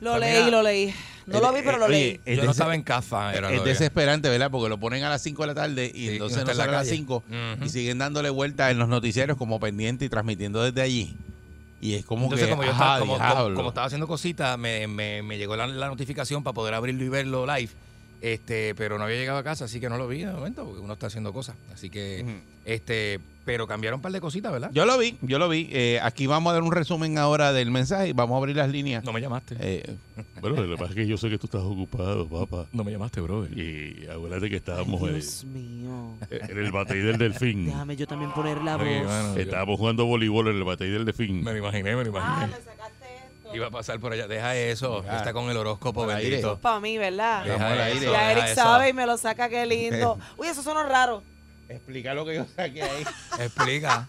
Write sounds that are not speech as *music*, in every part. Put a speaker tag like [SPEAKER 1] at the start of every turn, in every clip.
[SPEAKER 1] Lo leí, lo leí. No lo vi, pero lo leí.
[SPEAKER 2] eh, Oye, es
[SPEAKER 3] Yo no
[SPEAKER 2] des-
[SPEAKER 3] estaba en casa. Era
[SPEAKER 2] Es desesperante, ¿verdad? Porque lo ponen a las 5 de la tarde y
[SPEAKER 3] Sí,
[SPEAKER 2] entonces
[SPEAKER 3] y no
[SPEAKER 2] no
[SPEAKER 3] está en la
[SPEAKER 2] salen a las
[SPEAKER 3] calle.
[SPEAKER 2] 5
[SPEAKER 3] Ujú.
[SPEAKER 2] y siguen dándole vueltas en los noticieros como pendiente y transmitiendo desde allí. Y es como
[SPEAKER 3] Entonces,
[SPEAKER 2] que.
[SPEAKER 3] como yo
[SPEAKER 2] ajá,
[SPEAKER 3] estaba, como, como-
[SPEAKER 2] diablo.
[SPEAKER 3] como estaba haciendo cositas, me, me- me llegó la, la notificación para poder abrirlo y verlo live. Este, pero no había llegado a casa, así que no lo vi de momento, porque uno está haciendo cosas. Así que, este, pero cambiaron un par de cositas, ¿verdad?
[SPEAKER 2] Yo lo vi, yo lo vi. Eh, aquí vamos a dar un resumen ahora del mensaje y vamos a abrir las líneas.
[SPEAKER 3] No me llamaste.
[SPEAKER 2] Eh,
[SPEAKER 4] *laughs* Bueno, lo que pasa es que yo sé que tú estás ocupado, papá.
[SPEAKER 3] No me llamaste, brother.
[SPEAKER 4] Y acuérdate que estábamos eh,
[SPEAKER 1] Dios mío.
[SPEAKER 4] en el batey del delfín.
[SPEAKER 1] Déjame yo también poner la voz.
[SPEAKER 3] Oye, mano, yo-
[SPEAKER 4] Estábamos jugando voleibol en el batey del delfín.
[SPEAKER 3] me lo imaginé, me lo
[SPEAKER 1] Ah,
[SPEAKER 3] imaginé.
[SPEAKER 1] me sacaste esto.
[SPEAKER 3] Iba a pasar por allá. Deja eso.
[SPEAKER 2] Ya.
[SPEAKER 3] Está con el horóscopo,
[SPEAKER 2] Por aire.
[SPEAKER 3] bendito.
[SPEAKER 1] Para mí, ¿verdad?
[SPEAKER 2] Deja
[SPEAKER 3] Deja
[SPEAKER 2] eso,
[SPEAKER 3] eso,
[SPEAKER 1] Ya Eric
[SPEAKER 3] deja eso.
[SPEAKER 1] sabe y me lo saca, qué
[SPEAKER 2] *laughs*
[SPEAKER 1] lindo. Uy, eso sonó raro.
[SPEAKER 2] Explica lo que yo saqué ahí.
[SPEAKER 3] Explica.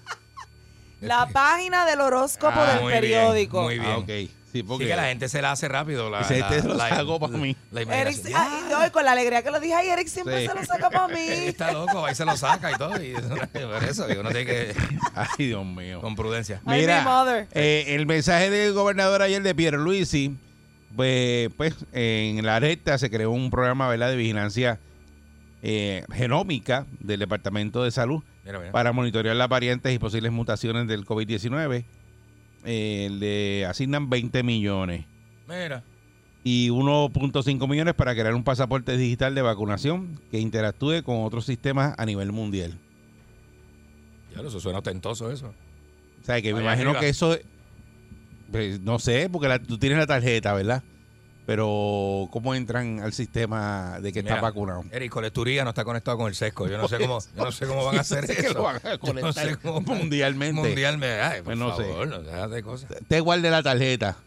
[SPEAKER 1] La página del horóscopo
[SPEAKER 2] Este. Ah,
[SPEAKER 1] del
[SPEAKER 3] muy bien,
[SPEAKER 1] periódico.
[SPEAKER 3] muy bien.
[SPEAKER 2] Ah, ok. Sí, porque.
[SPEAKER 3] Sí que la gente se la hace rápido. La,
[SPEAKER 2] Dice,
[SPEAKER 3] la-
[SPEAKER 2] "Este se lo
[SPEAKER 3] la-
[SPEAKER 2] saco pa' mí".
[SPEAKER 3] la
[SPEAKER 1] Eric,
[SPEAKER 3] imaginación.
[SPEAKER 1] ah, y no, y con la alegría que lo dije, ay, Eric siempre
[SPEAKER 2] Sí.
[SPEAKER 1] se lo saca para
[SPEAKER 3] Él
[SPEAKER 2] *laughs*
[SPEAKER 1] mí.
[SPEAKER 3] está loco, ahí se lo saca y todo. Y *laughs* eso, por eso, que uno tiene que
[SPEAKER 2] *laughs* *laughs* Ay, Dios mío.
[SPEAKER 3] con prudencia.
[SPEAKER 1] Ay, mi
[SPEAKER 2] Mira,
[SPEAKER 1] mother.
[SPEAKER 2] eh, el mensaje del gobernador ayer de Pierluisi, pues, pues en la recta se creó un programa ¿verdad? de vigilancia eh, genómica del Departamento de Salud
[SPEAKER 3] Mira, mira.
[SPEAKER 2] para monitorear las variantes y posibles mutaciones del COVID-19. Eh, le asignan 20 millones
[SPEAKER 3] Mira.
[SPEAKER 2] y 1.5 millones para crear un pasaporte digital de vacunación que interactúe con otros sistemas a nivel mundial.
[SPEAKER 3] Ya eso suena ostentoso eso.
[SPEAKER 2] O sea, que me
[SPEAKER 3] Allá
[SPEAKER 2] imagino
[SPEAKER 3] arriba.
[SPEAKER 2] que eso. pues, no sé, porque la- tú tienes la tarjeta, ¿verdad? Pero, ¿cómo entran al sistema de que
[SPEAKER 3] Mira,
[SPEAKER 2] estás vacunado? Pues,
[SPEAKER 3] Eric, Colesturía no está conectado con el sesco. Yo no sé cómo, yo no sé *laughs* cómo van a
[SPEAKER 2] *laughs*
[SPEAKER 3] hacer
[SPEAKER 2] Que
[SPEAKER 3] eso.
[SPEAKER 2] lo van a
[SPEAKER 3] Yo no
[SPEAKER 2] conectar
[SPEAKER 3] sé cómo-
[SPEAKER 2] mundialmente.
[SPEAKER 3] Mundialmente. Ay, por
[SPEAKER 2] Pues no sé.
[SPEAKER 3] favor, no seas de cosas.
[SPEAKER 2] Te guarde la tarjeta.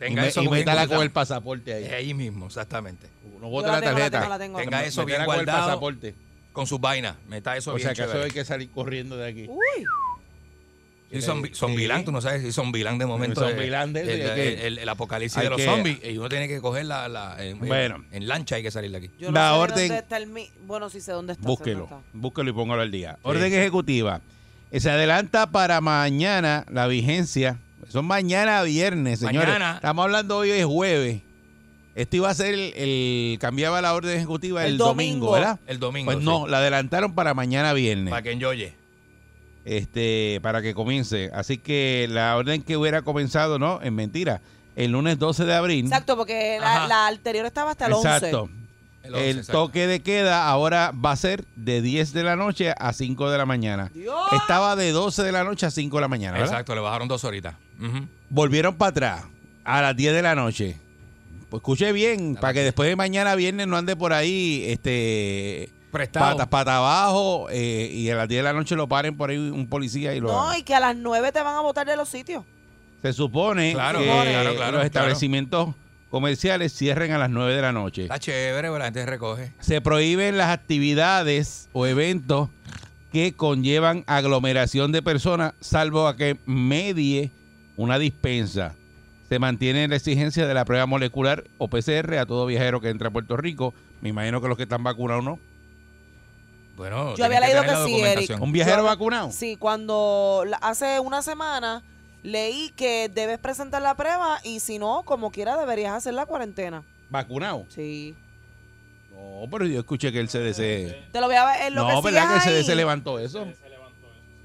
[SPEAKER 3] Tenga
[SPEAKER 2] y me-
[SPEAKER 3] eso
[SPEAKER 2] y
[SPEAKER 3] bien
[SPEAKER 2] métala
[SPEAKER 3] guardado.
[SPEAKER 2] con el pasaporte ahí.
[SPEAKER 3] Ahí mismo, exactamente.
[SPEAKER 2] No
[SPEAKER 1] Yo
[SPEAKER 2] bota la,
[SPEAKER 1] tengo,
[SPEAKER 2] tarjeta.
[SPEAKER 1] tengo, la tengo.
[SPEAKER 3] Tenga eso bien
[SPEAKER 2] Métela con el
[SPEAKER 3] guardado.
[SPEAKER 2] pasaporte.
[SPEAKER 3] Con sus vainas. Meta eso
[SPEAKER 2] O
[SPEAKER 3] bien
[SPEAKER 2] sea, que eso
[SPEAKER 3] chévere.
[SPEAKER 2] hay que salir corriendo de aquí.
[SPEAKER 1] Uy,
[SPEAKER 3] Sí, son, son
[SPEAKER 2] Sí.
[SPEAKER 3] Vilán, tú no sabes si son Vilán de momento.
[SPEAKER 2] Son
[SPEAKER 3] eh,
[SPEAKER 2] Vilán de-
[SPEAKER 3] el,
[SPEAKER 2] de-
[SPEAKER 3] el- el- el apocalipsis
[SPEAKER 2] hay
[SPEAKER 3] de los
[SPEAKER 2] que-
[SPEAKER 3] zombies. Y uno tiene que coger la. la- en, en-
[SPEAKER 2] Bueno.
[SPEAKER 3] en lancha hay que salir de aquí.
[SPEAKER 1] yo no
[SPEAKER 2] La
[SPEAKER 1] sé
[SPEAKER 2] orden-
[SPEAKER 1] dónde está el mi- Bueno, sí sé dónde está. sé dónde
[SPEAKER 2] Búsquelo,
[SPEAKER 1] está.
[SPEAKER 2] búsquelo y póngalo al día. Orden ejecutiva. Eh, Se adelanta para mañana la vigencia. Son mañana viernes, señores.
[SPEAKER 3] Mañana.
[SPEAKER 2] Estamos hablando hoy es jueves. Esto iba a ser el, el- cambiaba la orden ejecutiva el,
[SPEAKER 1] El
[SPEAKER 2] domingo,
[SPEAKER 1] domingo.
[SPEAKER 2] ¿verdad?
[SPEAKER 3] El domingo.
[SPEAKER 2] Pues
[SPEAKER 3] sí.
[SPEAKER 2] no, la adelantaron para mañana viernes.
[SPEAKER 3] Para que enjoye.
[SPEAKER 2] este, para que comience. Así que la orden que hubiera comenzado, no, es mentira. El lunes 12 de abril.
[SPEAKER 1] Exacto, porque la,
[SPEAKER 3] Ajá.
[SPEAKER 1] la anterior estaba hasta el 11.
[SPEAKER 2] Exacto.
[SPEAKER 3] El once,
[SPEAKER 2] el
[SPEAKER 3] exacto.
[SPEAKER 2] toque de queda ahora va a ser de 10 de la noche a 5 de la mañana.
[SPEAKER 1] Dios.
[SPEAKER 2] Estaba de 12 de la noche a 5 de la mañana. ¿verdad?
[SPEAKER 3] Exacto, le bajaron dos horitas. Ujú.
[SPEAKER 2] Volvieron para atrás a las 10 de la noche. Pues escuche bien,
[SPEAKER 3] A
[SPEAKER 2] para
[SPEAKER 3] las
[SPEAKER 2] que
[SPEAKER 3] 10.
[SPEAKER 2] después de mañana viernes no ande por ahí este
[SPEAKER 3] Prestado.
[SPEAKER 2] pata, pata abajo eh, y a las 10 de la noche lo paren por ahí un policía y lo
[SPEAKER 1] No,
[SPEAKER 2] hagan.
[SPEAKER 1] y que a las 9 te van a votar de los sitios.
[SPEAKER 2] Se supone
[SPEAKER 3] Claro,
[SPEAKER 2] que
[SPEAKER 3] claro, claro, claro.
[SPEAKER 2] los establecimientos comerciales cierren a las 9 de la noche.
[SPEAKER 3] Está chévere, pero la gente recoge.
[SPEAKER 2] se prohíben las actividades o eventos que conllevan aglomeración de personas, salvo a que medie una dispensa. Se mantiene la exigencia de la prueba molecular o PCR a todo viajero que entre a Puerto Rico. Me imagino que los que están vacunados no.
[SPEAKER 3] Bueno,
[SPEAKER 2] Oh,
[SPEAKER 1] Yo
[SPEAKER 3] tienen
[SPEAKER 1] había leído
[SPEAKER 3] tener
[SPEAKER 1] que
[SPEAKER 3] la
[SPEAKER 1] sí, Eric.
[SPEAKER 3] documentación.
[SPEAKER 2] ¿Un viajero
[SPEAKER 1] Yo-
[SPEAKER 2] vacunado?
[SPEAKER 1] Sí, cuando la- hace una semana leí que debes presentar la prueba y si no, como quiera, deberías hacer la cuarentena.
[SPEAKER 2] ¿Vacunado?
[SPEAKER 1] Sí.
[SPEAKER 2] No, pero yo escuché que el CDC...
[SPEAKER 1] Te lo voy a ver. en lo
[SPEAKER 2] No,
[SPEAKER 1] que
[SPEAKER 2] ¿verdad que el
[SPEAKER 1] sigas
[SPEAKER 2] CDC
[SPEAKER 1] ahí,
[SPEAKER 2] levantó eso?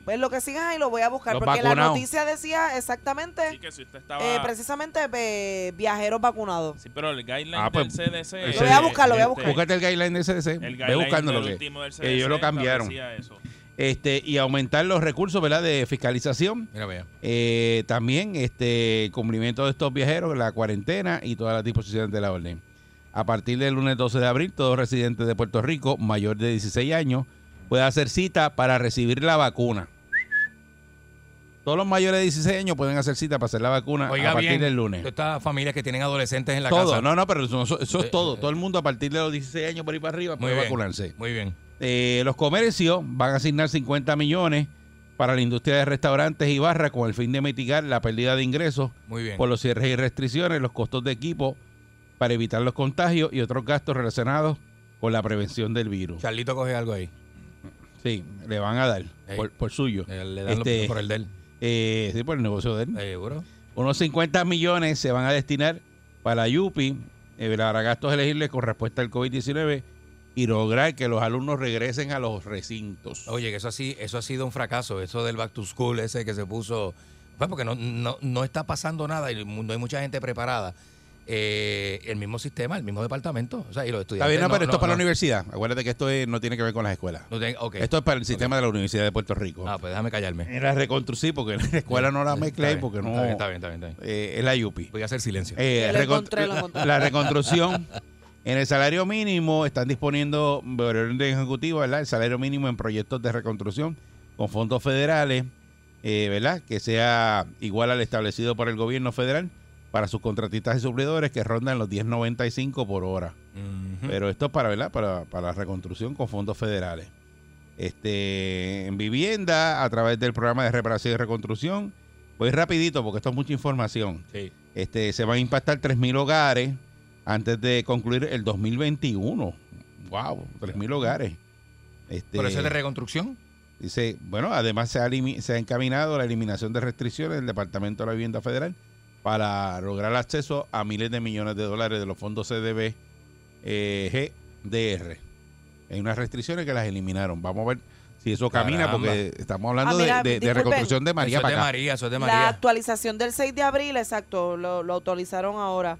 [SPEAKER 1] Pues lo que sigas ahí lo voy a buscar.
[SPEAKER 2] Los
[SPEAKER 1] porque la
[SPEAKER 2] vacunados.
[SPEAKER 1] noticia decía exactamente,
[SPEAKER 5] Sí, que si usted estaba.
[SPEAKER 1] eh, precisamente, eh, viajeros vacunados.
[SPEAKER 5] sí, pero el guideline
[SPEAKER 2] Ah, pues,
[SPEAKER 5] del CDC.
[SPEAKER 3] eh.
[SPEAKER 2] el
[SPEAKER 1] Lo voy a buscar, lo voy a buscar.
[SPEAKER 2] Búscate el guideline del CDC.
[SPEAKER 5] El
[SPEAKER 2] Ve
[SPEAKER 5] guideline
[SPEAKER 2] buscándolo.
[SPEAKER 5] del
[SPEAKER 2] que-
[SPEAKER 5] último del
[SPEAKER 2] que ellos lo
[SPEAKER 5] CDC
[SPEAKER 2] cambiaron.
[SPEAKER 5] establecía eso.
[SPEAKER 2] este, y aumentar los recursos ¿verdad? de fiscalización.
[SPEAKER 3] Mira, vea.
[SPEAKER 2] Eh, también este cumplimiento de estos viajeros, la cuarentena y todas las disposiciones de la orden. A partir del lunes 12 de abril, todos residentes de Puerto Rico mayor de 16 años pueden hacer cita para recibir la vacuna. Todos los mayores de 16 años pueden hacer cita para hacer la vacuna
[SPEAKER 3] Oiga
[SPEAKER 2] a partir
[SPEAKER 3] bien,
[SPEAKER 2] del lunes.
[SPEAKER 3] Estas familias que tienen adolescentes en la
[SPEAKER 2] Todo,
[SPEAKER 3] casa.
[SPEAKER 2] no, no, pero eso, eso- eso
[SPEAKER 3] Eh,
[SPEAKER 2] es todo. Todo el mundo a partir de los 16 años por ahí para arriba
[SPEAKER 3] Muy
[SPEAKER 2] puede
[SPEAKER 3] bien.
[SPEAKER 2] vacunarse.
[SPEAKER 3] Muy bien.
[SPEAKER 2] Eh, los comercios van a asignar 50 millones para la industria de restaurantes y barras con el fin de mitigar la pérdida de ingresos
[SPEAKER 3] Muy bien.
[SPEAKER 2] por los cierres y restricciones, los costos de equipo para evitar los contagios y otros gastos relacionados con la prevención del virus.
[SPEAKER 3] Charlito coge algo ahí.
[SPEAKER 2] Sí, le van a dar
[SPEAKER 3] Ey.
[SPEAKER 2] por, por suyo.
[SPEAKER 3] Eh, Le dan
[SPEAKER 2] Este-
[SPEAKER 3] lo por el del.
[SPEAKER 2] Eh, sí, por el negocio de él.
[SPEAKER 3] Seguro.
[SPEAKER 2] Unos 50 millones se van a destinar para Yupi, eh, para gastos elegibles con respuesta al COVID-19 y lograr que los alumnos regresen a los recintos.
[SPEAKER 3] Oye, que eso así, eso ha sido un fracaso, eso del back to school ese que se puso, pues porque no, no, no está pasando nada y el mundo- no hay mucha gente preparada. Eh, el mismo sistema, el mismo departamento, o sea, y los
[SPEAKER 2] Está
[SPEAKER 3] estudiantes.
[SPEAKER 2] bien, no, pero esto es para la
[SPEAKER 3] no-
[SPEAKER 2] universidad. Acuérdate que esto es- no tiene que ver con las escuelas.
[SPEAKER 3] no tienen- ok.
[SPEAKER 2] Esto es para el sistema de la Universidad de Puerto Rico.
[SPEAKER 3] Ah, pues déjame callarme.
[SPEAKER 2] En la reconstrucí porque en la
[SPEAKER 3] *laughs*
[SPEAKER 2] escuela no la
[SPEAKER 3] Está
[SPEAKER 2] mezclé
[SPEAKER 3] bien,
[SPEAKER 2] porque no.
[SPEAKER 3] Está bien, está bien, está bien. está bien.
[SPEAKER 2] eh, es la Yupi.
[SPEAKER 3] Voy a hacer silencio.
[SPEAKER 2] Eh,
[SPEAKER 1] Lo
[SPEAKER 2] recon-
[SPEAKER 1] encontré, lo encontré.
[SPEAKER 2] La reconstrucción. En el salario mínimo están disponiendo de ejecutivo, ¿verdad? El salario mínimo en proyectos de reconstrucción con fondos federales, eh, ¿verdad? Que sea igual al establecido por el gobierno federal para sus contratistas y suplidores que rondan los 10.95 por hora.
[SPEAKER 3] Ujú.
[SPEAKER 2] Pero esto es para, ¿verdad? Para, para la reconstrucción con fondos federales. Este, en vivienda, a través del programa de reparación y reconstrucción. Voy rapidito porque esto es mucha información.
[SPEAKER 3] Sí.
[SPEAKER 2] Este, se van a impactar 3.000 hogares antes de concluir el 2021. ¡Wow! 3.000 hogares. Este,
[SPEAKER 3] Pero eso es de reconstrucción.
[SPEAKER 2] Dice, bueno, además se ha, elimi- se ha encaminado la eliminación de restricciones del Departamento de la Vivienda Federal para lograr acceso a miles de millones de dólares de los fondos CDB eh, GDR. Hay unas restricciones que las eliminaron. Vamos a ver si eso camina,
[SPEAKER 3] Caramba.
[SPEAKER 2] porque estamos hablando
[SPEAKER 1] Ah,
[SPEAKER 2] de-
[SPEAKER 1] mira,
[SPEAKER 2] de, de
[SPEAKER 1] disculpen.
[SPEAKER 2] reconstrucción de
[SPEAKER 3] eso
[SPEAKER 2] María
[SPEAKER 3] es
[SPEAKER 2] para
[SPEAKER 3] de
[SPEAKER 2] acá.
[SPEAKER 3] María, eso es de
[SPEAKER 1] La
[SPEAKER 3] María.
[SPEAKER 1] actualización del 6 de abril, exacto, lo, lo autorizaron ahora.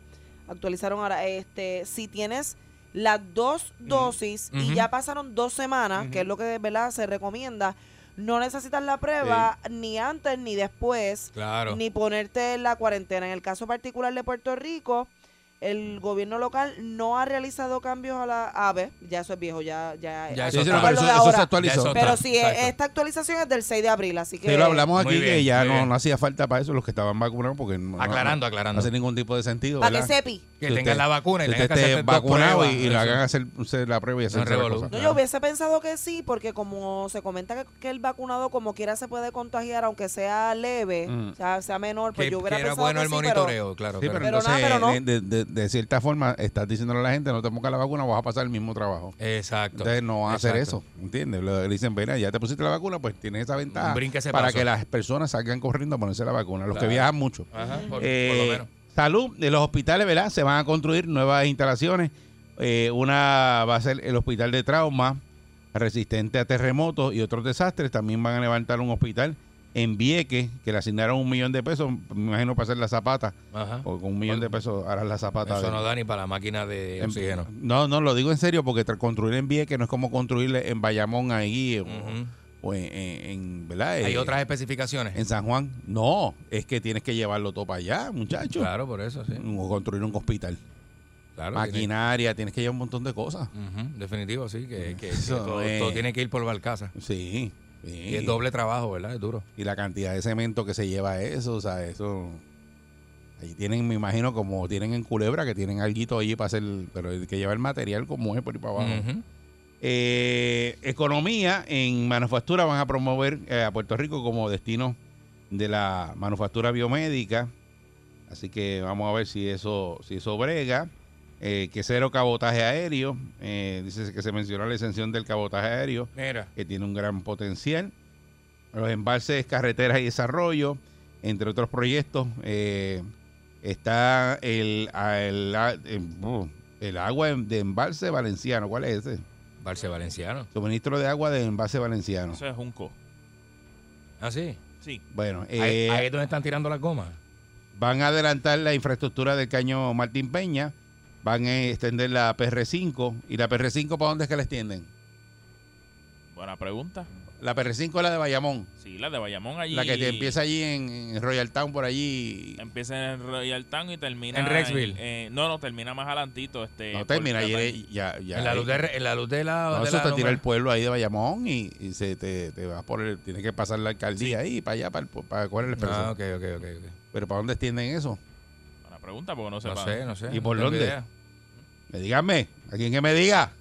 [SPEAKER 1] Actualizaron ahora. Este, si tienes las dos dosis y
[SPEAKER 3] Mm, Ujú.
[SPEAKER 1] ya pasaron dos semanas, que es lo que ¿verdad? se recomienda, no necesitas la prueba ni antes ni después,
[SPEAKER 3] Claro.
[SPEAKER 1] ni ponerte en la cuarentena. En el caso particular de Puerto Rico, el gobierno local no ha realizado cambios a la AVE, ya eso es viejo, ya, ya,
[SPEAKER 3] Ya
[SPEAKER 1] eh,
[SPEAKER 2] Sí,
[SPEAKER 3] eso
[SPEAKER 2] sí,
[SPEAKER 3] está.
[SPEAKER 2] no, pero
[SPEAKER 1] lo
[SPEAKER 2] eso,
[SPEAKER 1] de
[SPEAKER 2] eso se
[SPEAKER 1] ahora.
[SPEAKER 2] actualizó.
[SPEAKER 3] Ya eso-
[SPEAKER 1] Pero sí,
[SPEAKER 3] Exacto.
[SPEAKER 1] esta actualización es del 6 de abril, así que...
[SPEAKER 2] Sí, lo hablamos
[SPEAKER 3] Muy
[SPEAKER 2] aquí
[SPEAKER 3] bien,
[SPEAKER 2] que ya
[SPEAKER 3] muy
[SPEAKER 2] no,
[SPEAKER 3] bien.
[SPEAKER 2] no hacía falta para eso los que estaban vacunados porque no,
[SPEAKER 3] Aclarando,
[SPEAKER 2] no,
[SPEAKER 3] aclarando.
[SPEAKER 2] no hace ningún tipo de sentido.
[SPEAKER 1] Para que
[SPEAKER 2] ¿verdad?
[SPEAKER 1] sepi.
[SPEAKER 3] que
[SPEAKER 2] usted-
[SPEAKER 3] tengan la vacuna y
[SPEAKER 2] Que
[SPEAKER 3] tengan
[SPEAKER 2] usted
[SPEAKER 3] que hacer
[SPEAKER 2] esté
[SPEAKER 3] dos
[SPEAKER 2] vacunado
[SPEAKER 3] pruebas,
[SPEAKER 2] y, y lo
[SPEAKER 3] eso.
[SPEAKER 2] hagan hacer, hacer la prueba y hacer otra
[SPEAKER 3] revolú.
[SPEAKER 2] cosa.
[SPEAKER 1] No,
[SPEAKER 3] Claro.
[SPEAKER 1] yo hubiese pensado que sí, porque como se comenta que, que el vacunado como quiera se puede contagiar, aunque sea leve,
[SPEAKER 2] Mm.
[SPEAKER 1] o sea, sea menor, pues
[SPEAKER 3] Que,
[SPEAKER 1] yo hubiera
[SPEAKER 3] que era
[SPEAKER 1] pensado
[SPEAKER 3] bueno
[SPEAKER 1] que
[SPEAKER 3] el
[SPEAKER 1] sí,
[SPEAKER 3] monitoreo, claro.
[SPEAKER 2] Sí, pero,
[SPEAKER 1] Pero
[SPEAKER 2] entonces,
[SPEAKER 1] nada, pero no.
[SPEAKER 2] de- de, de- de cierta forma, estás diciéndole a la gente, no te pongas la vacuna, vas a pasar el mismo trabajo.
[SPEAKER 3] Exacto.
[SPEAKER 2] Entonces no van a hacer
[SPEAKER 3] Exacto.
[SPEAKER 2] eso, ¿entiendes? Le le dicen, mira, ya te pusiste la vacuna, pues tienes esa ventaja
[SPEAKER 3] brinque ese
[SPEAKER 2] para
[SPEAKER 3] paso.
[SPEAKER 2] que las personas salgan corriendo a ponerse la vacuna, los
[SPEAKER 3] Claro.
[SPEAKER 2] que viajan mucho.
[SPEAKER 3] Ajá, por- por,
[SPEAKER 2] Eh,
[SPEAKER 3] lo menos.
[SPEAKER 2] Salud, de los hospitales, ¿verdad? Se van a construir nuevas instalaciones. Eh, una va a ser el hospital de trauma, resistente a terremotos y otros desastres. También van a levantar un hospital en Vieques, que le asignaron un millón de pesos, me imagino para hacer la zapata,
[SPEAKER 3] Ajá.
[SPEAKER 2] porque con un millón de pesos harás la zapata.
[SPEAKER 3] Eso
[SPEAKER 2] de-
[SPEAKER 3] no da ni para la máquina de
[SPEAKER 2] en-
[SPEAKER 3] oxígeno.
[SPEAKER 2] No, no, lo digo en serio, porque tra- construir en Vieques no es como construir en Bayamón ahí, o-
[SPEAKER 3] Ujú.
[SPEAKER 2] o, en, en- en- ¿verdad?
[SPEAKER 3] Mm. Hay
[SPEAKER 2] Eh,
[SPEAKER 3] otras especificaciones.
[SPEAKER 2] En San Juan, no, es que tienes que llevarlo todo para allá, muchachos.
[SPEAKER 3] Claro, por eso, sí.
[SPEAKER 2] O construir un hospital.
[SPEAKER 3] Claro, tiene-
[SPEAKER 2] Maquinaria, tienes que llevar un montón de cosas.
[SPEAKER 3] Ujú, definitivo, sí. Que, que- que
[SPEAKER 2] Eso
[SPEAKER 3] todo,
[SPEAKER 2] es.
[SPEAKER 3] todo tiene que ir por Balcaza.
[SPEAKER 2] Sí. sí.
[SPEAKER 3] Y es doble trabajo, ¿verdad? Es duro.
[SPEAKER 2] Y la cantidad de cemento que se lleva eso, o sea, eso. Ahí tienen, me imagino, como tienen en Culebra, que tienen alguito allí para hacer, pero el que lleva el material como es por ahí para abajo.
[SPEAKER 3] Ujú.
[SPEAKER 2] Eh, economía en manufactura van a promover eh, a Puerto Rico como destino de la manufactura biomédica. Así que vamos a ver si eso, si eso brega. Eh, que cero cabotaje aéreo. Eh, dice que se mencionó la exención del cabotaje aéreo
[SPEAKER 3] Mira.
[SPEAKER 2] que tiene un gran potencial. Los embalses, carreteras y desarrollo, entre otros proyectos, eh, está el, a- el, a- em, bu, el agua en- de embalse valenciano. ¿Cuál es ese?
[SPEAKER 3] Barce Valenciano.
[SPEAKER 2] Suministro de agua de embalse valenciano.
[SPEAKER 5] Eso es Junco.
[SPEAKER 3] Ah, sí.
[SPEAKER 5] Sí.
[SPEAKER 2] Bueno,
[SPEAKER 3] Ahí,
[SPEAKER 2] eh,
[SPEAKER 3] ahí es donde están tirando las gomas.
[SPEAKER 2] van a adelantar la infraestructura del caño Martín Peña, van a extender la PR5. ¿Y la PR5 para dónde es que la extienden?
[SPEAKER 5] Buena pregunta.
[SPEAKER 2] La PR5 es la de Bayamón.
[SPEAKER 5] Sí, la de Bayamón allí.
[SPEAKER 2] La que te empieza allí en, en Royal Town, por allí.
[SPEAKER 5] Empieza en Royal Town y termina.
[SPEAKER 3] En Rexville.
[SPEAKER 5] eh, no, no, termina más adelantito. Este,
[SPEAKER 2] No
[SPEAKER 5] por
[SPEAKER 2] termina,
[SPEAKER 5] Catay.
[SPEAKER 2] allí ya, ya.
[SPEAKER 3] En la luz de, en la, luz de
[SPEAKER 1] Ah,
[SPEAKER 3] la.
[SPEAKER 2] No,
[SPEAKER 3] de
[SPEAKER 2] eso
[SPEAKER 3] la
[SPEAKER 2] te tira
[SPEAKER 3] lumbre.
[SPEAKER 2] el pueblo ahí de Bayamón y, y se te, te vas por el, tienes que pasar la alcaldía ahí para allá, para, el pu- para coger el expreso.
[SPEAKER 3] Ah, ok, ok, ok. ok.
[SPEAKER 2] Pero ¿para dónde extienden eso?
[SPEAKER 5] Una pregunta porque no se
[SPEAKER 3] No sé, no sé.
[SPEAKER 2] ¿Y
[SPEAKER 3] no
[SPEAKER 2] por
[SPEAKER 3] tengo
[SPEAKER 2] dónde?
[SPEAKER 3] idea.
[SPEAKER 2] Me díganme, a quien que me diga,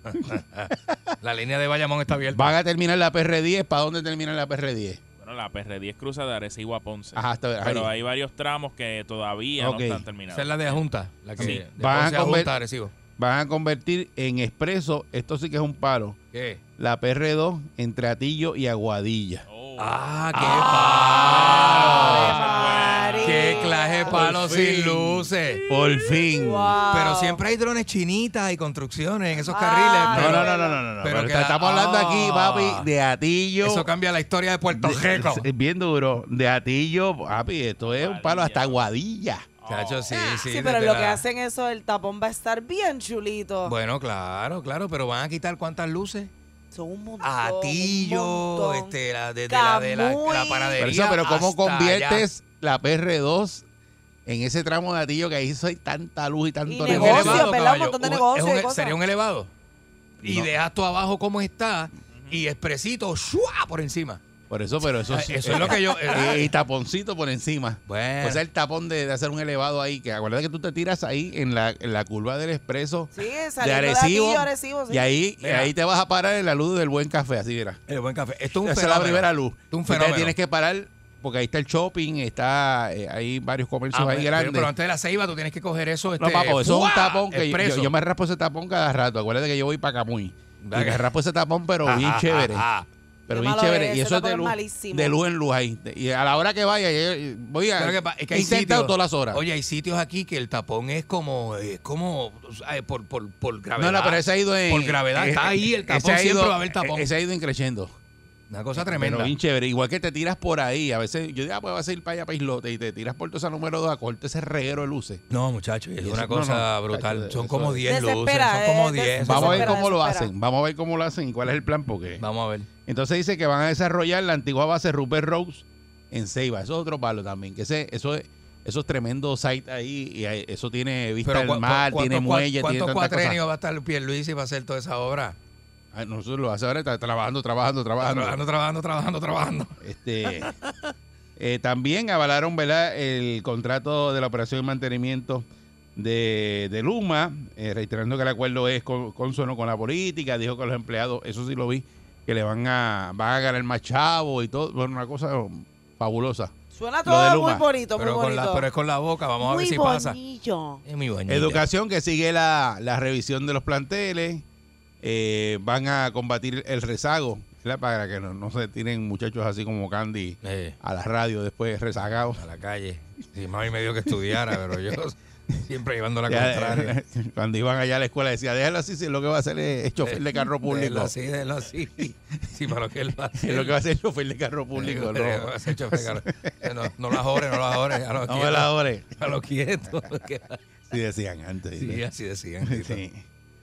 [SPEAKER 3] La línea de Bayamón está abierta.
[SPEAKER 2] van a terminar la PR10, ¿para dónde termina la PR10?
[SPEAKER 5] Bueno, la PR10 cruza de Arecibo a Ponce.
[SPEAKER 2] Ajá, hasta
[SPEAKER 5] Pero
[SPEAKER 2] ahí.
[SPEAKER 5] hay varios tramos que todavía
[SPEAKER 2] Ok.
[SPEAKER 5] no están
[SPEAKER 3] Esa
[SPEAKER 5] terminados.
[SPEAKER 3] es la de Junta. La que
[SPEAKER 5] Sí.
[SPEAKER 3] de
[SPEAKER 2] Van a
[SPEAKER 3] Ponce a
[SPEAKER 2] comer-
[SPEAKER 3] Junta, Arecibo.
[SPEAKER 2] Van a convertir en expreso, esto sí que es un paro,
[SPEAKER 3] ¿Qué?
[SPEAKER 2] la PR2 entre Atillo y Aguadilla.
[SPEAKER 5] Oh.
[SPEAKER 3] Ah, qué
[SPEAKER 1] Ave
[SPEAKER 3] palo.
[SPEAKER 1] Ah, María.
[SPEAKER 3] Qué clase de palo
[SPEAKER 2] Por fin.
[SPEAKER 3] sin luces.
[SPEAKER 2] Por fin.
[SPEAKER 1] Wow.
[SPEAKER 3] Pero siempre hay drones chinitas y construcciones en esos
[SPEAKER 1] Ah.
[SPEAKER 3] carriles.
[SPEAKER 2] No,
[SPEAKER 3] pero
[SPEAKER 2] no, no, no, no, no.
[SPEAKER 3] pero
[SPEAKER 2] Pero
[SPEAKER 3] que
[SPEAKER 2] te
[SPEAKER 3] la-
[SPEAKER 2] estamos hablando aquí,
[SPEAKER 3] Ah.
[SPEAKER 2] papi, de Atillo.
[SPEAKER 3] Eso cambia la historia de Puerto Rico.
[SPEAKER 2] Es bien duro. De Atillo, papi, esto es un palo hasta Aguadilla.
[SPEAKER 3] Chacho, sí,
[SPEAKER 1] Ah,
[SPEAKER 3] sí.
[SPEAKER 1] sí, pero
[SPEAKER 3] desde
[SPEAKER 1] lo
[SPEAKER 3] la-
[SPEAKER 1] que hacen eso, el tapón va a estar bien chulito.
[SPEAKER 3] Bueno, claro, claro, pero van a quitar cuántas luces.
[SPEAKER 1] Son un montón. un
[SPEAKER 3] Atillo,
[SPEAKER 1] montón.
[SPEAKER 3] este, la, desde la de la,
[SPEAKER 1] Camuy.
[SPEAKER 3] la panadería.
[SPEAKER 2] Pero, eso, pero ¿cómo
[SPEAKER 3] hasta
[SPEAKER 2] conviertes la PR2 en ese tramo de Atillo que ahí soy tanta luz y tanto
[SPEAKER 1] Y
[SPEAKER 3] allá? Un
[SPEAKER 1] Negocios,
[SPEAKER 2] negocio?
[SPEAKER 3] elevado,
[SPEAKER 1] ¿verdad? Un
[SPEAKER 3] caballo.
[SPEAKER 1] montón de
[SPEAKER 3] Un-
[SPEAKER 1] negocios
[SPEAKER 3] es un-
[SPEAKER 1] y cosas.
[SPEAKER 3] Sería un elevado. Y
[SPEAKER 2] No.
[SPEAKER 3] dejas tú abajo como está y expresito, ¡shua! por encima.
[SPEAKER 2] Por eso, pero eso,
[SPEAKER 3] Ah,
[SPEAKER 2] sí-
[SPEAKER 3] Eso es lo que yo.
[SPEAKER 2] *laughs*
[SPEAKER 3] eh,
[SPEAKER 2] Y, y taponcito por encima.
[SPEAKER 3] Bueno,
[SPEAKER 2] O sea, el tapón de, de hacer un elevado ahí, que acuérdate que tú te tiras ahí en la, en la curva del expreso
[SPEAKER 1] Sí,
[SPEAKER 2] de
[SPEAKER 1] saliendo de
[SPEAKER 2] Arecibo,
[SPEAKER 1] Atillo, Arecibo, sí.
[SPEAKER 2] y ahí, y
[SPEAKER 3] Mira.
[SPEAKER 2] ahí te vas a parar en la luz del buen café, así mira.
[SPEAKER 3] el buen café. Esto es un
[SPEAKER 2] Esa es
[SPEAKER 3] fenómeno.
[SPEAKER 2] la primera luz.
[SPEAKER 3] Un
[SPEAKER 2] Entonces
[SPEAKER 3] fenómeno.
[SPEAKER 2] tienes que parar porque ahí está el shopping, está eh, hay varios comercios
[SPEAKER 3] Ah,
[SPEAKER 2] ahí
[SPEAKER 3] pero-
[SPEAKER 2] grandes.
[SPEAKER 3] Pero antes de la ceiba tú tienes que coger eso. Este,
[SPEAKER 2] no, papo, eso es un
[SPEAKER 3] ¡fua!
[SPEAKER 2] tapón que yo,
[SPEAKER 3] Expreso.
[SPEAKER 2] yo- yo me raspo ese tapón cada rato. Acuérdate que yo voy para Camuy. Y me raspo ese tapón, pero bien chévere.
[SPEAKER 3] Ah,
[SPEAKER 2] Pero
[SPEAKER 1] Qué
[SPEAKER 2] bien
[SPEAKER 1] malo
[SPEAKER 2] chévere.
[SPEAKER 1] es,
[SPEAKER 2] Y
[SPEAKER 1] ese
[SPEAKER 2] eso es de
[SPEAKER 1] tapón es
[SPEAKER 2] luz,
[SPEAKER 1] malísimo.
[SPEAKER 2] de luz en luz ahí. Y a la hora que vaya, yo- yo voy a.
[SPEAKER 3] Pero que pa- es que
[SPEAKER 2] he
[SPEAKER 3] hay
[SPEAKER 2] intentado
[SPEAKER 3] sitios-
[SPEAKER 2] todas las horas.
[SPEAKER 3] Oye, hay sitios aquí que el tapón es como, es como o sea, eh, por, por, por gravedad.
[SPEAKER 2] no, no, pero ese ha ido en.
[SPEAKER 3] Por gravedad, está ahí el tapón,
[SPEAKER 2] ese ha
[SPEAKER 3] siempre
[SPEAKER 2] ido- e,
[SPEAKER 3] va a haber tapón.
[SPEAKER 2] Ese ha ido en creciendo.
[SPEAKER 3] Una cosa tremenda.
[SPEAKER 2] Pero bien chévere. Igual que te tiras por ahí. A veces yo digo, ah, pues vas a ir para allá, para Islote. Y te tiras por toda esa número 2 a corte ese reguero de luces.
[SPEAKER 3] No, muchachos, es
[SPEAKER 2] Eso-
[SPEAKER 3] una
[SPEAKER 2] no,
[SPEAKER 3] cosa
[SPEAKER 2] no,
[SPEAKER 3] brutal.
[SPEAKER 2] muchacho,
[SPEAKER 3] son
[SPEAKER 2] eso
[SPEAKER 3] como
[SPEAKER 2] es-
[SPEAKER 3] 10 luces,
[SPEAKER 1] Desespera,
[SPEAKER 3] son como
[SPEAKER 1] eh,
[SPEAKER 3] 10.
[SPEAKER 1] desespera.
[SPEAKER 2] Vamos a ver
[SPEAKER 1] Desespera,
[SPEAKER 2] cómo lo
[SPEAKER 1] desespera.
[SPEAKER 2] hacen. Vamos a ver cómo lo hacen y cuál es el plan. Porque.
[SPEAKER 3] Vamos a ver.
[SPEAKER 2] Entonces dice que van a desarrollar la antigua base Rupert Rose en Ceiba. Eso es otro palo también. Que ese, eso es, esos tremendos sites ahí, y ahí- eso tiene vista
[SPEAKER 3] Pero
[SPEAKER 2] al
[SPEAKER 3] ¿cu-
[SPEAKER 2] mar,
[SPEAKER 3] cu-
[SPEAKER 2] tiene
[SPEAKER 3] cuántos-
[SPEAKER 2] muelle, tiene
[SPEAKER 3] ¿Cuántos
[SPEAKER 2] tantas cosas.
[SPEAKER 3] cuatrenios va a estar Pierluisi para hacer toda esa obra?
[SPEAKER 2] Ay, Nosotros lo hace ahora, está trabajando, trabajando, trabajando.
[SPEAKER 3] Trabajando, trabajando, trabajando, trabajando.
[SPEAKER 2] Este, eh, también avalaron ¿verdad? el contrato de la operación y mantenimiento de, de Luma, eh, reiterando que el acuerdo es con- consono con la política, dijo que los empleados, eso sí lo vi, que le van a, van a ganar más chavo y todo, bueno, una cosa fabulosa. Lo
[SPEAKER 1] Suena
[SPEAKER 2] de
[SPEAKER 1] todo
[SPEAKER 2] Luma.
[SPEAKER 1] muy bonito, muy
[SPEAKER 3] Pero, con
[SPEAKER 1] bonito.
[SPEAKER 3] la, pero es con la boca, Ah, vamos a
[SPEAKER 1] muy
[SPEAKER 3] ver si pasa.
[SPEAKER 1] bonillo.
[SPEAKER 3] Es muy bonito.
[SPEAKER 2] Educación que sigue la, la revisión de los planteles, eh, van a combatir el rezago, ¿verdad? para que no, no se tiren muchachos así como Candy
[SPEAKER 3] Eh,
[SPEAKER 2] a la radio después rezagados.
[SPEAKER 3] a la calle. Si mami me dio que estudiara, pero
[SPEAKER 2] *laughs*
[SPEAKER 3] yo siempre llevando la
[SPEAKER 2] Ya,
[SPEAKER 3] contraria.
[SPEAKER 2] *laughs* cuando iban allá a la escuela decía, déjalo así, si lo que va a hacer es, es chofer de carro
[SPEAKER 3] Déjelo
[SPEAKER 2] público.
[SPEAKER 3] así, Eh, déjalo así. Sí, para lo que él va a
[SPEAKER 2] *laughs*
[SPEAKER 3] *laughs*
[SPEAKER 2] Es
[SPEAKER 3] hacer.
[SPEAKER 2] lo que va a hacer es chofer de carro público.
[SPEAKER 3] Eh,
[SPEAKER 2] No,
[SPEAKER 3] ese chofer,
[SPEAKER 2] *laughs*
[SPEAKER 3] claro. No, no la jores, no la jores. A lo
[SPEAKER 2] no
[SPEAKER 3] quieto.
[SPEAKER 2] me la ore.
[SPEAKER 3] A lo *laughs* quieto. porque-
[SPEAKER 2] Sí decían antes.
[SPEAKER 3] Sí,
[SPEAKER 2] ¿verdad?
[SPEAKER 3] así decían. Tito.
[SPEAKER 2] Sí.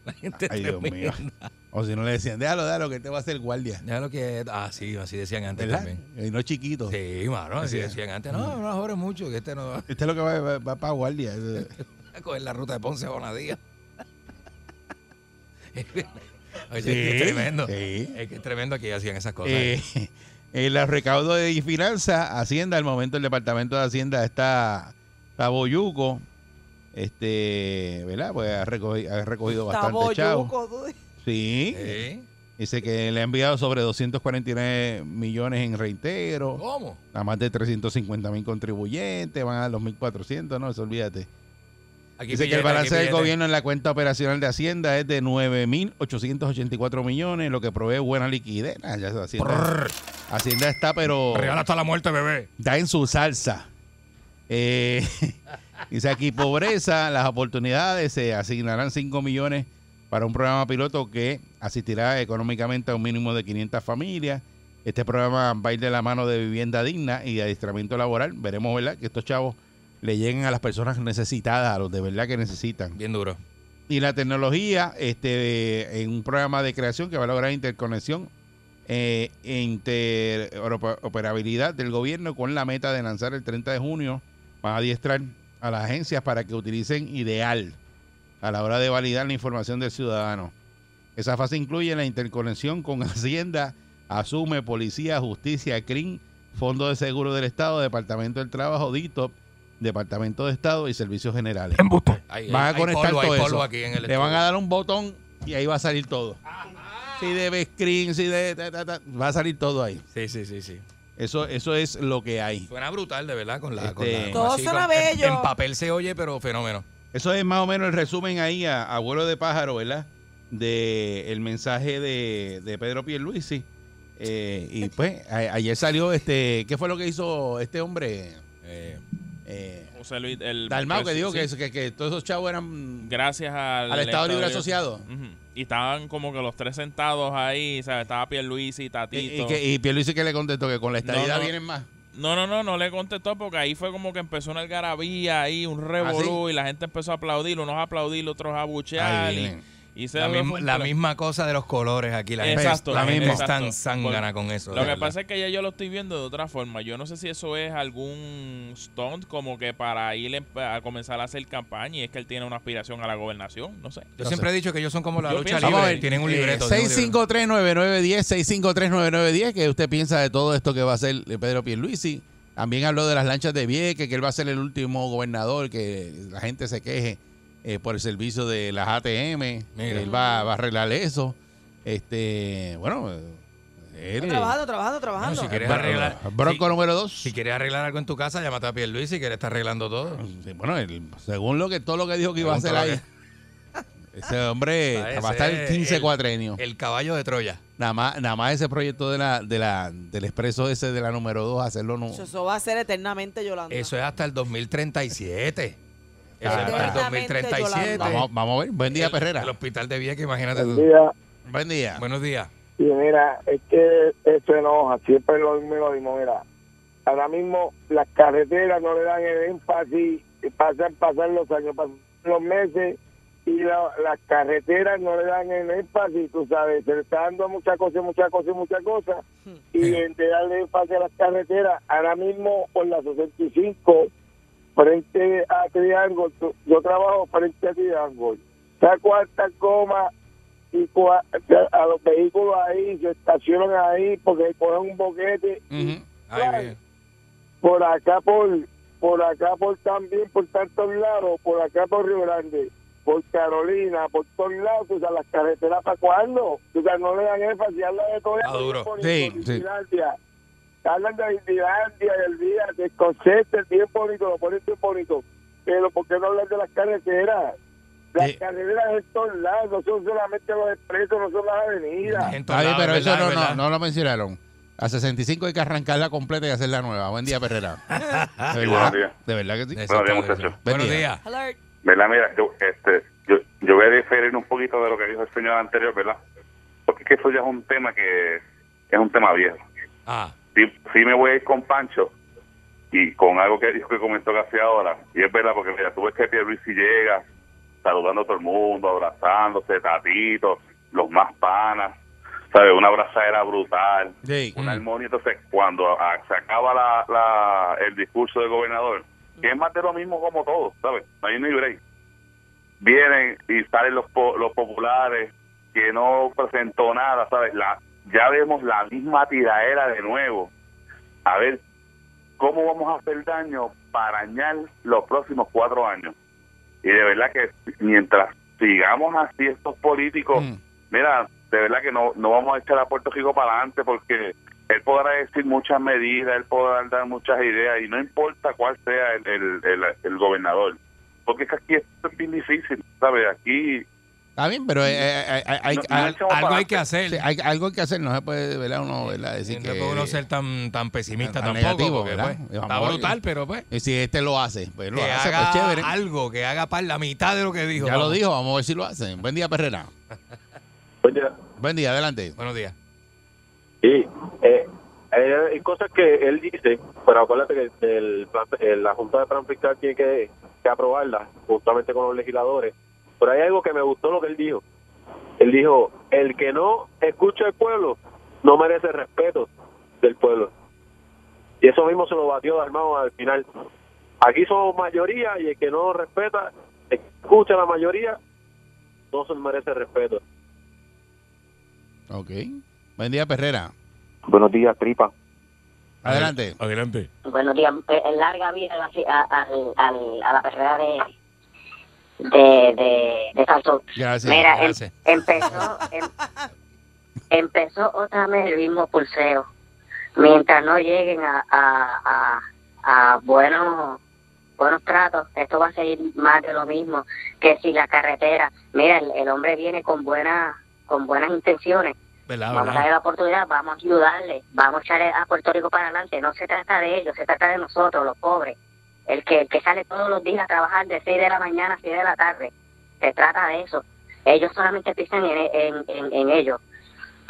[SPEAKER 3] La gente
[SPEAKER 2] Ay, Dios mío.
[SPEAKER 3] tremenda.
[SPEAKER 2] O si no le decían, déjalo, déjalo, que te va a hacer guardia.
[SPEAKER 3] Ya lo que Ah, sí, así decían antes
[SPEAKER 2] ¿Verdad?
[SPEAKER 3] también.
[SPEAKER 2] Y no chiquito.
[SPEAKER 3] Sí, mano, así
[SPEAKER 2] Sí.
[SPEAKER 3] decían antes. No, no jores mucho, que este no va
[SPEAKER 2] Este es lo que va, va- va para
[SPEAKER 3] *laughs*
[SPEAKER 2] guardia. Eso-
[SPEAKER 3] a coger la ruta de Ponce a Bonadía. *laughs* Oye,
[SPEAKER 2] Sí,
[SPEAKER 3] es que es tremendo.
[SPEAKER 2] sí.
[SPEAKER 3] Es que es tremendo que hacían esas cosas.
[SPEAKER 2] Eh, *laughs* eh, los recaudos de finanzas, Hacienda, al momento el Departamento de Hacienda está, está boyuco. Este, ¿verdad? Pues ha recogido, ha recogido
[SPEAKER 1] Está
[SPEAKER 2] bastante chavo.
[SPEAKER 1] boyuco, tú.
[SPEAKER 2] Sí.
[SPEAKER 3] Sí.
[SPEAKER 2] Dice que le ha enviado sobre 249 millones en reitero,
[SPEAKER 3] ¿Cómo?
[SPEAKER 2] a más de 350 mil contribuyentes, van a los 1.400, no, eso olvídate.
[SPEAKER 3] Aquí
[SPEAKER 2] Dice que
[SPEAKER 3] billete,
[SPEAKER 2] el balance
[SPEAKER 3] aquí
[SPEAKER 2] del
[SPEAKER 3] billete.
[SPEAKER 2] gobierno en la cuenta operacional de Hacienda es de 9.884 millones, lo que provee buena liquidez. Ah, ya, Hacienda,
[SPEAKER 3] Prrr,
[SPEAKER 2] Hacienda está, pero
[SPEAKER 3] Regala hasta la muerte, bebé.
[SPEAKER 2] da en su salsa. Eh, *laughs* dice aquí, pobreza, las oportunidades, se asignarán 5 millones para un programa piloto que asistirá económicamente a un mínimo de 500 familias. Este programa va a ir de la mano de vivienda digna y de adiestramiento laboral. Veremos, ¿verdad?, que estos chavos le lleguen a las personas necesitadas, a los de verdad que necesitan.
[SPEAKER 3] Bien duro.
[SPEAKER 2] Y la tecnología, este, en un programa de creación que va a lograr interconexión eh, interoperabilidad del gobierno con la meta de lanzar el 30 de junio. Van a adiestrar a las agencias para que utilicen ideal a la hora de validar la información del ciudadano. Esa fase incluye la interconexión con *laughs* Hacienda, Asume, Policía, Justicia, CRIM, Fondo de Seguro del Estado, Departamento del Trabajo, DITOP, Departamento de Estado y Servicios Generales.
[SPEAKER 3] Hay-
[SPEAKER 2] Van a
[SPEAKER 3] hay- hay
[SPEAKER 2] conectar
[SPEAKER 3] polvo, hay
[SPEAKER 2] todo
[SPEAKER 3] polvo
[SPEAKER 2] eso.
[SPEAKER 3] aquí en el
[SPEAKER 2] Le van a
[SPEAKER 3] estudio.
[SPEAKER 2] dar un botón y ahí va a salir todo. Si de screen, si de... ta, ta, ta, va a salir todo ahí.
[SPEAKER 3] Sí, sí, sí, sí.
[SPEAKER 2] Eso, eso es lo que hay.
[SPEAKER 3] Suena brutal, de verdad, con la... con
[SPEAKER 2] Este-
[SPEAKER 3] la-
[SPEAKER 1] Todo
[SPEAKER 3] así,
[SPEAKER 1] suena
[SPEAKER 3] con- en-
[SPEAKER 1] bello.
[SPEAKER 3] En, papel se oye, pero fenómeno.
[SPEAKER 2] Eso es más o menos el resumen ahí a abuelo de pájaro, ¿verdad? De el mensaje de, de Pedro Pierluisi. Eh, y pues a- ayer salió este, ¿qué fue lo que hizo este hombre?
[SPEAKER 3] Eh,
[SPEAKER 2] Eh,
[SPEAKER 5] José Luis, el pues,
[SPEAKER 2] Dalmau que dijo
[SPEAKER 5] sí,
[SPEAKER 2] que, que, que todos esos chavos eran
[SPEAKER 5] gracias al,
[SPEAKER 2] al Estado Libre Asociado.
[SPEAKER 5] Ujú. Y estaban como que los tres sentados ahí, ¿sabes? Estaba Pierluisi,
[SPEAKER 2] Y,
[SPEAKER 5] Tatito.
[SPEAKER 2] y que, y Pierluisi que le contestó que con la estadidad
[SPEAKER 5] No, no.
[SPEAKER 2] vienen más.
[SPEAKER 5] No, no, no, no le contestó porque ahí fue como que empezó una algarabía ahí,
[SPEAKER 2] ¿Ah,
[SPEAKER 5] un revolú, y la gente empezó a aplaudir, unos a aplaudir, otros a buchear.
[SPEAKER 2] Ahí
[SPEAKER 5] Y,
[SPEAKER 2] vienen.
[SPEAKER 5] y se
[SPEAKER 3] la,
[SPEAKER 5] fue un
[SPEAKER 3] misma, la
[SPEAKER 5] problema.
[SPEAKER 3] misma cosa de los colores aquí. La gente,
[SPEAKER 5] Exacto,
[SPEAKER 3] la
[SPEAKER 5] la
[SPEAKER 3] gente
[SPEAKER 5] misma.
[SPEAKER 3] es tan
[SPEAKER 5] Exacto.
[SPEAKER 3] zángana con eso.
[SPEAKER 5] Lo
[SPEAKER 3] de
[SPEAKER 5] que
[SPEAKER 3] verdad.
[SPEAKER 5] pasa es que ya yo lo estoy viendo de otra forma. Yo no sé si eso es algún stunt como que para ir en- a comenzar a hacer campaña y es que él tiene una aspiración a la gobernación, no sé.
[SPEAKER 3] Yo siempre he dicho que ellos son como la
[SPEAKER 5] Yo
[SPEAKER 3] lucha
[SPEAKER 5] pienso- Vamos a
[SPEAKER 3] libre.
[SPEAKER 5] ver,
[SPEAKER 3] Tienen un
[SPEAKER 2] Eh,
[SPEAKER 3] libreto. tienen un libreto.
[SPEAKER 2] 653-9910, 653-9910, que usted piensa de todo esto que va a hacer eh, Pedro Pierluisi. También habló de las lanchas de Vieques, que él va a ser el último gobernador, que la gente se queje eh, por el servicio de las ATM.
[SPEAKER 3] Mira.
[SPEAKER 2] Él va, va a arreglar eso. Este, bueno, eh, él,
[SPEAKER 1] Trabajando, trabajando, trabajando.
[SPEAKER 3] No, si quieres
[SPEAKER 2] Bro-
[SPEAKER 3] arreglar...
[SPEAKER 2] Bronco
[SPEAKER 3] si-
[SPEAKER 2] número 2.
[SPEAKER 3] Si quieres arreglar algo en tu casa, llámate a Pierluisi si quieres estar arreglando todo.
[SPEAKER 2] Ah, bueno, él, según lo que todo lo que dijo que iba a
[SPEAKER 3] Según
[SPEAKER 2] hacer
[SPEAKER 3] todo lo
[SPEAKER 2] ahí. *laughs* Ese hombre
[SPEAKER 3] Ah,
[SPEAKER 2] va a
[SPEAKER 3] ese
[SPEAKER 2] estar
[SPEAKER 3] es
[SPEAKER 2] 15
[SPEAKER 3] el-
[SPEAKER 2] cuatrenios.
[SPEAKER 3] El caballo de Troya.
[SPEAKER 2] Nada más, nada más ese proyecto de la, de la, del expreso ese de la número 2, hacerlo no.
[SPEAKER 1] Eso, eso va a ser eternamente Yolanda.
[SPEAKER 3] Eso es hasta el 2037. Eso es hasta el
[SPEAKER 1] Eternamente,
[SPEAKER 3] 2037.
[SPEAKER 1] Yolanda.
[SPEAKER 2] Vamos, vamos a ver. Buen día,
[SPEAKER 3] El-
[SPEAKER 2] Perrera.
[SPEAKER 3] El hospital de Vieques, imagínate tú.
[SPEAKER 6] Mira,
[SPEAKER 2] Buen día.
[SPEAKER 3] Buenos días.
[SPEAKER 6] y mira, es que esto enoja, siempre es lo mismo, y lo mismo, mira. Ahora mismo las carreteras no le dan el énfasis, y pasan, pasan los años, pasan los meses y la- las carreteras no le dan el énfasis, tú sabes, se le está dando muchas cosas, muchas cosas, muchas cosas y en de darle énfasis a las carreteras, ahora mismo por la 65 frente a Triángulo, tú- yo trabajo frente a Triángulo, saco hasta coma y cua- a los vehículos ahí se estacionan ahí porque cogen un boquete
[SPEAKER 2] Ujú.
[SPEAKER 3] Ay, bien.
[SPEAKER 6] por acá por por acá por también por tantos lados por acá por Río Grande por Carolina por todos lados o sea las carreteras para cuándo o sea no le dan énfasis hablan de todo
[SPEAKER 3] Está
[SPEAKER 6] eso,
[SPEAKER 3] duro.
[SPEAKER 6] por
[SPEAKER 2] Sí,
[SPEAKER 6] por
[SPEAKER 2] sí.
[SPEAKER 6] Islandia. hablan de Islandia del día de concepto el tiempo bonito lo ponen bien bonito pero por qué no hablan de las carreteras las
[SPEAKER 2] Eh.
[SPEAKER 6] carreteras de todos lados no son solamente los expresos no son las avenidas
[SPEAKER 3] En todos
[SPEAKER 2] Está bien,
[SPEAKER 3] lados,
[SPEAKER 2] pero
[SPEAKER 3] ¿verdad?
[SPEAKER 2] eso no,
[SPEAKER 3] ¿verdad?
[SPEAKER 2] no, no lo mencionaron. A 65 hay que arrancarla completa y hacerla nueva. Buen día,
[SPEAKER 7] *laughs*
[SPEAKER 2] Perrera. De
[SPEAKER 7] Sí,
[SPEAKER 2] verdad,
[SPEAKER 7] buenos días.
[SPEAKER 2] de verdad que sí.
[SPEAKER 7] Buenos
[SPEAKER 3] Eso,
[SPEAKER 7] días,
[SPEAKER 3] todo eso.
[SPEAKER 7] muchachos.
[SPEAKER 3] Buenos
[SPEAKER 2] Buen día.
[SPEAKER 3] días.
[SPEAKER 1] Alert.
[SPEAKER 7] ¿Verdad? Mira, yo, este, yo, yo voy a diferir un poquito de lo que dijo el señor anterior, ¿verdad? Porque es que eso ya es un tema que es un tema viejo.
[SPEAKER 3] Ah,
[SPEAKER 7] Sí, sí me voy a ir con Pancho y con algo que dijo que comentó casi ahora. Y es verdad, porque mira, este tú ves que Pierluisi llega saludando a todo el mundo, abrazándose, tatito, los más panas, ¿sabes? Una abrazadera brutal.
[SPEAKER 2] Sí.
[SPEAKER 8] Mm.
[SPEAKER 7] una armonía. Entonces, cuando ah, se acaba la, la- el discurso del gobernador, que es más de lo mismo como todo, ¿sabes? No hay ni break. Vienen y salen los, po- los populares que no presentó nada, ¿sabes? La, ya vemos la misma tiradera de nuevo. A ver, ¿cómo vamos a hacer daño para añadir los próximos cuatro años? Y de verdad que mientras sigamos así estos políticos
[SPEAKER 2] Mm.
[SPEAKER 7] mira, de verdad que no, no vamos a echar a Puerto Rico para adelante porque él podrá decir muchas medidas, él podrá dar muchas ideas y no importa cuál sea el, el, el, el gobernador. Porque es que aquí esto es bien difícil, ¿sabes? Aquí
[SPEAKER 2] Está bien, pero eh, eh, hay, hay-
[SPEAKER 7] no- no
[SPEAKER 2] hay-
[SPEAKER 7] echamos
[SPEAKER 3] algo
[SPEAKER 7] para
[SPEAKER 3] hay
[SPEAKER 7] adelante.
[SPEAKER 3] que hacer.
[SPEAKER 2] sí, hay- algo hay que hacer. No se puede ¿verdad? uno ¿verdad? decir
[SPEAKER 3] no
[SPEAKER 2] que-
[SPEAKER 3] puede uno ser tan, tan pesimista
[SPEAKER 2] tan
[SPEAKER 3] tampoco.
[SPEAKER 2] negativo,
[SPEAKER 3] porque,
[SPEAKER 2] ¿verdad?
[SPEAKER 3] pues,
[SPEAKER 2] Y vamos
[SPEAKER 3] está
[SPEAKER 2] a ver.
[SPEAKER 3] brutal, pero pues.
[SPEAKER 2] Y si este lo hace, pues lo
[SPEAKER 3] que
[SPEAKER 2] hace,
[SPEAKER 3] haga
[SPEAKER 2] pues chévere.
[SPEAKER 3] algo, que haga par la mitad de lo que dijo.
[SPEAKER 2] Ya lo
[SPEAKER 3] vamos.
[SPEAKER 2] dijo, vamos a ver si lo hacen. Buen día, Perrera.
[SPEAKER 6] Oye,
[SPEAKER 2] Buen día, adelante.
[SPEAKER 3] Buenos días.
[SPEAKER 6] Sí, eh, eh, hay cosas que él dice, pero acuérdate que el plan- eh, la Junta de Plan Fiscal tiene que, que aprobarla justamente con los legisladores. Pero hay algo que me gustó lo que él dijo. Él dijo, el que no escucha al pueblo
[SPEAKER 9] no merece respeto del pueblo. Y eso mismo se lo batió Dalmau al final. Aquí somos mayoría y el que no respeta, escucha a la mayoría, no se merece respeto.
[SPEAKER 2] Ok. Buen día, Perrera.
[SPEAKER 9] Buenos días, Tripa.
[SPEAKER 2] Adelante.
[SPEAKER 4] Adelante.
[SPEAKER 10] Buenos días. Eh, larga vida a, la fi- a- al- al- a la perrera de, de, de, de Sansón.
[SPEAKER 3] Gracias,
[SPEAKER 10] eh. Mira, em-
[SPEAKER 3] gracias.
[SPEAKER 10] empezó, em- empezó otra vez el mismo pulseo. Mientras no lleguen a, a, a, a buenos buenos tratos, esto va a seguir más de lo mismo que si la carretera. Mira, el, el hombre viene con buenas con buenas intenciones.
[SPEAKER 3] ¿Verdad,
[SPEAKER 10] Vamos a darle la oportunidad, vamos a ayudarle, vamos a echar a Puerto Rico para adelante. No se trata de ellos, se trata de nosotros, los pobres. El que, el que sale todos los días a trabajar de 6 de la mañana a 6 de la tarde. Se trata de eso. Ellos solamente piensan en, en, en, en ellos.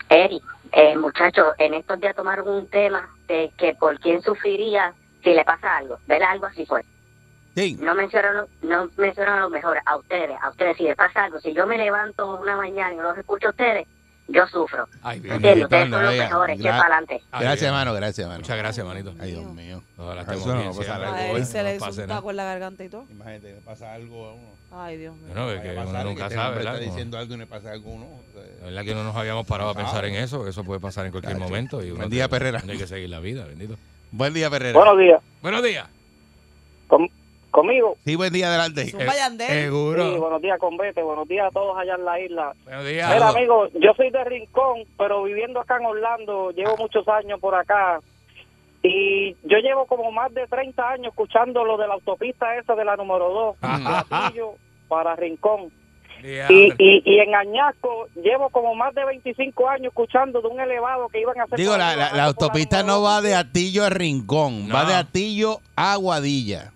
[SPEAKER 10] Eri, eh, muchachos, en estos días tomaron un tema de que por quién sufriría si le pasa algo. ¿Verdad? Algo así fue.
[SPEAKER 2] Sí.
[SPEAKER 10] No mencionaron, no mencionaron lo mejor a ustedes, a ustedes. Si les pasa algo, si yo me levanto una mañana y no los escucho a ustedes, yo sufro.
[SPEAKER 3] Ay, bien.
[SPEAKER 10] ¿Entiendes? Ustedes
[SPEAKER 2] Pablo,
[SPEAKER 10] son los
[SPEAKER 2] vea,
[SPEAKER 10] mejores, que
[SPEAKER 2] gra-
[SPEAKER 10] para adelante.
[SPEAKER 3] Ay,
[SPEAKER 2] Gracias,
[SPEAKER 3] bien.
[SPEAKER 2] hermano. Gracias, hermano.
[SPEAKER 3] Muchas gracias, manito.
[SPEAKER 2] Ay, Dios mío.
[SPEAKER 3] Ojalá
[SPEAKER 2] Eso
[SPEAKER 3] estemos
[SPEAKER 2] no
[SPEAKER 3] bien,
[SPEAKER 2] va a pasar
[SPEAKER 3] sí,
[SPEAKER 2] algo,
[SPEAKER 1] A
[SPEAKER 3] ojalá
[SPEAKER 2] Ay,
[SPEAKER 1] él
[SPEAKER 2] hoy,
[SPEAKER 3] no pues,
[SPEAKER 1] se le
[SPEAKER 3] nos
[SPEAKER 1] hizo
[SPEAKER 3] pase
[SPEAKER 1] un
[SPEAKER 3] nada.
[SPEAKER 1] taco en la garganta y todo.
[SPEAKER 2] Imagínate, le pasa algo a uno.
[SPEAKER 1] Ay, Dios mío.
[SPEAKER 3] Bueno, es que
[SPEAKER 2] Vaya a
[SPEAKER 3] uno
[SPEAKER 2] pasar y
[SPEAKER 3] nunca
[SPEAKER 2] este
[SPEAKER 3] sabe,
[SPEAKER 2] hombre
[SPEAKER 3] ¿verdad?
[SPEAKER 2] Está
[SPEAKER 3] Como-
[SPEAKER 2] diciendo algo y le pasa algo a uno. O sea,
[SPEAKER 3] La verdad que no nos habíamos parado a pensar en eso. Eso puede pasar en cualquier
[SPEAKER 2] Cacho.
[SPEAKER 3] momento. Y uno
[SPEAKER 2] Buen día,
[SPEAKER 3] tiene-
[SPEAKER 2] Perrera.
[SPEAKER 3] Tiene que seguir la vida, bendito.
[SPEAKER 2] Buen día, Perrera.
[SPEAKER 9] Buenos días.
[SPEAKER 3] Buenos días.
[SPEAKER 9] ¿Conmigo?
[SPEAKER 2] Sí, buen día, adelante.
[SPEAKER 1] Zumba, Yandel.
[SPEAKER 9] Sí,
[SPEAKER 3] Seguro.
[SPEAKER 9] buenos días, Convete. Buenos días a todos allá en la isla.
[SPEAKER 3] Buenos días.
[SPEAKER 9] Mira,
[SPEAKER 3] Saludos.
[SPEAKER 9] amigo, yo soy de Rincón, pero viviendo acá en Orlando, llevo muchos años por acá. Y yo llevo como más de 30 años escuchando lo de la autopista esa de la número 2, Gatillo para Rincón. Y,
[SPEAKER 3] Ah. Diablo.
[SPEAKER 9] y, y en Añasco llevo como más de 25 años escuchando de un elevado que iban a hacer.
[SPEAKER 2] Digo, la, la- la autopista no va de Atillo a Rincón,
[SPEAKER 3] No.
[SPEAKER 2] va de Atillo a Aguadilla.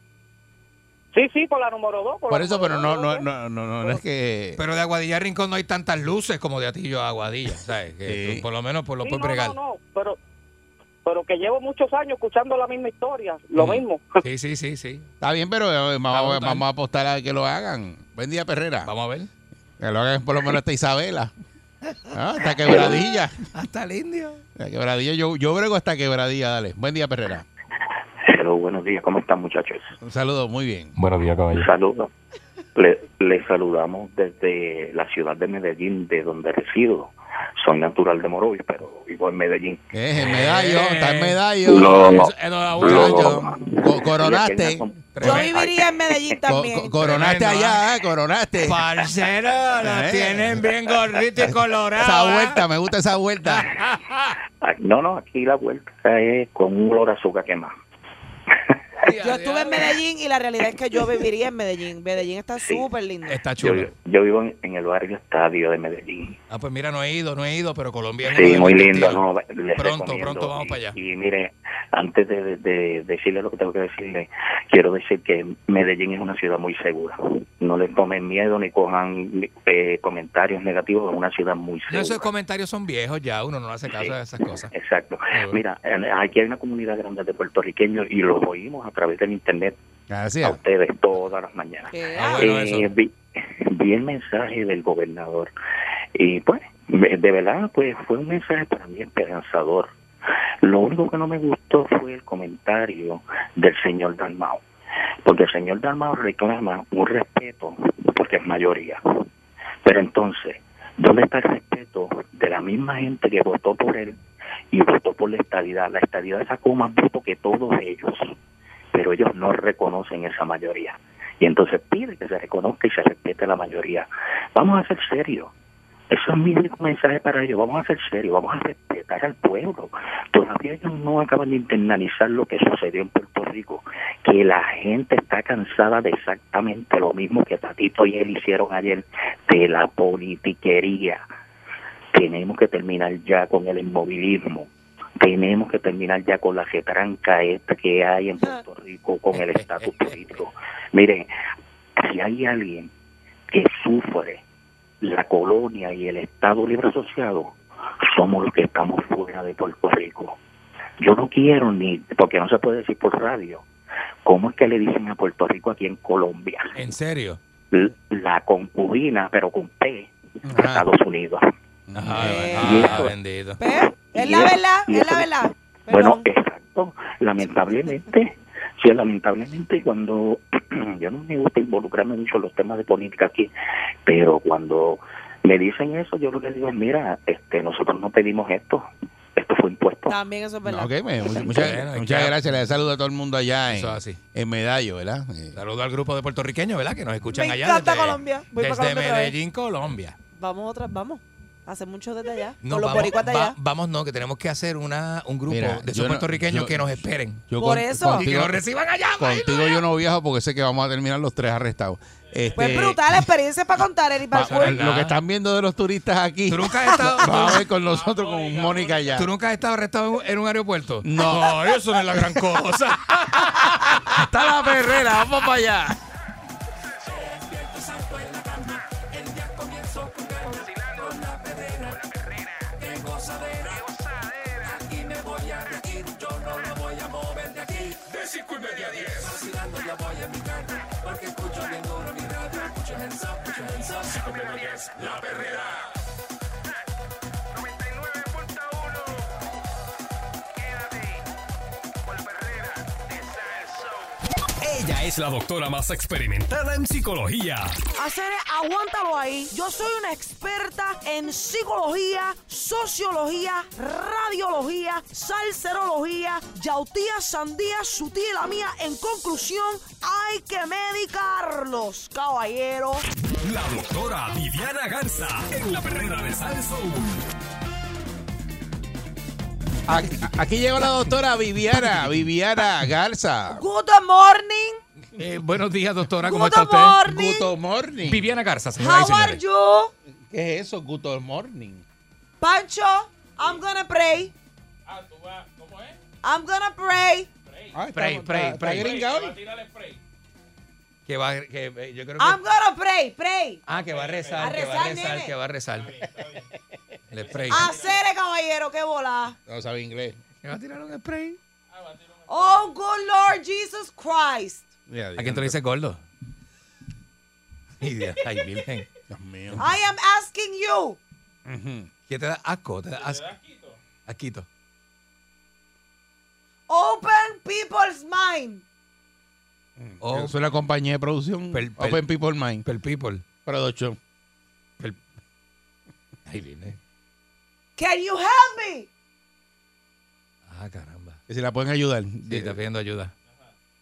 [SPEAKER 9] Sí, sí, por la número 2.
[SPEAKER 2] Por eso, pero no, no, no, no, no, no es que...
[SPEAKER 3] Pero de Aguadilla a Rincón no hay tantas luces como de Atillo a Aguadilla, ¿sabes? Que
[SPEAKER 2] Sí.
[SPEAKER 3] tú por lo menos por lo
[SPEAKER 9] Sí,
[SPEAKER 3] puedes
[SPEAKER 9] no,
[SPEAKER 3] bregar.
[SPEAKER 9] no, no, pero, pero que llevo muchos años escuchando la misma historia, lo
[SPEAKER 3] Mm.
[SPEAKER 9] mismo.
[SPEAKER 3] Sí, sí, sí, sí.
[SPEAKER 2] Está bien, pero eh, vamos, a-
[SPEAKER 3] brutal.
[SPEAKER 2] vamos a apostar a que lo hagan. Buen día, Perrera.
[SPEAKER 3] Vamos a ver.
[SPEAKER 2] Que lo hagan por lo menos hasta Isabela. Ah, hasta Quebradilla.
[SPEAKER 3] Hasta el indio.
[SPEAKER 2] Hasta Quebradilla. Yo, yo brego hasta Quebradilla, dale. Buen día, Perrera.
[SPEAKER 9] Pero buenos días, ¿cómo están muchachos?
[SPEAKER 2] Un saludo, muy bien.
[SPEAKER 3] Buenos días, caballero.
[SPEAKER 9] Saludos. Le, les saludamos desde la ciudad de Medellín, de donde resido. Soy natural de Morovia, pero vivo en Medellín.
[SPEAKER 2] Es el Eh,
[SPEAKER 3] Eh.
[SPEAKER 2] medallo, está el medallo.
[SPEAKER 9] Lo-
[SPEAKER 2] Muchacho, co-
[SPEAKER 9] Y
[SPEAKER 2] coronaste.
[SPEAKER 9] aquel naco-
[SPEAKER 1] Yo viviría en Medellín
[SPEAKER 2] co-
[SPEAKER 1] también.
[SPEAKER 2] co- coronaste
[SPEAKER 3] Tremendo,
[SPEAKER 2] allá, ¿eh? coronaste.
[SPEAKER 3] Parcero,
[SPEAKER 2] Eh.
[SPEAKER 3] lo tienen bien gordito y colorado.
[SPEAKER 2] Esa
[SPEAKER 3] ¿eh?
[SPEAKER 2] vuelta, me gusta esa vuelta.
[SPEAKER 9] Ah, No, no, aquí la vuelta es con un olor a azúcar quemado.
[SPEAKER 1] yo estuve en Medellín y la realidad es que yo viviría en Medellín. Medellín está
[SPEAKER 9] Sí.
[SPEAKER 1] súper lindo.
[SPEAKER 3] Está
[SPEAKER 9] Yo,
[SPEAKER 3] chulo.
[SPEAKER 9] yo vivo en, en el barrio Estadio de Medellín.
[SPEAKER 3] Ah, pues mira, no he ido, no he ido, pero Colombia es uno
[SPEAKER 9] Sí,
[SPEAKER 3] de
[SPEAKER 9] muy
[SPEAKER 3] mis
[SPEAKER 9] lindo.
[SPEAKER 3] destinos.
[SPEAKER 9] no, les
[SPEAKER 3] Pronto,
[SPEAKER 9] recomiendo.
[SPEAKER 3] pronto vamos
[SPEAKER 9] Y-
[SPEAKER 3] para allá.
[SPEAKER 9] Y mire, antes de, de- de decirle lo que tengo que decirle, quiero decir que Medellín es una ciudad muy segura. No les tomen miedo ni cojan eh, comentarios negativos. Es una ciudad muy
[SPEAKER 3] Ya esos
[SPEAKER 9] segura.
[SPEAKER 3] comentarios son viejos ya, uno no hace caso
[SPEAKER 9] Sí.
[SPEAKER 3] de esas cosas.
[SPEAKER 9] Exacto.
[SPEAKER 3] Seguro.
[SPEAKER 9] Mira, eh, aquí hay una comunidad grande de puertorriqueños y los oímos a través del internet a
[SPEAKER 2] Gracias.
[SPEAKER 9] ustedes todas las mañanas.
[SPEAKER 1] Que-
[SPEAKER 3] Ah, bueno, eso.
[SPEAKER 9] Eh, vi, vi el mensaje del gobernador y pues me- de verdad pues fue un mensaje para mí esperanzador. Lo único que no me gustó fue el comentario del señor Dalmao, porque el señor Dalmao reclama un respeto porque es mayoría. Pero entonces, ¿dónde está el respeto de la misma gente que votó por él y votó por la estadidad? La estadidad sacó más votos que todos ellos, pero ellos no reconocen esa mayoría. Y entonces pide que se reconozca y se respete la mayoría. Vamos a ser serios. Eso es mi único mensaje para ellos. Vamos a ser serios, vamos a respetar al pueblo. Todavía ellos no acaban de internalizar lo que sucedió en Puerto Rico, que la gente está cansada de exactamente lo mismo que Tatito y él hicieron ayer, de la politiquería. Tenemos que terminar ya con el inmovilismo. Tenemos que terminar ya con la retranca esta que hay en Puerto Rico, con el estatus político. Miren, si hay alguien que sufre la colonia y el Estado Libre Asociado, somos los que estamos fuera de Puerto Rico. Yo no quiero ni, porque no se puede decir por radio, cómo es que le dicen a Puerto Rico aquí en Colombia,
[SPEAKER 3] En serio.
[SPEAKER 9] L- la concubina, pero con P,
[SPEAKER 2] Ajá.
[SPEAKER 9] Estados Unidos.
[SPEAKER 1] Eh,
[SPEAKER 9] Y
[SPEAKER 3] Ah,
[SPEAKER 9] eso-
[SPEAKER 3] bendito.
[SPEAKER 1] Es la verdad, es la verdad.
[SPEAKER 9] Bueno, exacto. Lamentablemente, sí, lamentablemente cuando *clears throat* yo no me gusta involucrarme mucho en los temas de política aquí, pero cuando me dicen eso, yo lo que digo es, mira, este, nosotros no pedimos esto, esto fue impuesto.
[SPEAKER 1] También eso es verdad.
[SPEAKER 2] Ok, pues, muchas- muchas, muchas gracias. Les saludo a todo el mundo allá en,
[SPEAKER 3] Eso es así.
[SPEAKER 2] en Medallo, ¿verdad? Eh,
[SPEAKER 3] Saludo al grupo de puertorriqueños, ¿verdad? Que nos escuchan
[SPEAKER 1] Me
[SPEAKER 3] allá.
[SPEAKER 1] encanta
[SPEAKER 3] desde,
[SPEAKER 1] Colombia. Voy para
[SPEAKER 3] desde
[SPEAKER 1] Colombia otra vez.
[SPEAKER 3] Medellín, Colombia.
[SPEAKER 1] Vamos otra, vamos. Hace mucho desde allá.
[SPEAKER 3] No,
[SPEAKER 1] Con los
[SPEAKER 3] vamos,
[SPEAKER 1] boricuas de
[SPEAKER 3] va-
[SPEAKER 1] allá.
[SPEAKER 3] vamos, no, que tenemos que hacer una, un grupo
[SPEAKER 2] Mira,
[SPEAKER 3] de
[SPEAKER 2] yo
[SPEAKER 3] esos
[SPEAKER 2] no-
[SPEAKER 3] puertorriqueños
[SPEAKER 2] yo-
[SPEAKER 3] que nos esperen.
[SPEAKER 2] yo
[SPEAKER 1] Por
[SPEAKER 2] con-
[SPEAKER 1] eso.
[SPEAKER 3] Y que nos reciban allá.
[SPEAKER 2] Contigo yo no viajo porque sé que vamos a terminar los tres arrestados. Este,
[SPEAKER 1] Pues brutal, experiencia para contar, Eric
[SPEAKER 2] pa-
[SPEAKER 1] Balcour.
[SPEAKER 2] lo que están viendo de los turistas aquí.
[SPEAKER 3] ¿Tú nunca has
[SPEAKER 2] *laughs*
[SPEAKER 3] estado-
[SPEAKER 2] Vamos a ver con nosotros, con Mónica allá.
[SPEAKER 3] ¿Tú nunca has estado arrestado en un- en un aeropuerto?
[SPEAKER 2] No.
[SPEAKER 3] eso *laughs* no es la gran cosa. *laughs*
[SPEAKER 2] Está la perrera, vamos para allá.
[SPEAKER 11] Ella es la doctora más experimentada en psicología.
[SPEAKER 1] Hacer, aguántalo ahí. Yo soy una experta en psicología, sociología, radiología, salserología, yautía, sandía, su tía y la mía. En conclusión, hay que medicarlos, caballero.
[SPEAKER 11] La doctora Viviana Garza en la perrera de Salsoul.
[SPEAKER 2] Aquí, aquí llegó la doctora Viviana, Viviana Garza.
[SPEAKER 1] Good morning.
[SPEAKER 3] Eh, buenos días, doctora. ¿Cómo
[SPEAKER 1] Good
[SPEAKER 3] está usted?
[SPEAKER 1] morning.
[SPEAKER 2] Good morning.
[SPEAKER 3] Viviana Garza, señoras y
[SPEAKER 1] How are
[SPEAKER 3] señores.
[SPEAKER 1] you?
[SPEAKER 2] ¿Qué es eso? Good morning.
[SPEAKER 1] Pancho, I'm gonna pray.
[SPEAKER 5] Ah, tú vas, ¿cómo es?
[SPEAKER 1] I'm gonna pray.
[SPEAKER 2] Ah, está-
[SPEAKER 3] Pray, pray,
[SPEAKER 2] está- está
[SPEAKER 3] pray.
[SPEAKER 2] gringa
[SPEAKER 5] Va
[SPEAKER 2] hoy.
[SPEAKER 5] a tirar el spray.
[SPEAKER 3] Que va, que, eh, yo creo que-
[SPEAKER 1] I'm gonna pray, pray.
[SPEAKER 3] ah, que va a rezar,
[SPEAKER 1] A
[SPEAKER 3] que va a
[SPEAKER 1] rezar,
[SPEAKER 3] rezar,
[SPEAKER 1] nene.
[SPEAKER 3] que va a rezar. El spray.
[SPEAKER 1] Hacer, caballero, qué bola.
[SPEAKER 2] No sabe inglés.
[SPEAKER 3] ¿Me va a tirar un spray?
[SPEAKER 1] Oh, good Lord Jesus Christ.
[SPEAKER 2] Mira,
[SPEAKER 3] ¿A quién tú le dices gordo? Ay, Dios, *laughs* ay, virgen.
[SPEAKER 2] Dios mío.
[SPEAKER 1] I am asking you.
[SPEAKER 3] ¿Qué te da asco? ¿Te da asco? Asquito.
[SPEAKER 1] Open people's mind.
[SPEAKER 3] Oh,
[SPEAKER 2] Eso es Eh, la compañía de producción
[SPEAKER 3] Pel- pel-
[SPEAKER 2] Open People Mind
[SPEAKER 3] per people.
[SPEAKER 2] Production.
[SPEAKER 3] per- Ay, virgen.
[SPEAKER 1] Can you help me?
[SPEAKER 3] Ah, caramba.
[SPEAKER 2] Que si la pueden ayudar. Eh,
[SPEAKER 3] Sí, está pidiendo ayuda.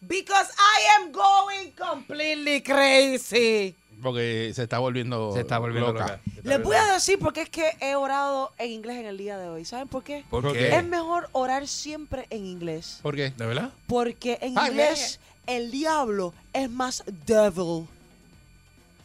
[SPEAKER 1] Because I am going completely crazy.
[SPEAKER 2] Porque se está volviendo
[SPEAKER 3] Se está volviendo loca.
[SPEAKER 1] Les voy a decir porque es que he orado en inglés en el día de hoy. ¿Saben por qué?
[SPEAKER 3] ¿Por
[SPEAKER 2] qué?
[SPEAKER 1] Es
[SPEAKER 3] qué?
[SPEAKER 1] mejor orar siempre en inglés.
[SPEAKER 2] ¿Por qué?
[SPEAKER 3] ¿De verdad?
[SPEAKER 1] Porque en
[SPEAKER 2] Ay,
[SPEAKER 1] inglés el diablo es más devil.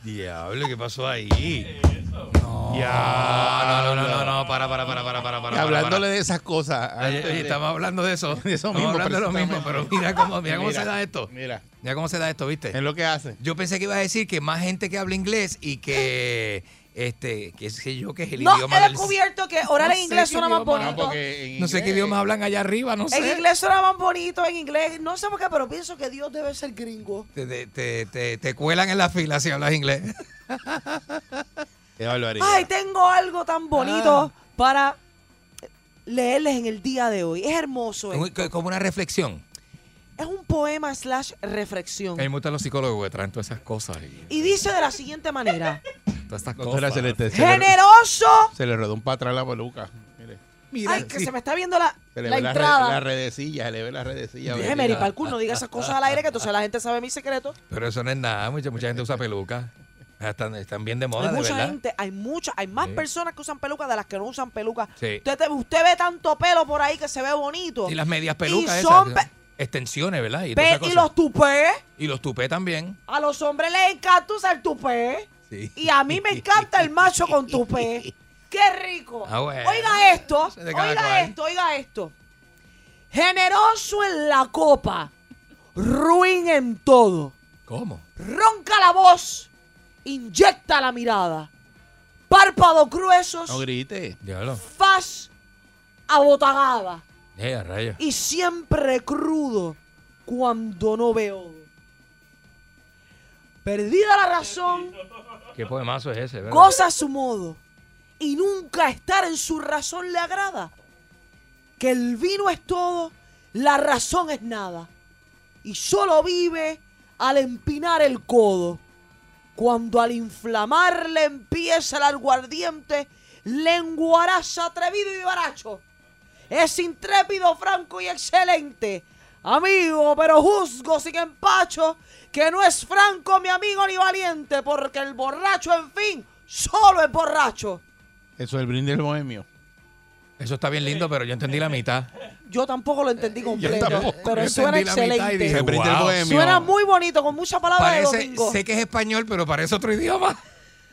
[SPEAKER 3] Diablo, ¿qué pasó ahí? No. No, no, no, no, no, para, para, para, para, para, para.
[SPEAKER 2] Y hablándole
[SPEAKER 3] para.
[SPEAKER 2] de esas cosas. este
[SPEAKER 3] Oye, oye, estamos hablando de eso.
[SPEAKER 2] *laughs* De eso
[SPEAKER 3] Estamos
[SPEAKER 2] mismo,
[SPEAKER 3] hablando de lo mismo, pero
[SPEAKER 2] precisamente.
[SPEAKER 3] mira cómo, mira cómo
[SPEAKER 2] Mira,
[SPEAKER 3] se da esto.
[SPEAKER 2] Mira,
[SPEAKER 3] Mira cómo se da esto, ¿viste?
[SPEAKER 2] es lo que hace.
[SPEAKER 3] Yo pensé que ibas a decir que más gente que habla inglés y que este, qué sé yo, que es el
[SPEAKER 1] No,
[SPEAKER 3] idioma
[SPEAKER 1] he
[SPEAKER 3] del
[SPEAKER 1] descubierto que orar
[SPEAKER 3] No
[SPEAKER 1] en
[SPEAKER 3] sé
[SPEAKER 1] inglés
[SPEAKER 3] qué
[SPEAKER 1] suena más
[SPEAKER 3] idioma,
[SPEAKER 1] bonito.
[SPEAKER 2] Ah, porque en
[SPEAKER 3] No sé qué
[SPEAKER 2] inglés-
[SPEAKER 3] idiomas hablan allá arriba, no
[SPEAKER 1] En
[SPEAKER 3] sé.
[SPEAKER 1] inglés suena más bonito, en inglés. No sé por qué, pero pienso que Dios debe ser gringo.
[SPEAKER 3] Te, te- te- te- te cuelan en la fila si hablas *laughs* inglés.
[SPEAKER 2] Qué barbaridad.
[SPEAKER 1] Ay, tengo algo tan bonito
[SPEAKER 3] Ah.
[SPEAKER 1] para leerles en el día de hoy. Es hermoso.
[SPEAKER 3] Como-
[SPEAKER 1] esto.
[SPEAKER 3] co- Como una reflexión.
[SPEAKER 1] Es un poema slash reflexión.
[SPEAKER 3] A mí me gustan los psicólogos que traen todas esas cosas. y
[SPEAKER 1] Y dice de la siguiente manera.
[SPEAKER 3] todas estas
[SPEAKER 2] Doctora,
[SPEAKER 3] cosas.
[SPEAKER 2] se le, se, le,
[SPEAKER 1] Generoso.
[SPEAKER 2] se le rodó un para atrás la peluca. Mire.
[SPEAKER 3] Mira,
[SPEAKER 1] Ay, que
[SPEAKER 3] sí.
[SPEAKER 1] se me está viendo la,
[SPEAKER 2] Se le
[SPEAKER 1] la
[SPEAKER 2] ve la, re-
[SPEAKER 1] entrada.
[SPEAKER 2] la redecilla, se le ve la redecilla.
[SPEAKER 1] Déjeme, Eric Balcour, no diga esas cosas al aire que entonces la gente sabe mi secreto.
[SPEAKER 3] Pero eso no es nada, mucha, mucha gente usa peluca. Ah, Están, están bien de moda,
[SPEAKER 1] hay
[SPEAKER 3] de
[SPEAKER 1] mucha
[SPEAKER 3] verdad.
[SPEAKER 1] gente, hay mucha, hay más
[SPEAKER 3] Sí.
[SPEAKER 1] personas que usan pelucas de las que no usan pelucas.
[SPEAKER 3] Sí.
[SPEAKER 1] Usted, te- usted ve tanto pelo por ahí que se ve bonito.
[SPEAKER 3] Y las medias pelucas
[SPEAKER 1] Y son
[SPEAKER 3] esas,
[SPEAKER 1] pe-
[SPEAKER 3] extensiones, ¿verdad? Y,
[SPEAKER 1] Pe-
[SPEAKER 3] todas esas
[SPEAKER 1] y
[SPEAKER 3] cosas.
[SPEAKER 1] los tupés.
[SPEAKER 3] Y los tupé también.
[SPEAKER 1] A los hombres les encanta usar tupé.
[SPEAKER 3] Sí.
[SPEAKER 1] Y a mí me encanta el macho
[SPEAKER 3] *laughs*
[SPEAKER 1] con tupé. ¡Qué rico!
[SPEAKER 3] Ah, bueno.
[SPEAKER 1] Oiga esto,
[SPEAKER 3] Eso es de cada
[SPEAKER 1] oiga
[SPEAKER 3] cual.
[SPEAKER 1] esto, oiga esto. Generoso en la copa, ruin en todo.
[SPEAKER 3] ¿Cómo?
[SPEAKER 1] Ronca la voz, inyecta la mirada. Párpados gruesos,
[SPEAKER 2] No grite.
[SPEAKER 3] Diablo.
[SPEAKER 1] faz abotagada.
[SPEAKER 3] Eh, a rayos.
[SPEAKER 1] y siempre crudo cuando no veo. Perdida la razón,
[SPEAKER 3] ¿Qué poemazo es ese, verdad?
[SPEAKER 1] goza a su modo y nunca estar en su razón le agrada. Que el vino es todo, la razón es nada. Y solo vive al empinar el codo. Cuando al inflamarle empieza el aguardiente, lenguaraza atrevido y baracho. Es intrépido, franco y excelente. Amigo, pero juzgo sin empacho que no es franco mi amigo ni valiente, porque el borracho, en fin, solo es borracho.
[SPEAKER 2] Eso es el brindis del bohemio.
[SPEAKER 3] Eso está bien lindo, pero yo entendí la mitad.
[SPEAKER 1] Yo tampoco lo entendí completo,
[SPEAKER 3] tampoco.
[SPEAKER 1] pero
[SPEAKER 3] Eh, Yo
[SPEAKER 1] suena
[SPEAKER 3] entendí la mitad y
[SPEAKER 1] excelente.
[SPEAKER 3] dije, Se prende el "Wow". bohemio.
[SPEAKER 1] Suena muy bonito, con muchas palabras de
[SPEAKER 3] Parece,
[SPEAKER 1] domingo.
[SPEAKER 3] sé que es español, pero parece otro idioma.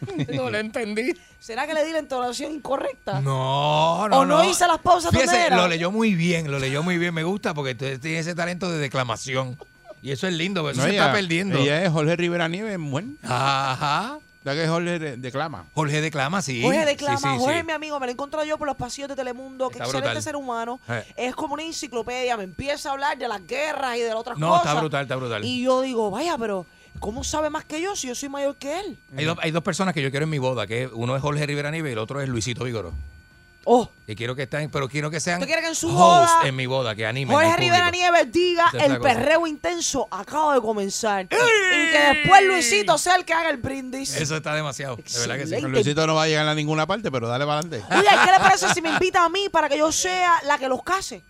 [SPEAKER 3] *laughs* No lo entendí.
[SPEAKER 1] ¿Será que le di la entonación incorrecta?
[SPEAKER 3] No, no,
[SPEAKER 1] ¿O no hice las pausas donde
[SPEAKER 3] Fíjese,
[SPEAKER 1] era?
[SPEAKER 3] lo leyó muy bien, lo leyó muy bien. Me gusta porque usted tiene ese talento de declamación. Y eso es lindo, pero eso
[SPEAKER 2] No,
[SPEAKER 3] se
[SPEAKER 2] ella-
[SPEAKER 3] está perdiendo.
[SPEAKER 2] Ella es Jorge Rivera Nieves, bueno.
[SPEAKER 3] Ajá.
[SPEAKER 2] La que Jorge de- declama.
[SPEAKER 3] Jorge declama, sí.
[SPEAKER 1] Jorge declama,
[SPEAKER 3] Sí, sí, sí.
[SPEAKER 1] Jorge es mi amigo, me lo he encontrado yo por los pasillos de Telemundo, que
[SPEAKER 3] Está
[SPEAKER 1] excelente
[SPEAKER 3] brutal.
[SPEAKER 1] ser humano,
[SPEAKER 3] Eh.
[SPEAKER 1] es como una enciclopedia, me empieza a hablar de las guerras y de las otras
[SPEAKER 3] No,
[SPEAKER 1] cosas.
[SPEAKER 3] está brutal, está brutal.
[SPEAKER 1] Y yo digo, vaya, pero ¿cómo sabe más que yo si yo soy mayor que él?
[SPEAKER 3] Hay, dos, hay dos personas que yo quiero en mi boda, que uno es Jorge Rivera Nieves y el otro es Luisito Vigoró.
[SPEAKER 1] Oh.
[SPEAKER 3] Que quiero que estén, pero quiero que sean
[SPEAKER 1] ¿Usted quiere que en su
[SPEAKER 3] host
[SPEAKER 1] boda
[SPEAKER 3] en mi boda, que animen.
[SPEAKER 1] Jorge
[SPEAKER 3] al público.
[SPEAKER 1] Rivera Nieves diga
[SPEAKER 3] Esa es la
[SPEAKER 1] el
[SPEAKER 3] cosa.
[SPEAKER 1] perreo intenso acaba de comenzar. Y que después Luisito sea el que haga el brindis.
[SPEAKER 3] Eso está demasiado, de verdad que sí.
[SPEAKER 1] Excelente.
[SPEAKER 2] Luisito no va a llegar a ninguna parte, pero dale para adelante.
[SPEAKER 1] Oiga, ¿qué le parece si me invita a mí para que yo sea la que los case?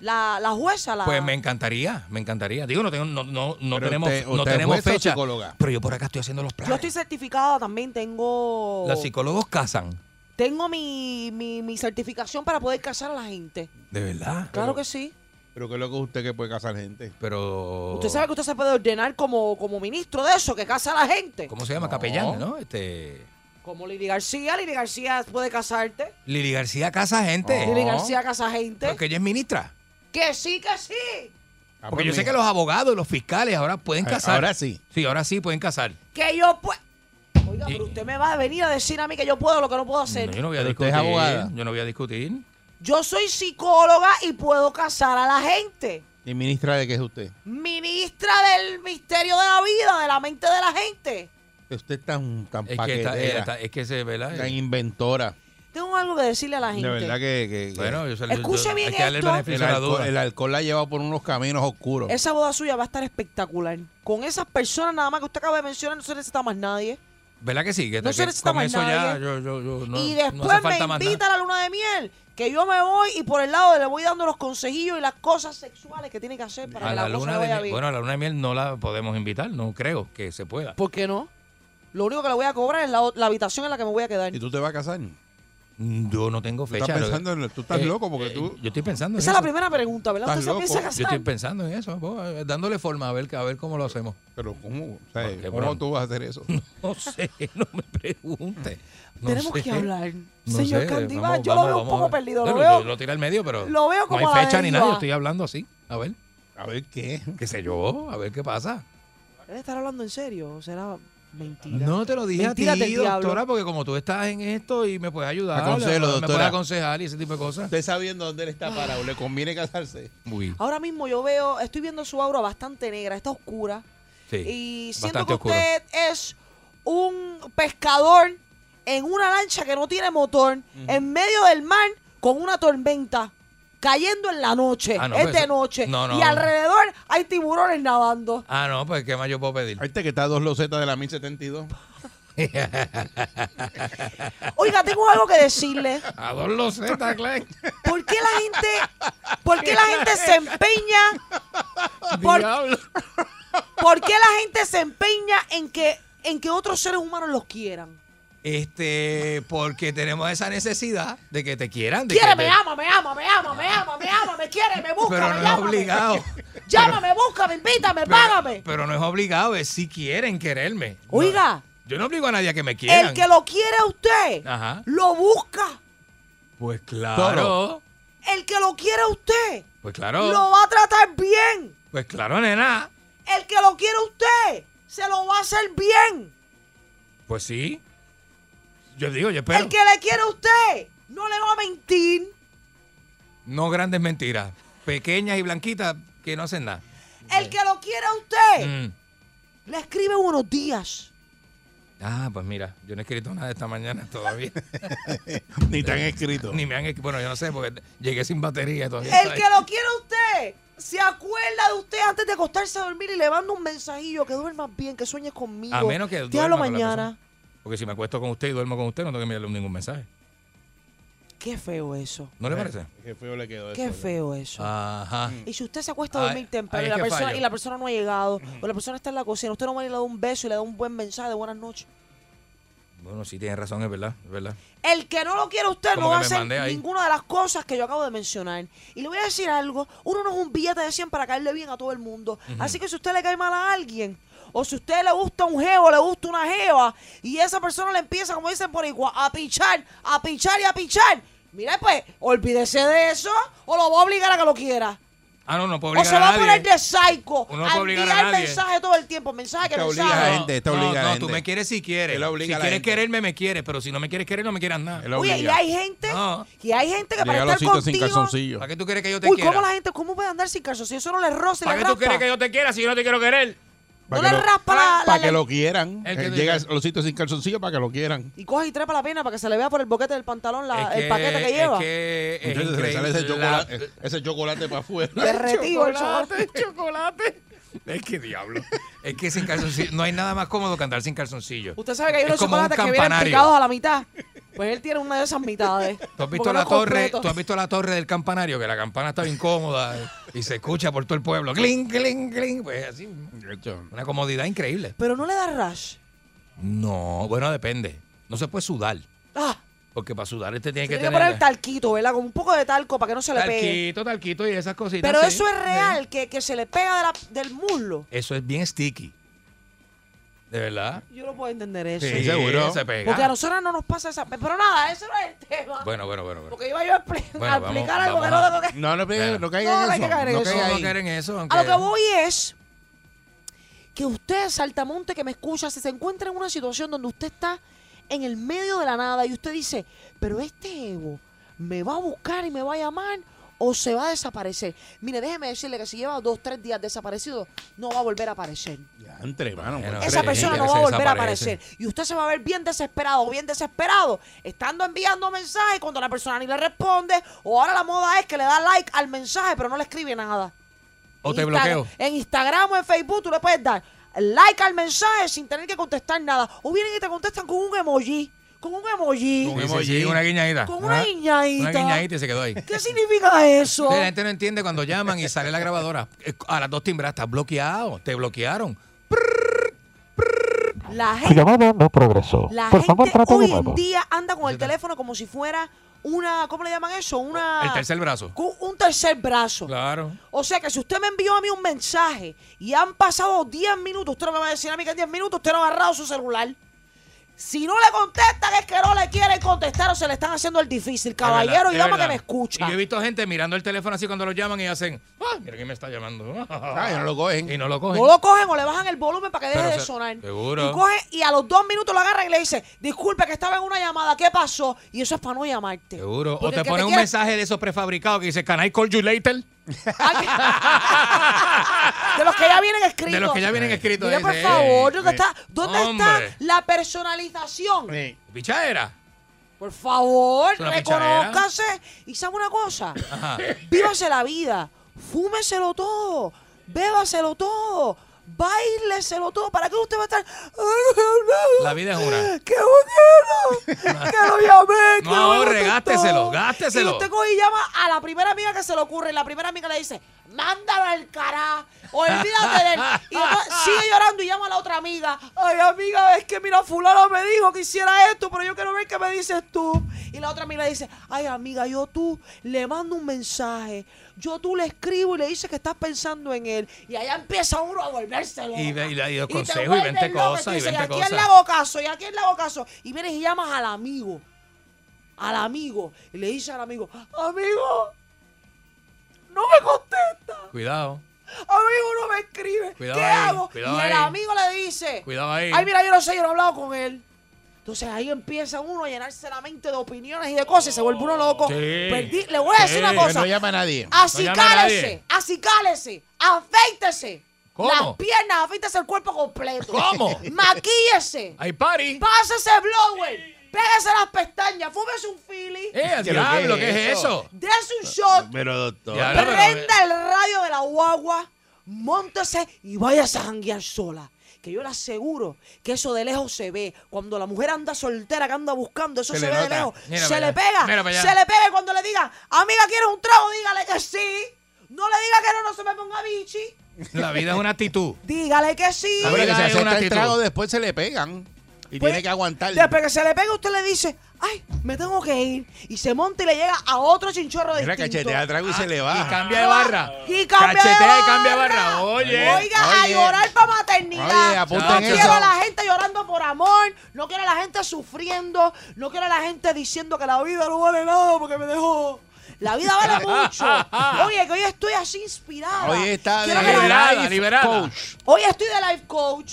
[SPEAKER 1] La, la jueza, la...
[SPEAKER 3] Pues me encantaría, me encantaría. Digo, no, tengo, no, no, no
[SPEAKER 2] Pero
[SPEAKER 3] tenemos,
[SPEAKER 2] usted-
[SPEAKER 3] no
[SPEAKER 2] usted es
[SPEAKER 3] tenemos
[SPEAKER 2] jueza o
[SPEAKER 3] fecha.
[SPEAKER 2] psicóloga.
[SPEAKER 3] Pero yo por acá estoy haciendo los
[SPEAKER 1] Yo
[SPEAKER 3] planes.
[SPEAKER 1] estoy certificada también, tengo...
[SPEAKER 3] Los psicólogos casan,
[SPEAKER 1] Tengo mi, mi, mi certificación para poder casar a la gente.
[SPEAKER 3] de verdad.
[SPEAKER 1] Claro que sí.
[SPEAKER 2] Pero que es lo que usted que puede casar gente.
[SPEAKER 3] Pero.
[SPEAKER 1] Usted sabe que usted se puede ordenar como, como ministro de eso, que casa a la gente.
[SPEAKER 3] ¿Cómo se llama? Capellán, ¿no? Este.
[SPEAKER 1] Como Lili García, Lili García puede casarte.
[SPEAKER 3] Lili García casa gente.
[SPEAKER 1] Lili García casa gente.
[SPEAKER 3] Pero que ella es ministra.
[SPEAKER 1] Que sí, que sí.
[SPEAKER 2] Ah,
[SPEAKER 3] Porque
[SPEAKER 2] pues,
[SPEAKER 3] yo sé
[SPEAKER 2] mija.
[SPEAKER 3] que los abogados y los fiscales ahora pueden
[SPEAKER 1] Eh,
[SPEAKER 2] Ah,
[SPEAKER 3] casar.
[SPEAKER 2] Ahora sí.
[SPEAKER 3] Sí, ahora sí pueden casar.
[SPEAKER 1] Que yo puedo. Oiga, pero usted me va a venir a decir a mí que yo puedo lo que no puedo hacer.
[SPEAKER 3] No, yo no voy a
[SPEAKER 2] Pero usted
[SPEAKER 3] discutir.
[SPEAKER 2] es abogada.
[SPEAKER 3] Yo no voy a discutir.
[SPEAKER 1] Yo soy psicóloga y puedo casar a la gente.
[SPEAKER 2] ¿Y ministra de qué es usted?
[SPEAKER 1] Ministra del misterio de la vida, de la mente de la gente.
[SPEAKER 2] Usted es tan, tan
[SPEAKER 3] Es que,
[SPEAKER 2] paquetera,
[SPEAKER 3] esta- eh, esta- es que se, ¿verdad?
[SPEAKER 2] tan inventora.
[SPEAKER 1] Tengo algo que decirle a la gente.
[SPEAKER 2] De verdad que... que- que-
[SPEAKER 3] Bueno, yo se lo-
[SPEAKER 1] Escuche
[SPEAKER 3] yo-
[SPEAKER 1] bien
[SPEAKER 3] Hay que darle el
[SPEAKER 1] esto.
[SPEAKER 3] beneficio
[SPEAKER 2] el
[SPEAKER 3] de la
[SPEAKER 2] alcohol,
[SPEAKER 3] duda.
[SPEAKER 2] el alcohol la ha llevado por unos caminos oscuros.
[SPEAKER 1] Esa boda suya va a estar espectacular. Con esas personas nada más que usted acaba de mencionar, no se necesita más nadie.
[SPEAKER 3] ¿Verdad que sí? Que,
[SPEAKER 1] No
[SPEAKER 3] que
[SPEAKER 1] se necesita
[SPEAKER 3] con
[SPEAKER 1] más
[SPEAKER 3] eso ya
[SPEAKER 1] nadie.
[SPEAKER 3] yo, yo, yo, no,
[SPEAKER 1] y
[SPEAKER 3] no
[SPEAKER 1] después
[SPEAKER 3] hace falta
[SPEAKER 1] me
[SPEAKER 3] más
[SPEAKER 1] invita
[SPEAKER 3] nada.
[SPEAKER 1] a la luna de miel, que yo me voy y por el lado le voy dando los consejillos y las cosas sexuales que tiene que hacer para
[SPEAKER 3] A
[SPEAKER 1] que
[SPEAKER 3] la
[SPEAKER 1] la, cosa
[SPEAKER 3] luna
[SPEAKER 1] le
[SPEAKER 3] de
[SPEAKER 1] vaya
[SPEAKER 3] miel-
[SPEAKER 1] bien.
[SPEAKER 3] Bueno, a la luna de miel no la podemos invitar, no creo que se pueda.
[SPEAKER 1] ¿Por qué no? Lo único que le voy a cobrar es la, la habitación en la que me voy a quedar.
[SPEAKER 2] ¿Y tú te vas a casar? Tú
[SPEAKER 3] Yo no tengo fecha.
[SPEAKER 2] estás pensando en... Tú estás
[SPEAKER 3] Eh,
[SPEAKER 2] loco porque
[SPEAKER 3] eh,
[SPEAKER 2] tú...
[SPEAKER 3] Yo estoy pensando en
[SPEAKER 1] Esa es la
[SPEAKER 3] eso.
[SPEAKER 1] primera pregunta, ¿verdad?
[SPEAKER 2] Estás
[SPEAKER 1] Usted se
[SPEAKER 2] loco.
[SPEAKER 1] piensa
[SPEAKER 3] Yo estoy
[SPEAKER 1] casar.
[SPEAKER 3] pensando en eso, po, eh, dándole forma a ver, a ver cómo lo hacemos.
[SPEAKER 2] Pero ¿cómo? O sea,
[SPEAKER 3] Porque,
[SPEAKER 2] ¿Cómo
[SPEAKER 3] bueno.
[SPEAKER 2] tú vas a hacer eso?
[SPEAKER 3] *laughs* No sé, no me pregunte. No
[SPEAKER 1] Tenemos
[SPEAKER 3] sé.
[SPEAKER 1] que hablar.
[SPEAKER 3] No
[SPEAKER 1] Señor
[SPEAKER 3] sé,
[SPEAKER 1] Candibá,
[SPEAKER 3] vamos-
[SPEAKER 1] yo lo
[SPEAKER 3] vamos-
[SPEAKER 1] veo
[SPEAKER 3] vamos
[SPEAKER 1] un
[SPEAKER 3] a
[SPEAKER 1] poco
[SPEAKER 3] ver.
[SPEAKER 1] perdido.
[SPEAKER 3] No,
[SPEAKER 1] Lo
[SPEAKER 3] yo-
[SPEAKER 1] veo,
[SPEAKER 3] yo lo tira al medio, pero
[SPEAKER 1] lo veo como
[SPEAKER 3] no
[SPEAKER 1] a
[SPEAKER 3] hay
[SPEAKER 1] la
[SPEAKER 3] fecha ni
[SPEAKER 1] deriva.
[SPEAKER 3] nada, yo estoy hablando así. A ver,
[SPEAKER 2] A ver qué.
[SPEAKER 3] qué sé yo, a ver qué pasa.
[SPEAKER 1] ¿Él estará hablando en serio o será mentira?
[SPEAKER 3] No te lo dije
[SPEAKER 1] Mentiras
[SPEAKER 3] a ti,
[SPEAKER 1] del diablo.
[SPEAKER 3] doctora, porque como tú estás en esto y me puedes ayudar,
[SPEAKER 2] Aconsejalo,
[SPEAKER 3] me- me
[SPEAKER 2] doctora.
[SPEAKER 3] puedes aconsejar y ese tipo de cosas.
[SPEAKER 2] Usted sabiendo dónde él está parado, ¿le conviene casarse?
[SPEAKER 3] Uy,
[SPEAKER 1] Ahora mismo yo veo, estoy viendo su aura bastante negra, está oscura.
[SPEAKER 3] sí,
[SPEAKER 1] y siento
[SPEAKER 3] bastante
[SPEAKER 1] que
[SPEAKER 3] oscuro.
[SPEAKER 1] usted es un pescador en una lancha que no tiene motor, en medio del mar, con una tormenta, cayendo en la noche,
[SPEAKER 3] Ah, no,
[SPEAKER 1] es
[SPEAKER 3] pues
[SPEAKER 1] de
[SPEAKER 3] eso-
[SPEAKER 1] noche,
[SPEAKER 3] no, no,
[SPEAKER 1] y
[SPEAKER 3] no.
[SPEAKER 1] alrededor hay tiburones nadando.
[SPEAKER 3] Ah, no, pues qué más yo puedo pedir.
[SPEAKER 2] Ahorita Este que está a dos losetas de la 1072.
[SPEAKER 1] Oiga, tengo algo que decirle.
[SPEAKER 3] *laughs* *laughs* A dos losetas, Clay.
[SPEAKER 1] ¿Por qué la gente, por qué la gente se empeña? Por,
[SPEAKER 3] Diablo.
[SPEAKER 1] por qué la gente se empeña en que, en que otros seres humanos los quieran?
[SPEAKER 3] Este, porque tenemos esa necesidad de que te quieran. De
[SPEAKER 1] Quiere,
[SPEAKER 3] que
[SPEAKER 1] me
[SPEAKER 3] te-
[SPEAKER 1] ama, me ama, me ama, me ama, me ama, me quiere, me busca,
[SPEAKER 3] Pero
[SPEAKER 1] me
[SPEAKER 3] no es
[SPEAKER 1] llámame. *laughs*
[SPEAKER 3] obligado.
[SPEAKER 1] Llámame, búscame, invítame,
[SPEAKER 3] Pero-
[SPEAKER 1] págame.
[SPEAKER 3] Pero no es obligado, es si quieren quererme. No,
[SPEAKER 1] Oiga,
[SPEAKER 3] yo no obligo a nadie a que me quieran.
[SPEAKER 1] el que lo quiere a usted,
[SPEAKER 3] Ajá.
[SPEAKER 1] lo busca.
[SPEAKER 3] Pues claro.
[SPEAKER 1] El que lo quiere a usted,
[SPEAKER 3] Pues claro.
[SPEAKER 1] lo va a tratar bien.
[SPEAKER 3] Pues claro, nena.
[SPEAKER 1] El que lo quiere a usted, se lo va a hacer bien.
[SPEAKER 3] Pues sí. Yo digo, yo espero.
[SPEAKER 1] El que le quiere a usted, no le va a mentir.
[SPEAKER 3] No grandes mentiras. Pequeñas y blanquitas que no hacen nada.
[SPEAKER 1] Eh. El que lo quiere a usted,
[SPEAKER 3] Mm.
[SPEAKER 1] le escribe buenos días.
[SPEAKER 3] Ah, pues mira, yo no he escrito nada esta mañana todavía.
[SPEAKER 2] *laughs* Ni te han escrito.
[SPEAKER 3] Ni me han escrito. Bueno, yo no sé, porque llegué sin batería todavía.
[SPEAKER 1] El que lo quiere usted se acuerda de usted antes de acostarse a dormir y le manda un mensajillo que duermas bien, que sueñes conmigo.
[SPEAKER 3] A menos que
[SPEAKER 1] te hablo
[SPEAKER 3] duerma con la
[SPEAKER 1] mañana.
[SPEAKER 3] Porque si me acuesto con usted y duermo con usted, no tengo que enviarle ningún mensaje.
[SPEAKER 1] Qué feo eso.
[SPEAKER 3] ¿No le parece?
[SPEAKER 2] Eh, Qué feo le quedó
[SPEAKER 1] Qué feo eso.
[SPEAKER 3] Ajá.
[SPEAKER 2] Mm.
[SPEAKER 1] Y si usted se acuesta a
[SPEAKER 3] Ahí-
[SPEAKER 1] dormir temprano
[SPEAKER 3] ahí es
[SPEAKER 1] y la,
[SPEAKER 3] que
[SPEAKER 1] persona,
[SPEAKER 3] fallo. Mm.
[SPEAKER 1] y la persona no ha llegado, o la persona está en la cocina, usted no va y le da un beso y le da un buen mensaje de buenas noches.
[SPEAKER 3] Bueno, sí tienes razón, es verdad, es verdad.
[SPEAKER 1] El que no lo quiere usted
[SPEAKER 3] Como
[SPEAKER 1] no va a
[SPEAKER 3] que me
[SPEAKER 1] hacer
[SPEAKER 3] mandé ahí.
[SPEAKER 1] ninguna de las cosas que yo acabo de mencionar. Y le voy a decir algo, uno no es un billete de 100 para caerle bien a todo el mundo.
[SPEAKER 3] Ujú.
[SPEAKER 1] Así que si usted le cae mal a alguien, o si usted le gusta un jevo, le gusta una jeva, y esa persona le empieza, como dicen por igual, a pichar, a pichar y a pichar, mira pues, olvídese de eso, o lo va a obligar a que lo quiera.
[SPEAKER 3] Ah, no, no puedo
[SPEAKER 1] O
[SPEAKER 3] obligar
[SPEAKER 1] se va a,
[SPEAKER 3] nadie.
[SPEAKER 1] poner de psycho,
[SPEAKER 3] Uno no
[SPEAKER 1] a
[SPEAKER 3] puede obligar a
[SPEAKER 1] enviar
[SPEAKER 3] nadie.
[SPEAKER 1] mensaje todo el tiempo, mensaje que
[SPEAKER 2] Te obliga
[SPEAKER 1] mensaje.
[SPEAKER 2] a la gente, está
[SPEAKER 3] No,
[SPEAKER 2] obligada.
[SPEAKER 3] no, tú me quieres si quieres.
[SPEAKER 2] Él obliga
[SPEAKER 3] Si
[SPEAKER 2] a la
[SPEAKER 3] quieres
[SPEAKER 2] gente.
[SPEAKER 3] quererme, me quieres. Pero si no me quieres querer, no me quieras nada.
[SPEAKER 1] Oye, y hay gente,
[SPEAKER 3] No.
[SPEAKER 1] y hay gente que para
[SPEAKER 2] Llega a los
[SPEAKER 1] estar
[SPEAKER 2] sitios sin
[SPEAKER 1] contigo...
[SPEAKER 2] calzoncillos.
[SPEAKER 3] ¿Para qué tú quieres que yo te
[SPEAKER 1] Uy,
[SPEAKER 3] quiera?
[SPEAKER 1] ¿cómo la gente, cómo puede andar sin calzoncillos? Eso no le roza y
[SPEAKER 3] ¿Para
[SPEAKER 1] le
[SPEAKER 3] qué tú
[SPEAKER 1] raspa.
[SPEAKER 3] quieres que yo te quiera si yo no te quiero querer?
[SPEAKER 1] No
[SPEAKER 2] que
[SPEAKER 1] le
[SPEAKER 2] lo-
[SPEAKER 1] raspa la- la-
[SPEAKER 2] Para que
[SPEAKER 1] la-
[SPEAKER 2] lo quieran.
[SPEAKER 3] El que
[SPEAKER 2] Él
[SPEAKER 3] te-
[SPEAKER 2] llega a los sitios sin calzoncillo para que lo quieran.
[SPEAKER 1] Y coge y trepa la pena para que se le vea por el boquete del pantalón la- el paquete que lleva.
[SPEAKER 3] Eh, Es que es
[SPEAKER 2] Entonces se le sale
[SPEAKER 3] increíble.
[SPEAKER 2] ese chocolate, ese chocolate para afuera.
[SPEAKER 1] Derretido el chocolate.
[SPEAKER 3] chocolate. *laughs* Es que diablo. Es que sin calzoncillo. No hay nada más cómodo que andar sin calzoncillo.
[SPEAKER 1] Usted sabe que hay
[SPEAKER 3] Es
[SPEAKER 1] unos
[SPEAKER 3] como un
[SPEAKER 1] chocolates que vienen
[SPEAKER 3] campanario.
[SPEAKER 1] picados a la mitad. Pues él tiene una de esas mitades.
[SPEAKER 3] *laughs* ¿Tú has
[SPEAKER 1] Porque
[SPEAKER 3] visto
[SPEAKER 1] no
[SPEAKER 3] la
[SPEAKER 1] es
[SPEAKER 3] torre?
[SPEAKER 1] completo.
[SPEAKER 3] ¿Tú has visto la torre del campanario? Que la campana está bien cómoda eh, y se escucha por todo el pueblo. Cling, cling, cling. Pues así. Una comodidad increíble.
[SPEAKER 1] Pero no le da rash.
[SPEAKER 3] No, bueno, depende. No se puede sudar.
[SPEAKER 1] Ah,
[SPEAKER 3] Porque para sudar este
[SPEAKER 1] se
[SPEAKER 3] tiene que
[SPEAKER 1] tiene que
[SPEAKER 3] tener.
[SPEAKER 1] poner el talquito, ¿verdad? Con un poco de talco para que no se le pegue.
[SPEAKER 3] talquito, talquito y esas cositas.
[SPEAKER 1] Pero
[SPEAKER 3] sí.
[SPEAKER 1] eso es real, que, que se le pega de la- del muslo.
[SPEAKER 3] Eso es bien sticky. ¿De verdad?
[SPEAKER 1] Yo no puedo entender eso.
[SPEAKER 2] Sí, seguro.
[SPEAKER 3] Se pega.
[SPEAKER 1] Porque a nosotros no nos pasa esa... Pero nada, eso no es el tema.
[SPEAKER 3] Bueno, bueno, bueno. bueno.
[SPEAKER 1] Porque iba yo a, expli-
[SPEAKER 3] Bueno,
[SPEAKER 1] a
[SPEAKER 3] vamos-
[SPEAKER 1] explicar algo
[SPEAKER 3] vamos
[SPEAKER 1] que no
[SPEAKER 3] a-
[SPEAKER 1] tengo que...
[SPEAKER 2] No, no, pe- no
[SPEAKER 1] No,
[SPEAKER 2] caigan
[SPEAKER 1] no hay
[SPEAKER 2] en
[SPEAKER 1] que caer en
[SPEAKER 2] eso. No
[SPEAKER 1] eso.
[SPEAKER 2] caigan
[SPEAKER 3] No,
[SPEAKER 2] ahí.
[SPEAKER 3] no caer en eso. Aunque...
[SPEAKER 1] A lo que voy es que usted, saltamonte que me escucha, si se encuentra en una situación donde usted está en el medio de la nada y usted dice, pero este Evo me va a buscar y me va a llamar o se va a desaparecer. Mire, déjeme decirle que si lleva dos, tres días desaparecido, no va a volver a aparecer.
[SPEAKER 2] Ya, entre, mano,
[SPEAKER 3] Bueno,
[SPEAKER 2] pues,
[SPEAKER 1] Esa
[SPEAKER 3] sí,
[SPEAKER 2] entre.
[SPEAKER 1] persona
[SPEAKER 3] que
[SPEAKER 1] no
[SPEAKER 3] se
[SPEAKER 1] va a volver a
[SPEAKER 3] desaparece.
[SPEAKER 1] aparecer. Y usted se va a ver bien desesperado, bien desesperado, estando enviando mensajes cuando la persona ni le responde. O ahora la moda es que le da like al mensaje, pero no le escribe nada.
[SPEAKER 3] O te
[SPEAKER 1] Insta-
[SPEAKER 3] bloqueo.
[SPEAKER 1] En Instagram o en Facebook tú le puedes dar like al mensaje sin tener que contestar nada. O vienen y te contestan con un emoji. Con un emoji.
[SPEAKER 2] Con-
[SPEAKER 3] Sí, sí,
[SPEAKER 2] emoji.
[SPEAKER 3] sí, una guiñadita.
[SPEAKER 1] Con una
[SPEAKER 3] Ajá. Una
[SPEAKER 1] guiñadita.
[SPEAKER 3] guiñadita y se quedó ahí.
[SPEAKER 1] ¿Qué significa eso?
[SPEAKER 3] Sí, La gente no entiende cuando llaman y sale la grabadora. Eh, A las dos timbras, estás bloqueado, te bloquearon.
[SPEAKER 1] La gente,
[SPEAKER 9] llamada no progresó.
[SPEAKER 1] la gente hoy en día anda con el teléfono como si fuera una, ¿cómo le llaman eso? Una,
[SPEAKER 3] El tercer brazo.
[SPEAKER 1] con un tercer brazo.
[SPEAKER 3] Claro.
[SPEAKER 1] O sea que si usted me envió a mí un mensaje y han pasado 10 minutos, usted no me va a decir a mí que en 10 minutos usted no ha agarrado su celular. Si no le contestan es que no le quieren contestar o se le están haciendo el difícil, caballero
[SPEAKER 3] Es verdad,
[SPEAKER 1] y
[SPEAKER 3] es
[SPEAKER 1] dama que
[SPEAKER 3] verdad.
[SPEAKER 1] me escucha.
[SPEAKER 3] Y yo he visto gente mirando el teléfono así cuando lo llaman y hacen, ah, mira quién me está llamando. *laughs*
[SPEAKER 2] Ah, ya no lo
[SPEAKER 3] Y
[SPEAKER 2] cogen.
[SPEAKER 3] no lo cogen.
[SPEAKER 1] No lo cogen o le bajan el volumen para que deje
[SPEAKER 3] Pero
[SPEAKER 1] de
[SPEAKER 3] se-
[SPEAKER 1] sonar.
[SPEAKER 3] seguro.
[SPEAKER 1] Y coge y a los dos minutos lo agarran y le dice, disculpe que estaba en una llamada, ¿qué pasó? Y eso es para no llamarte.
[SPEAKER 3] Seguro.
[SPEAKER 1] Porque
[SPEAKER 3] o
[SPEAKER 1] el
[SPEAKER 3] te
[SPEAKER 1] que
[SPEAKER 3] ponen un
[SPEAKER 1] quiere-
[SPEAKER 3] mensaje de esos prefabricados que dice, can I call you later?
[SPEAKER 1] *laughs* De los que ya vienen escritos.
[SPEAKER 3] De los que ya vienen escritos.
[SPEAKER 1] Mira,
[SPEAKER 3] ahí,
[SPEAKER 1] por
[SPEAKER 3] dice,
[SPEAKER 1] favor,
[SPEAKER 3] "Ey,
[SPEAKER 1] ¿dónde,
[SPEAKER 3] ey,
[SPEAKER 1] está, dónde
[SPEAKER 3] hombre".
[SPEAKER 1] está la personalización?
[SPEAKER 2] Sí.
[SPEAKER 3] Pichadera.
[SPEAKER 1] Por favor,
[SPEAKER 3] Es una Ah. pichadera.
[SPEAKER 1] reconózcase. Y sabe una cosa, *laughs*
[SPEAKER 3] Ajá.
[SPEAKER 1] vívase la vida, fúmeselo todo, bébaselo todo, baileselo todo. ¿Para qué usted va a estar?
[SPEAKER 3] La vida es una.
[SPEAKER 1] ¡Qué bonito! ¡Que lo llamé! que
[SPEAKER 3] No
[SPEAKER 1] me
[SPEAKER 3] ahorre,
[SPEAKER 1] contestó!
[SPEAKER 3] gásteselo, gásteselo.
[SPEAKER 1] Y usted coge y llama a la primera amiga que se le ocurre. Y la primera amiga le dice, mándalo al cará, olvídate de él. Y entonces sigue llorando y llama a la otra amiga. Ay, amiga, es que mira, fulano me dijo que hiciera esto, pero yo quiero ver qué me dices tú. Y la otra amiga le dice, ay, amiga, yo tú le mando un mensaje. Yo tú le escribo y le dices que estás pensando en él. Y allá empieza uno a volverse loca.
[SPEAKER 3] Y ve- y le- y los
[SPEAKER 1] te
[SPEAKER 3] consejos, y
[SPEAKER 1] vuelves
[SPEAKER 3] vente
[SPEAKER 1] loca,
[SPEAKER 3] cosas,
[SPEAKER 1] tú
[SPEAKER 3] y
[SPEAKER 1] dices,
[SPEAKER 3] vente
[SPEAKER 1] ¿a quién le
[SPEAKER 3] cosas?"
[SPEAKER 1] hago caso? ¿Y a quién le hago caso? Y vienes y llamas al amigo. Al amigo. Y le dices al amigo, amigo, no me contesta.
[SPEAKER 3] Cuidado.
[SPEAKER 1] Amigo, no me escribe.
[SPEAKER 3] Cuidado
[SPEAKER 1] ¿Qué
[SPEAKER 3] ahí,
[SPEAKER 1] hago?
[SPEAKER 3] cuidado
[SPEAKER 1] y el
[SPEAKER 3] ahí.
[SPEAKER 1] amigo le dice,
[SPEAKER 3] Cuidado ahí.
[SPEAKER 1] ay, mira, yo no sé, yo no he hablado con él. Entonces ahí empieza uno a llenarse la mente de opiniones y de cosas y se vuelve uno loco.
[SPEAKER 3] Sí.
[SPEAKER 2] Pues
[SPEAKER 1] Perdí- le voy a decir
[SPEAKER 3] Sí,
[SPEAKER 1] una
[SPEAKER 2] Pero
[SPEAKER 1] cosa.
[SPEAKER 2] no llama a nadie.
[SPEAKER 1] Así
[SPEAKER 3] No llama a
[SPEAKER 1] cálese,
[SPEAKER 3] nadie.
[SPEAKER 1] así cálese, afeítese. Las piernas, afítese el cuerpo completo.
[SPEAKER 3] ¿Cómo?
[SPEAKER 1] Maquíllese.
[SPEAKER 3] Hay party.
[SPEAKER 1] Pásese blower. Pégase las pestañas. Fúmese un fili.
[SPEAKER 3] Eh,
[SPEAKER 8] ¿Pero
[SPEAKER 3] diablo,
[SPEAKER 8] qué es
[SPEAKER 3] ¿qué es eso?
[SPEAKER 1] Dese un shot.
[SPEAKER 8] Pero doctor.
[SPEAKER 3] Ya, no, pero-
[SPEAKER 1] Prenda el radio de la guagua. Móntese y váyase a janguear sola. Que yo le aseguro que eso de lejos se ve. Cuando la mujer anda soltera, que anda buscando, eso
[SPEAKER 3] Se
[SPEAKER 1] se,
[SPEAKER 3] le
[SPEAKER 1] ve de
[SPEAKER 3] nota.
[SPEAKER 1] lejos.
[SPEAKER 3] Mira
[SPEAKER 1] se
[SPEAKER 3] para
[SPEAKER 1] le
[SPEAKER 3] allá.
[SPEAKER 1] pega.
[SPEAKER 3] Mira para allá.
[SPEAKER 1] Se le pega y cuando le diga, amiga, ¿quieres un trago? Dígale que sí. No le diga que no, no se me ponga bichi.
[SPEAKER 3] La vida es una actitud.
[SPEAKER 1] Dígale que sí.
[SPEAKER 3] La
[SPEAKER 2] Pero que
[SPEAKER 3] vida
[SPEAKER 2] se
[SPEAKER 3] es una
[SPEAKER 2] acepta el
[SPEAKER 3] actitud.
[SPEAKER 2] trago, después se le pegan. Y
[SPEAKER 1] Pues,
[SPEAKER 2] tiene que aguantar.
[SPEAKER 1] Después que se le pega, usted le dice, ay, me tengo que ir. Y se monta y le llega a otro chinchorro
[SPEAKER 2] Mira,
[SPEAKER 1] distinto. Ah.
[SPEAKER 2] cachetea el trago y se le
[SPEAKER 3] Y
[SPEAKER 2] baja.
[SPEAKER 3] cambia de barra.
[SPEAKER 1] Y cambia de
[SPEAKER 3] Cachetea
[SPEAKER 1] barra.
[SPEAKER 3] y cambia de barra. Oye.
[SPEAKER 1] Oiga, a
[SPEAKER 2] oye.
[SPEAKER 1] llorar para maternidad.
[SPEAKER 2] Oye, apunta
[SPEAKER 3] en
[SPEAKER 1] no
[SPEAKER 3] eso.
[SPEAKER 1] quiero a la gente llorando por amor. No quiero a la gente sufriendo. No quiero a la gente diciendo que la vida no vale nada porque me dejó. La
[SPEAKER 2] *laughs*
[SPEAKER 1] vida vale mucho. Oye, que hoy estoy así inspirada.
[SPEAKER 2] Hoy está
[SPEAKER 1] Quiero
[SPEAKER 2] de-
[SPEAKER 1] que la-
[SPEAKER 3] Liberada,
[SPEAKER 2] Life
[SPEAKER 3] liberada.
[SPEAKER 1] Hoy estoy de life coach.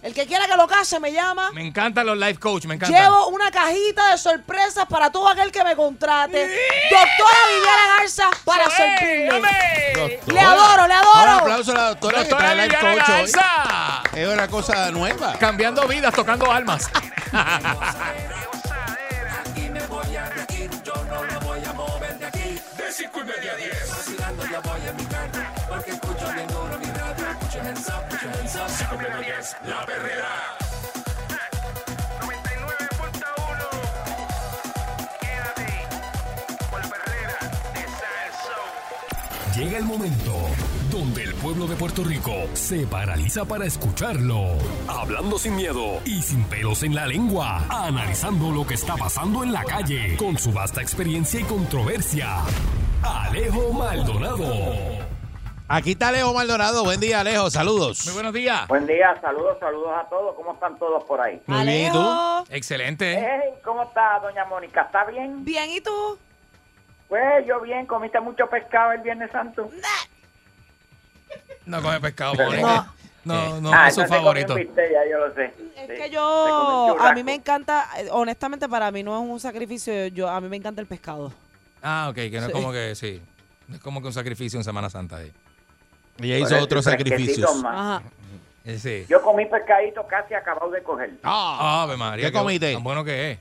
[SPEAKER 1] El que quiera que lo case me llama.
[SPEAKER 3] Me encantan los life coach, me encantan.
[SPEAKER 1] Llevo una cajita de sorpresas para todo aquel que me contrate. Doctora Viviana Garza para servirle. Le adoro, le
[SPEAKER 2] Un
[SPEAKER 1] adoro.
[SPEAKER 2] aplauso a la doctora, que
[SPEAKER 3] Doctora
[SPEAKER 2] trae el
[SPEAKER 3] Liliana
[SPEAKER 2] coach hoy.
[SPEAKER 3] Garza.
[SPEAKER 2] Es una cosa nueva.
[SPEAKER 3] Cambiando vidas, tocando
[SPEAKER 2] *laughs*
[SPEAKER 3] almas.
[SPEAKER 11] Llega el momento donde el pueblo de Puerto Rico se paraliza para escucharlo. Hablando sin miedo y sin pelos en la lengua, analizando lo que está pasando en la calle con su vasta experiencia y controversia. Alejo Maldonado.
[SPEAKER 2] Aquí está Alejo Maldonado. Buen día, Alejo. Saludos.
[SPEAKER 3] Muy buenos días.
[SPEAKER 12] Buen día, saludos, saludos a todos. ¿Cómo están todos por ahí?
[SPEAKER 2] Muy bien, ¿y tú?
[SPEAKER 1] Alejo,
[SPEAKER 3] Excelente.
[SPEAKER 12] Hey, ¿Cómo está, doña Mónica? ¿Está bien?
[SPEAKER 1] Bien, ¿y tú?
[SPEAKER 12] Pues yo bien, comiste mucho pescado el Viernes Santo.
[SPEAKER 3] No come pescado, Mónica. No, no,
[SPEAKER 12] ah,
[SPEAKER 3] es su
[SPEAKER 12] entonces comí
[SPEAKER 3] favorito.
[SPEAKER 12] un bistec, ya yo lo sé.
[SPEAKER 1] Es
[SPEAKER 12] Sí,
[SPEAKER 1] que
[SPEAKER 12] te comiste
[SPEAKER 1] yo,
[SPEAKER 12] un
[SPEAKER 1] a mí
[SPEAKER 12] rasco.
[SPEAKER 1] me encanta, eh, honestamente para mí no es un sacrificio, yo a mí me encanta el pescado.
[SPEAKER 3] Ah, ok, que no
[SPEAKER 1] Sí.
[SPEAKER 3] es como que sí. No es como que un sacrificio en Semana Santa. Sí.
[SPEAKER 2] Ella
[SPEAKER 12] Pero
[SPEAKER 2] hizo
[SPEAKER 12] es
[SPEAKER 2] otros
[SPEAKER 12] un fresquecito
[SPEAKER 2] sacrificios.
[SPEAKER 12] más.
[SPEAKER 1] Ajá.
[SPEAKER 3] Eh, sí.
[SPEAKER 12] Yo comí pescadito casi acabado de coger.
[SPEAKER 2] Ah,
[SPEAKER 3] Ave María.
[SPEAKER 2] ¿Qué
[SPEAKER 3] qué bu-
[SPEAKER 2] comiste?
[SPEAKER 3] Tan bueno que es.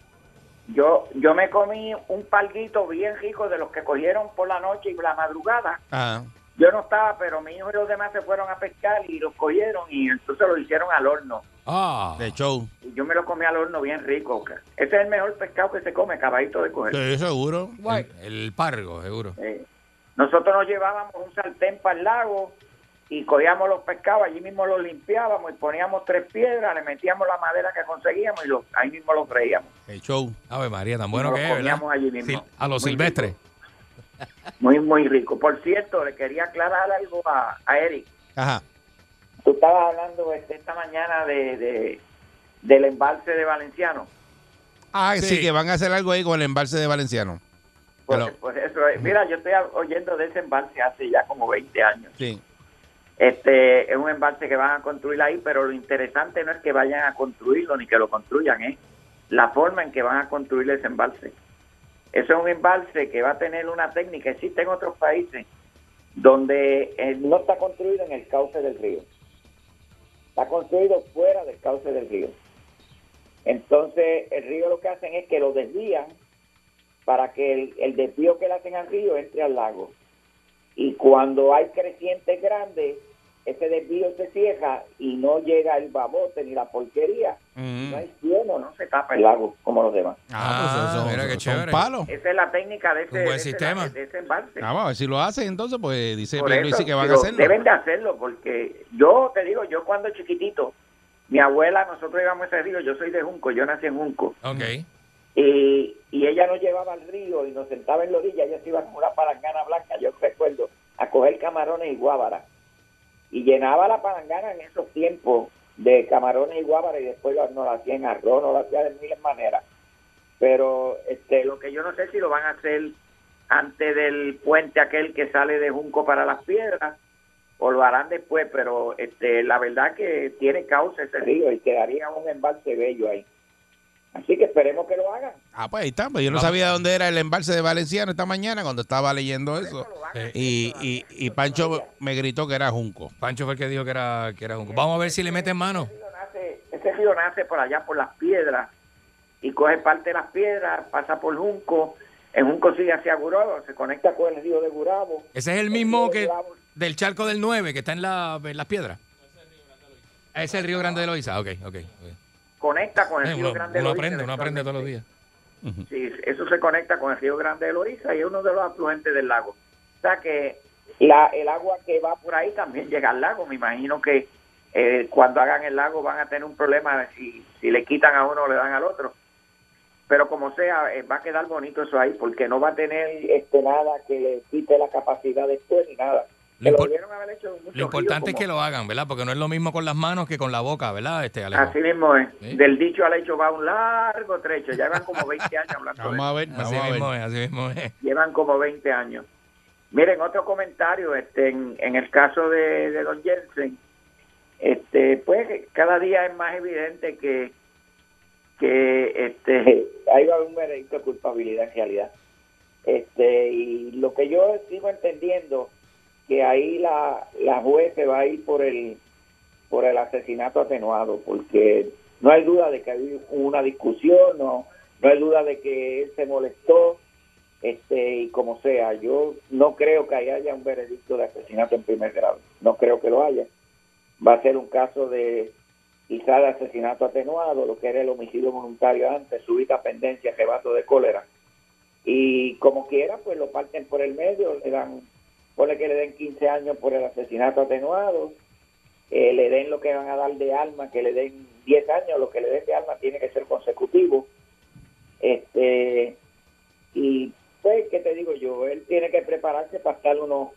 [SPEAKER 12] Yo, yo me comí un palguito bien rico de los que cogieron por la noche y por la madrugada.
[SPEAKER 2] ah.
[SPEAKER 12] Yo no estaba, pero mi hijo y los demás se fueron a pescar y los cogieron y entonces lo hicieron al horno.
[SPEAKER 3] Ah.
[SPEAKER 2] de show.
[SPEAKER 12] Y yo me lo comí al horno bien rico. ca- Ese es el mejor pescado que se come, acabadito de coger.
[SPEAKER 2] Sí, seguro.
[SPEAKER 3] El, el pargo, seguro.
[SPEAKER 12] Eh, nosotros nos llevábamos un sartén para el lago y cogíamos los pescados, allí mismo los limpiábamos y poníamos tres piedras, le metíamos la madera que conseguíamos y los, ahí mismo los freíamos.
[SPEAKER 2] De show.
[SPEAKER 3] Ave María, tan bueno
[SPEAKER 12] Nos
[SPEAKER 3] que
[SPEAKER 12] lo
[SPEAKER 3] es, ¿verdad?
[SPEAKER 12] comíamos allí mismo.
[SPEAKER 3] Sí, a los
[SPEAKER 12] Muy
[SPEAKER 3] silvestres.
[SPEAKER 12] Muy, muy rico. Por cierto, le quería aclarar algo a, a Eric.
[SPEAKER 2] Ajá.
[SPEAKER 12] Tú estabas hablando este, esta mañana de, de- del embalse de Valenciano.
[SPEAKER 2] Ah, sí.
[SPEAKER 3] Sí.
[SPEAKER 2] que van a hacer algo ahí con el embalse de Valenciano.
[SPEAKER 12] Pues,
[SPEAKER 2] Claro.
[SPEAKER 12] pues eso, es. mira, yo estoy a- oyendo de ese embalse hace ya como 20 años.
[SPEAKER 2] Sí.
[SPEAKER 12] Este, es un embalse que van a construir ahí, pero lo interesante no es que vayan a construirlo ni que lo construyan, es la forma en que van a construir ese embalse. Eso es un embalse que va a tener una técnica, existe en otros países, donde eh, no está construido en el cauce del río. Está construido fuera del cauce del río. Entonces, el río lo que hacen es que lo desvían para que el, el desvío que le hacen al río entre al lago y cuando hay crecientes grandes, ese desvío se cierra y no llega el babote ni la porquería.
[SPEAKER 2] Mm.
[SPEAKER 12] No hay cielo, no se tapa el lago como los demás.
[SPEAKER 2] Ah,
[SPEAKER 3] Ah,
[SPEAKER 2] pues eso,
[SPEAKER 3] mira
[SPEAKER 2] eso-
[SPEAKER 3] qué
[SPEAKER 2] son
[SPEAKER 3] chévere.
[SPEAKER 2] palos.
[SPEAKER 12] Esa es la técnica de ese,
[SPEAKER 3] Un buen
[SPEAKER 12] de ese-
[SPEAKER 3] sistema.
[SPEAKER 12] de ese embalse.
[SPEAKER 2] Ah, vamos a ver si lo hacen entonces, pues dice
[SPEAKER 12] Por
[SPEAKER 2] Luis
[SPEAKER 12] eso,
[SPEAKER 2] que van a
[SPEAKER 12] pero
[SPEAKER 2] hacerlo.
[SPEAKER 12] Deben de hacerlo porque yo te digo, yo cuando chiquitito, mi abuela, nosotros íbamos a ese río, yo soy de Junco, yo nací en Junco,
[SPEAKER 3] Ok.
[SPEAKER 12] y, y ella nos llevaba al río y nos sentaba en la orilla, ella se iba con una palangana blanca, yo recuerdo, a coger camarones y guábaras. Y llenaba la palangana en esos tiempos de camarones y guábaras y después lo- nos la hacían arroz, nos la hacía de mil maneras. Pero este, lo que yo no sé si lo van a hacer antes del puente aquel que sale de Junco para las piedras o lo harán después, pero este, la verdad que tiene causa ese río y quedaría un embalse bello ahí. Así que esperemos que lo hagan.
[SPEAKER 13] Ah, pues ahí está. pues yo no sabía dónde era el embalse de Valenciano esta mañana cuando estaba leyendo eso.
[SPEAKER 3] Eh,
[SPEAKER 13] Y, y- y Pancho me gritó que era Junco.
[SPEAKER 3] Pancho fue el que dijo que era, que era un... Vamos a ver si le meten mano.
[SPEAKER 12] Nace- Ese río nace por allá, por las piedras, y coge parte de las piedras, pasa por Junco, en Junco sigue hacia Gurabo, se conecta con el río de Gurabo.
[SPEAKER 3] Ese es el mismo que del charco del 9 que está en, la, en las piedras. Ese es el río Grande de Loiza. Ok, ok. ok.
[SPEAKER 12] Conecta con el
[SPEAKER 3] Eh,
[SPEAKER 12] río
[SPEAKER 3] uno,
[SPEAKER 12] Grande de
[SPEAKER 3] uno
[SPEAKER 12] Loíza.
[SPEAKER 3] aprende, uno aprende todos los días.
[SPEAKER 12] Sí, eso se conecta con el río Grande de Loíza y es uno de los afluentes del lago. O sea que la, el agua que va por ahí también llega al lago. Me imagino que eh, cuando hagan el lago van a tener un problema de si, si le quitan a uno o le dan al otro. Pero como sea, eh, va a quedar bonito eso ahí porque no va a tener este, nada que le quite la capacidad después ni nada.
[SPEAKER 3] Lo,
[SPEAKER 12] Que lo
[SPEAKER 3] impor-
[SPEAKER 12] debieron haber hecho en muchos
[SPEAKER 3] lo importante
[SPEAKER 12] ríos,
[SPEAKER 3] es que
[SPEAKER 12] como-
[SPEAKER 3] lo hagan, ¿verdad? Porque no es lo mismo con las manos que con la boca, ¿verdad? Este, Alejo?
[SPEAKER 12] Así mismo es. Del dicho al hecho va un largo trecho. Ya van como 20 años
[SPEAKER 3] *laughs*
[SPEAKER 12] hablando de
[SPEAKER 3] Vamos a ver, así
[SPEAKER 12] a ver.
[SPEAKER 3] mismo es, así mismo es.
[SPEAKER 12] llevan como 20 años. Miren, otro comentario, este, en, en el caso de, de Don Jensen, este, pues cada día es más evidente que, que este, *laughs* ahí va a haber un veredicto de culpabilidad en realidad. Este, y lo que yo sigo entendiendo, que ahí la, la juez se va a ir por el, por el asesinato atenuado, porque no hay duda de que hay una discusión, no, no hay duda de que él se molestó, este y como sea, yo no creo que ahí haya un veredicto de asesinato en primer grado, no creo que lo haya. Va a ser un caso de quizá de asesinato atenuado, lo que era el homicidio voluntario antes, súbita pendencia, arrebato de cólera. Y como quiera, pues lo parten por el medio, le dan, ponle que le den 15 años por el asesinato atenuado, eh, le den lo que van a dar de alma, que le den 10 años, lo que le den de alma tiene que ser consecutivo. Este, y pues, ¿qué te digo yo? Él tiene que prepararse para estar unos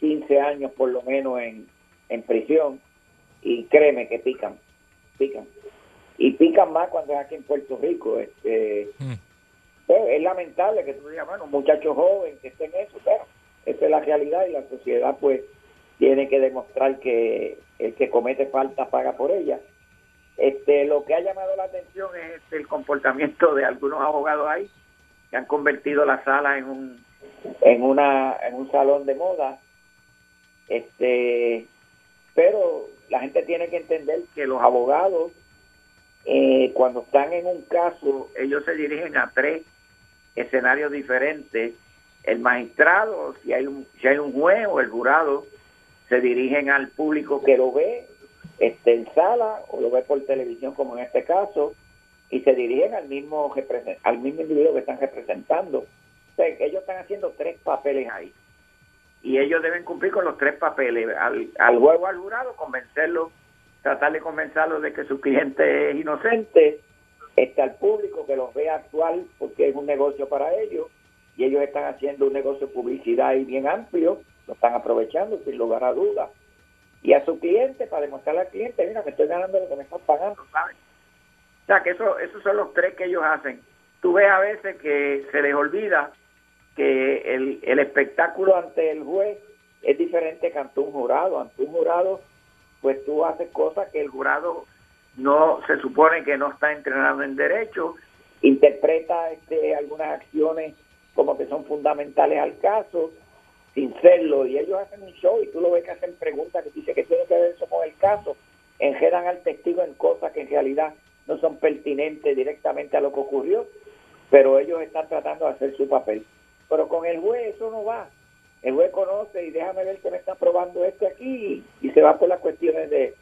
[SPEAKER 12] 15 años por lo menos en, en prisión. Y créeme que pican, pican. Y pican más cuando es aquí en Puerto Rico. Este, pues, es lamentable que tú digas, bueno, un muchacho joven que esté en eso, pero esa es la realidad y la sociedad pues tiene que demostrar que el que comete falta paga por ella. Este, lo que ha llamado la atención es este, el comportamiento de algunos abogados ahí que han convertido la sala en un en una en un salón de moda este pero la gente tiene que entender que los abogados eh, cuando están en un caso ellos se dirigen a tres escenarios diferentes el magistrado si hay un si hay un juez o el jurado se dirigen al público que lo ve este en sala o lo ve por televisión como en este caso y se dirigen al mismo represen- al mismo individuo que están representando. O sea, que ellos están haciendo tres papeles ahí y ellos deben cumplir con los tres papeles al, al juez o al jurado convencerlo tratar de convencerlo de que su cliente es inocente está al público que los vea actuar porque es un negocio para ellos y ellos están haciendo un negocio de publicidad ahí bien amplio lo están aprovechando sin lugar a dudas y a su cliente para demostrarle al cliente mira me estoy ganando lo que me están pagando sabes o sea que eso esos son los tres que ellos hacen tú ves a veces que se les olvida que el, el espectáculo ante el juez es diferente que ante un jurado. Ante un jurado, pues tú haces cosas que el jurado no se supone que no está entrenado en derecho, interpreta este, algunas acciones como que son fundamentales al caso, sin serlo, y ellos hacen un show y tú lo ves que hacen preguntas que dice que tiene que ver eso con el caso, enredan al testigo en cosas que en realidad no son pertinentes directamente a lo que ocurrió, pero ellos están tratando de hacer su papel. Pero con el juez eso no va. El juez conoce y déjame ver que me están probando esto aquí y se va por las cuestiones de,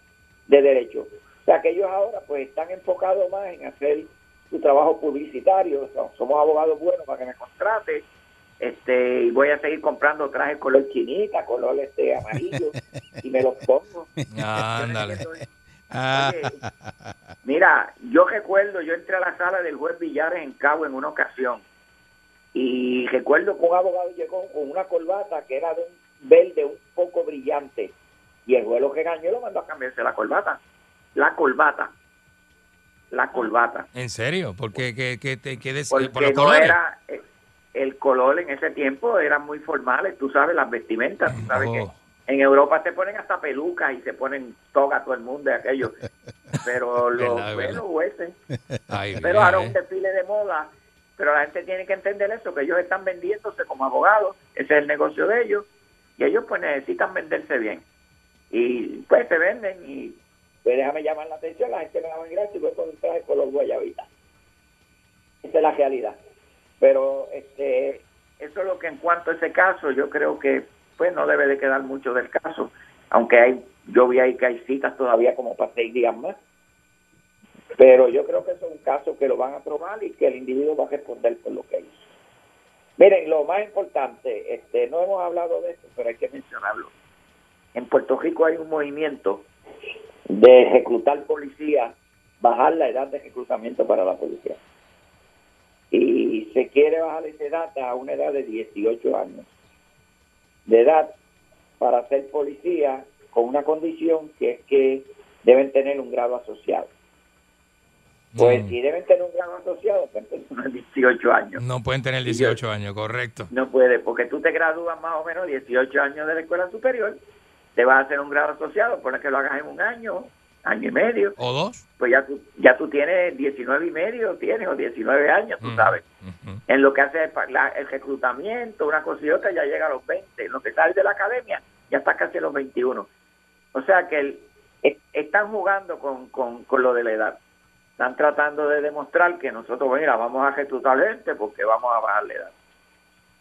[SPEAKER 12] de derecho. O sea que ellos ahora pues están enfocados más en hacer su trabajo publicitario. O sea, somos abogados buenos para que me contrate. Este, y voy a seguir comprando trajes color chinita, color este amarillo, y me los pongo.
[SPEAKER 3] Ándale. Ah.
[SPEAKER 12] Mira, yo recuerdo, yo entré a la sala del juez Villares en Cabo en una ocasión y recuerdo que un abogado llegó con una corbata que era de un verde un poco brillante y el juez lo regañó y lo mandó a cambiarse la corbata. La corbata. La corbata.
[SPEAKER 3] ¿En serio? Porque que, que, te quedes
[SPEAKER 12] Porque
[SPEAKER 3] por los
[SPEAKER 12] no
[SPEAKER 3] colores.
[SPEAKER 12] era eh, el color en ese tiempo era muy formales, tú sabes, las
[SPEAKER 3] *laughs*
[SPEAKER 12] vestimentas, tú sabes que en Europa se ponen hasta pelucas y se ponen toga a todo el mundo y aquello. pero los,
[SPEAKER 3] Verdad,
[SPEAKER 12] pues,
[SPEAKER 3] verdad.
[SPEAKER 12] los jueces.
[SPEAKER 3] Ay,
[SPEAKER 12] pero ahora
[SPEAKER 9] ¿eh?
[SPEAKER 3] bien,
[SPEAKER 12] un desfile de moda, pero la gente tiene que entender eso, que ellos están vendiéndose como abogados, ese es el negocio de ellos, y ellos pues necesitan venderse bien. Y pues se venden y pues déjame llamar la atención, la gente me daba gracias y voy con un traje con los guayabitas. Esa es la realidad. Pero este eso es lo que en cuanto a ese caso, yo creo que pues no debe de quedar mucho del caso, aunque hay yo vi ahí que hay citas todavía como para seis días más. Pero yo creo que eso es un caso que lo van a probar y que el individuo va a responder por lo que hizo. Miren, lo más importante, este, no hemos hablado de esto, pero hay que mencionarlo. En Puerto Rico hay un movimiento de reclutar policías, bajar la edad de reclutamiento para la policía. Y se quiere bajar esa edad a una edad de 18 años. De edad para ser policía con una condición que es que deben tener un grado asociado.
[SPEAKER 3] Mm.
[SPEAKER 12] Pues si deben tener un grado asociado, pues entonces *laughs* no es 18 años.
[SPEAKER 3] No pueden tener 18 años, correcto.
[SPEAKER 12] No puede, porque tú te gradúas más o menos 18 años de la escuela superior, te vas a hacer un grado asociado, por que lo hagas en un año, año y medio.
[SPEAKER 3] ¿O dos?
[SPEAKER 12] Pues ya tú, ya tú tienes 19 y medio, tienes, o 19 años, tú sabes. En lo que hace el, pa- la- el reclutamiento, una cosa y otra, ya llega a los 20. En lo que sale de la academia, ya está casi a los 21. O sea que el- es- están jugando con, con, con lo de la edad. Están tratando de demostrar que nosotros, mira, vamos a reclutar gente porque vamos a bajar la edad.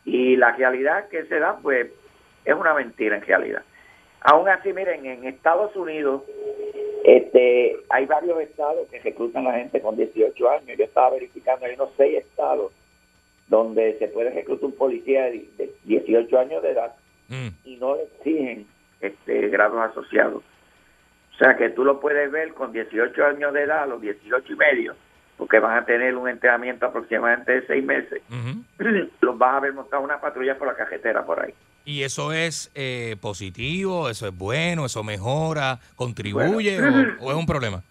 [SPEAKER 12] Y la realidad que se da, pues, es una mentira en realidad. Aún así, miren, en Estados Unidos este, hay varios estados que reclutan a la gente con 18 años. Yo estaba verificando, hay unos seis estados donde se puede reclutar un policía de de 18 años de edad
[SPEAKER 3] Mm.
[SPEAKER 12] y no le exigen este, grados asociados. O sea que tú lo puedes ver con 18 años de edad, a los 18 y medio, porque van a tener un entrenamiento aproximadamente de seis meses. *clears throat* Los vas a ver montar una patrulla por la carretera por ahí.
[SPEAKER 3] ¿Y eso es eh, positivo? ¿Eso es bueno? ¿Eso mejora? ¿Contribuye?
[SPEAKER 12] Bueno.
[SPEAKER 3] o, o es un problema?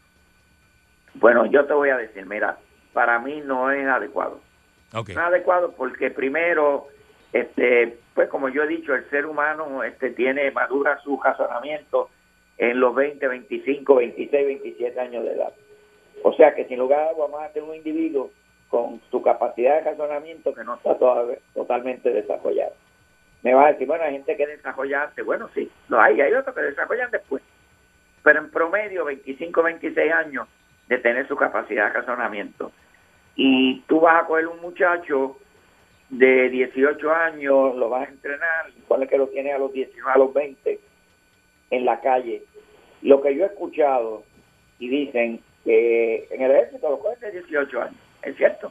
[SPEAKER 12] Bueno, yo te voy a decir, mira, para mí no es adecuado.
[SPEAKER 3] Ok.
[SPEAKER 12] No es adecuado porque primero, este, pues como yo he dicho, el ser humano este, tiene madura su razonamiento en los 20, 25, 26, 27 años de edad. O sea que sin lugar a dudas vamos a tener un individuo con su capacidad de razonamiento que no está toda- totalmente desarrollada. Me va a decir, bueno, hay gente que desarrolla antes. Bueno, sí, lo hay, hay otros que desarrollan después. Pero en promedio, 25, 26 años de tener su capacidad de razonamiento. Y tú vas a coger un muchacho de 18 años, lo vas a entrenar, cuál es que lo tiene a los 19, a los 20, en la calle. Lo que yo he escuchado y dicen que en el ejército lo cogen de 18 años, es cierto.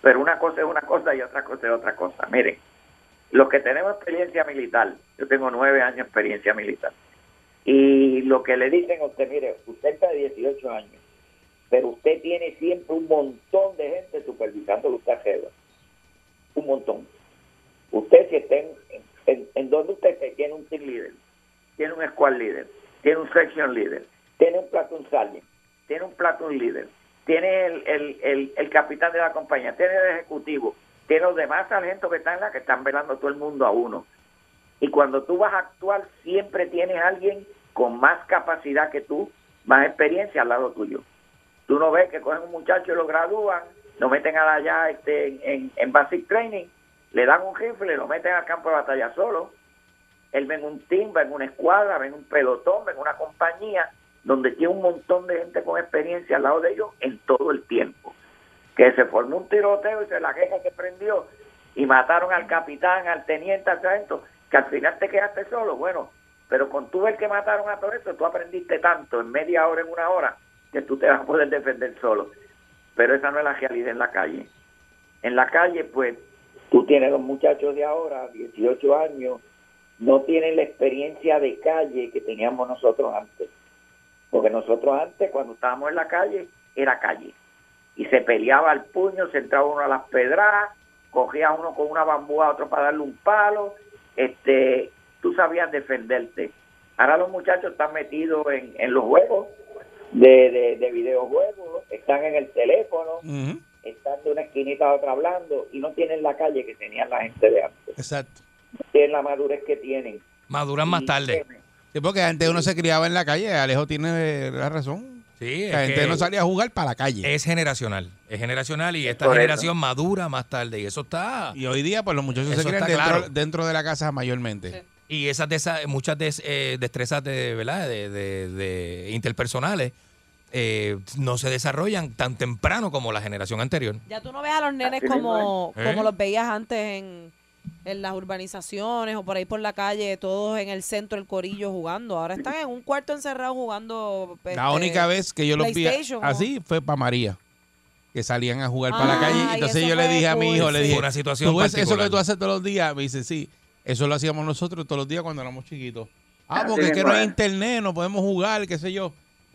[SPEAKER 12] Pero una cosa es una cosa y otra cosa es otra *clears throat* cosa. Miren, los que tenemos experiencia militar, yo tengo nueve años de experiencia militar, y lo que le dicen a usted, mire, usted está de 18 años, pero usted tiene siempre un montón de gente supervisando los cajeros. Un montón. Usted si está en, en, en donde usted esté, tiene un team leader, tiene un squad leader, tiene un section leader, tiene un platoon sergeant, tiene un platoon leader, tiene el, el, el, el capitán de la compañía, tiene el ejecutivo, tiene los demás sargentos que están en la que están velando todo el mundo a uno. Y cuando tú vas a actuar, siempre tienes a alguien con más capacidad que tú, más experiencia al lado tuyo. Tú no ves que cogen un muchacho y lo gradúan, lo meten a allá este, en, en, en basic training, le dan un rifle, lo meten al campo de batalla solo. Él ve en un team, ve en una escuadra, ve en un pelotón, ve en una compañía donde tiene un montón de gente con experiencia al lado de ellos en todo el tiempo. Que se formó un tiroteo y se la queja se prendió y mataron al capitán, al teniente, al sargento, que al final te quedaste solo. Bueno, pero con tú ver que mataron a todo esto, tú aprendiste tanto en media hora, en una hora, que tú te vas a poder defender solo. Pero esa no es la realidad en la calle. En la calle, pues, tú tienes los muchachos de ahora, 18 años, no tienen la experiencia de calle que teníamos nosotros antes. Porque nosotros antes, cuando estábamos en la calle, era calle. Y se peleaba al puño, se entraba uno a las pedradas, cogía a uno con una bambúa a otro para darle un palo. Este, tú sabías defenderte. Ahora los muchachos están metidos en, en los juegos de, de, de videojuegos, están en el teléfono, están de una esquinita a otra hablando y no tienen la calle que tenían la gente de antes.
[SPEAKER 13] Exacto.
[SPEAKER 12] No tienen la madurez que tienen.
[SPEAKER 3] Maduran más tarde.
[SPEAKER 13] Sí, porque antes uno se criaba en la calle. Alejo tiene eh, la razón.
[SPEAKER 3] Sí,
[SPEAKER 13] La
[SPEAKER 3] es
[SPEAKER 13] gente
[SPEAKER 3] que-
[SPEAKER 13] no salía a jugar para la calle.
[SPEAKER 3] Es generacional, es generacional y esta
[SPEAKER 13] Correcto.
[SPEAKER 3] generación madura más tarde y eso está...
[SPEAKER 13] Y hoy día, pues los muchachos
[SPEAKER 3] Eso
[SPEAKER 13] se crean
[SPEAKER 3] está
[SPEAKER 13] dentro,
[SPEAKER 3] claro.
[SPEAKER 13] dentro de la casa mayormente.
[SPEAKER 3] Y esas de esas, muchas de, eh, destrezas de, ¿verdad? De, de- de interpersonales eh, no se desarrollan tan temprano como la generación anterior.
[SPEAKER 14] Ya tú no ves a los nenes
[SPEAKER 3] Así mismo
[SPEAKER 14] como,
[SPEAKER 3] es.
[SPEAKER 14] como
[SPEAKER 3] ¿Eh?
[SPEAKER 14] los veías antes en, en las urbanizaciones o por ahí por la calle, todos en el centro, el corillo jugando. Ahora están en un cuarto encerrado jugando.
[SPEAKER 13] La
[SPEAKER 14] este,
[SPEAKER 13] única vez que yo los vi
[SPEAKER 14] PlayStation o-
[SPEAKER 13] así fue para María. Que salían a jugar para
[SPEAKER 14] Ah,
[SPEAKER 13] la calle.
[SPEAKER 14] y
[SPEAKER 13] Entonces
[SPEAKER 14] eso
[SPEAKER 13] yo le
[SPEAKER 14] fue
[SPEAKER 13] dije a mi
[SPEAKER 14] cool,
[SPEAKER 13] hijo, le
[SPEAKER 14] sí.
[SPEAKER 13] dije,
[SPEAKER 3] Fue una situación
[SPEAKER 13] "¿Tú ves eso
[SPEAKER 3] particular".
[SPEAKER 13] que tú haces todos los días? Me dice, sí, eso lo hacíamos nosotros todos los días cuando éramos chiquitos. Ah,
[SPEAKER 3] Así
[SPEAKER 13] porque es que
[SPEAKER 3] mismo
[SPEAKER 13] no hay
[SPEAKER 3] es.
[SPEAKER 13] internet, no podemos jugar, qué sé yo.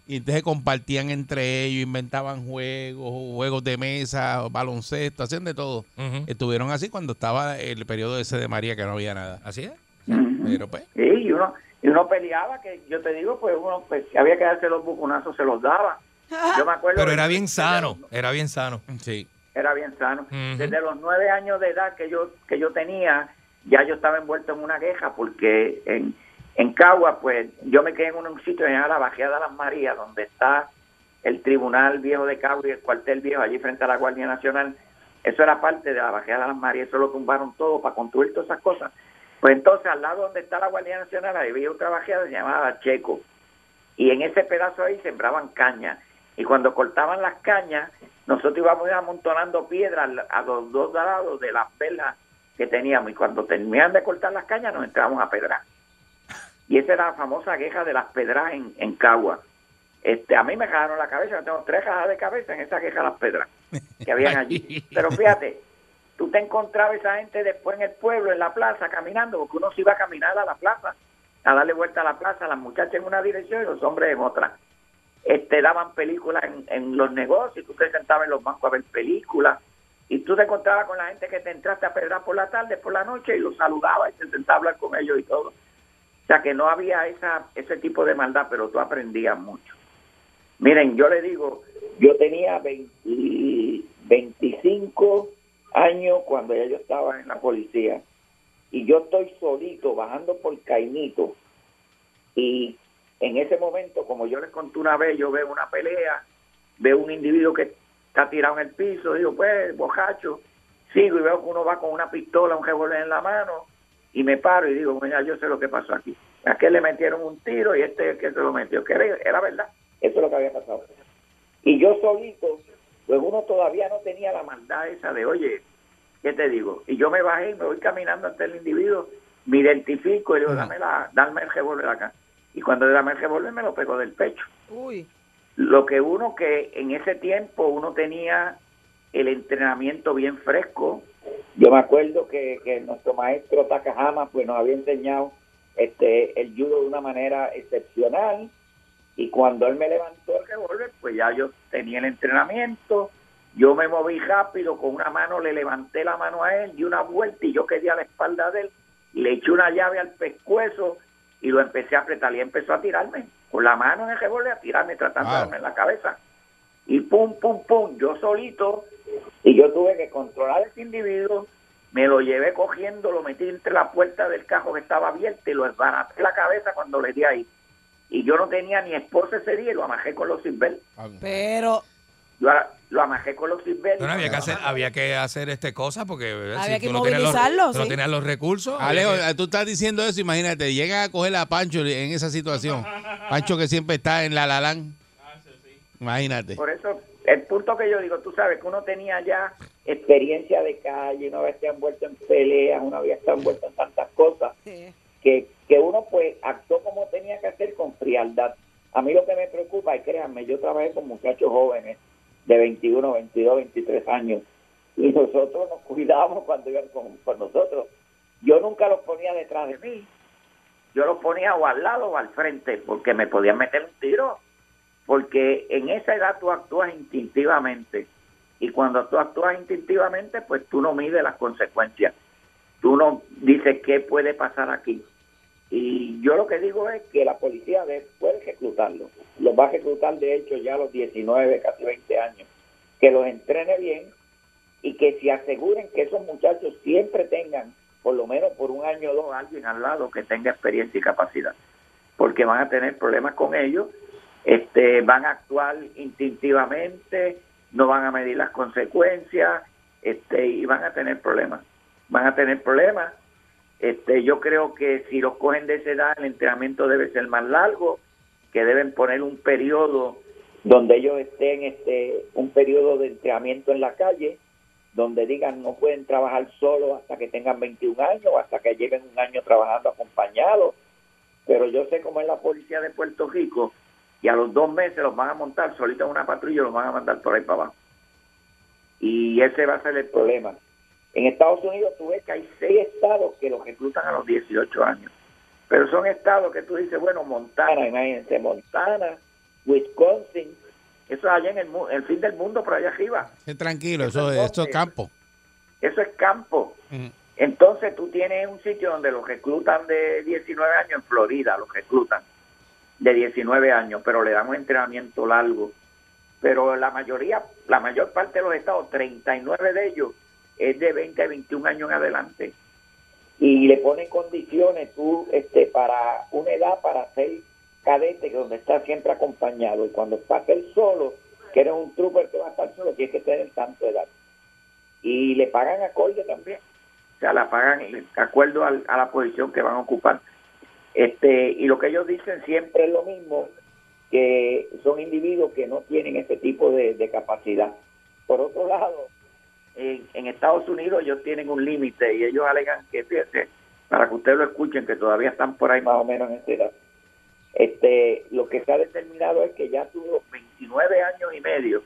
[SPEAKER 13] Y entonces compartían entre ellos, inventaban juegos, juegos de mesa, baloncesto, hacían de todo.
[SPEAKER 3] Ujú.
[SPEAKER 13] Estuvieron así cuando estaba el periodo ese de María que no había nada.
[SPEAKER 3] Así es.
[SPEAKER 13] Pero pues,
[SPEAKER 12] Sí, y uno, y uno peleaba, que yo te digo, pues uno, pues si había que darse los buconazos, se
[SPEAKER 3] *laughs*
[SPEAKER 12] los daba. Yo me acuerdo,
[SPEAKER 3] Pero era bien sano, era bien sano.
[SPEAKER 13] Sí.
[SPEAKER 12] era bien sano.
[SPEAKER 3] Ujú.
[SPEAKER 12] Desde los nueve años de edad que yo, que yo tenía, ya yo estaba envuelto en una queja, porque en, en Cagua, pues yo me quedé en un sitio llamado la Bajeada de las Marías, donde está el Tribunal Viejo de Cagua y el Cuartel Viejo, allí frente a la Guardia Nacional. Eso era parte de la Bajeada de las Marías, eso lo tumbaron todo para construir todas esas cosas. Pues entonces, al lado donde está la Guardia Nacional, había otra bajeada que se llamaba Checo. Y en ese pedazo ahí sembraban caña. Y cuando cortaban las cañas, nosotros íbamos amontonando piedras a los dos lados de las perlas que teníamos. Y cuando terminaban de cortar las cañas, nos entrábamos a pedrar. Y esa era la famosa queja de las pedras en, en Cagua. Este, a mí me jalaron la cabeza, yo tengo tres jajas de cabeza en esa queja de las pedras que
[SPEAKER 9] *laughs*
[SPEAKER 12] habían *laughs* allí. Pero fíjate, tú te encontrabas esa gente después en el pueblo, en la plaza, caminando, porque uno se iba a caminar a la plaza, a darle vuelta a la plaza, las muchachas en una dirección y los hombres en otra. Este, daban películas en, en los negocios, tú te sentabas en los bancos a ver películas, y tú te encontrabas con la gente que te entraste a pedrar por la tarde, por la noche, y los saludabas y te sentabas a hablar con ellos y todo. O sea que no había esa, ese tipo de maldad, pero tú aprendías mucho. Miren, yo le digo, yo tenía 20 25 años cuando ya yo estaba en la policía y yo estoy solito bajando por Cainito y en ese momento, como yo les conté una vez, yo veo una pelea, veo un individuo que está tirado en el piso, digo, pues, bocacho, sigo y veo que uno va con una pistola, un revólver en la mano y me paro y digo, mira, yo sé lo que pasó aquí. A aquel le metieron un tiro y este es el que se lo metió, que era, era verdad, eso es lo que había pasado. Y yo solito, pues uno todavía no tenía la maldad esa de, oye, ¿qué te digo? Y yo me bajé y me voy caminando ante el individuo, me identifico y le digo, dame, la, dame el revólver acá. Y cuando le dame el revólver me lo pegó del pecho.
[SPEAKER 14] Uy.
[SPEAKER 12] Lo que uno que en ese tiempo uno tenía el entrenamiento bien fresco. Yo me acuerdo que, que nuestro maestro Takahama pues nos había enseñado este el judo de una manera excepcional y cuando él me levantó el revólver pues ya yo tenía el entrenamiento yo me moví rápido con una mano le levanté la mano a él di una vuelta y yo quedé a la espalda de él le eché una llave al pescuezo y lo empecé a apretar y empezó a tirarme con la mano en el revólver a tirarme tratando de darme en la cabeza y pum pum pum yo solito y yo tuve que controlar a ese individuo me lo llevé cogiendo, lo metí entre la puerta del cajo que estaba abierta y lo esbaraté la cabeza cuando le di ahí. Y yo no tenía ni esposa ese día y lo amajé con los cimbel.
[SPEAKER 14] Pero
[SPEAKER 12] Yo a- lo amajé con los cimbel.
[SPEAKER 3] Bueno, había que hacer, había que hacer este cosa porque eh,
[SPEAKER 14] Había que
[SPEAKER 3] tú no tienes los-
[SPEAKER 14] movilizarlo,
[SPEAKER 3] tú no
[SPEAKER 14] sí.
[SPEAKER 3] tienes los recursos.
[SPEAKER 13] Alejo,
[SPEAKER 3] había que-
[SPEAKER 13] tú estás diciendo eso, imagínate, llega a coger a Pancho en esa situación. Pancho que siempre está en la lalán. Imagínate.
[SPEAKER 12] Por eso, el punto que yo digo, tú sabes que uno tenía ya experiencia de calle, uno había estado envuelto en peleas, uno había estado envuelto en tantas cosas, que, que uno pues actuó como tenía que hacer con frialdad. A mí lo que me preocupa, y créanme, yo trabajé con muchachos jóvenes de 21, 22, 23 años, y nosotros nos cuidábamos cuando iban con, con nosotros. Yo nunca los ponía detrás de mí, yo los ponía o al lado o al frente, porque me podían meter un tiro porque en esa edad tú actúas instintivamente y cuando tú actúas instintivamente pues tú no mides las consecuencias tú no dices qué puede pasar aquí y yo lo que digo es que la policía de- puede reclutarlos los va a reclutar de hecho ya a los 19 casi 20 años que los entrene bien y que se aseguren que esos muchachos siempre tengan por lo menos por un año o dos alguien al lado que tenga experiencia y capacidad porque van a tener problemas con ellos este, van a actuar instintivamente, no van a medir las consecuencias este, y van a tener problemas. Van a tener problemas. Este, yo creo que si los cogen de esa edad, el entrenamiento debe ser más largo, que deben poner un periodo donde ellos estén, este, un periodo de entrenamiento en la calle, donde digan no pueden trabajar solos hasta que tengan 21 años, o hasta que lleven un año trabajando acompañados. Pero yo sé cómo es la policía de Puerto Rico y a los dos meses los van a montar solitos en una patrulla y los van a mandar por ahí para abajo. Y ese va a ser el problema. En Estados Unidos tú ves que hay seis estados que los reclutan a los 18 años. Pero son estados que tú dices, bueno, Montana, imagínense, Montana, Wisconsin, eso es allá en el, mu- el fin del mundo, por allá arriba.
[SPEAKER 13] Sí, Tranquilo, eso, es- esto es campo. Mm.
[SPEAKER 12] Eso es campo.
[SPEAKER 13] Ujú.
[SPEAKER 12] Entonces tú tienes un sitio donde los reclutan de 19 años, en Florida los reclutan de 19 años, pero le dan un entrenamiento largo. Pero la mayoría, la mayor parte de los estados, 39 de ellos, es de 20 a 21 años en adelante. Y le ponen condiciones tú este, para una edad para ser cadete, que donde está siempre acompañado. Y cuando estás él solo, que eres un trooper que va a estar solo, tienes que tener tanto edad. Y le pagan acorde también. O sea, la pagan de acuerdo al- a la posición que van a ocupar. Este, y lo que ellos dicen siempre es lo mismo, que son individuos que no tienen ese tipo de, de capacidad. Por otro lado, en, en Estados Unidos ellos tienen un límite y ellos alegan que, fíjate, para que ustedes lo escuchen, que todavía están por ahí más o menos en esa edad. Este, lo que se ha determinado es que ya tuvo 29 años y medio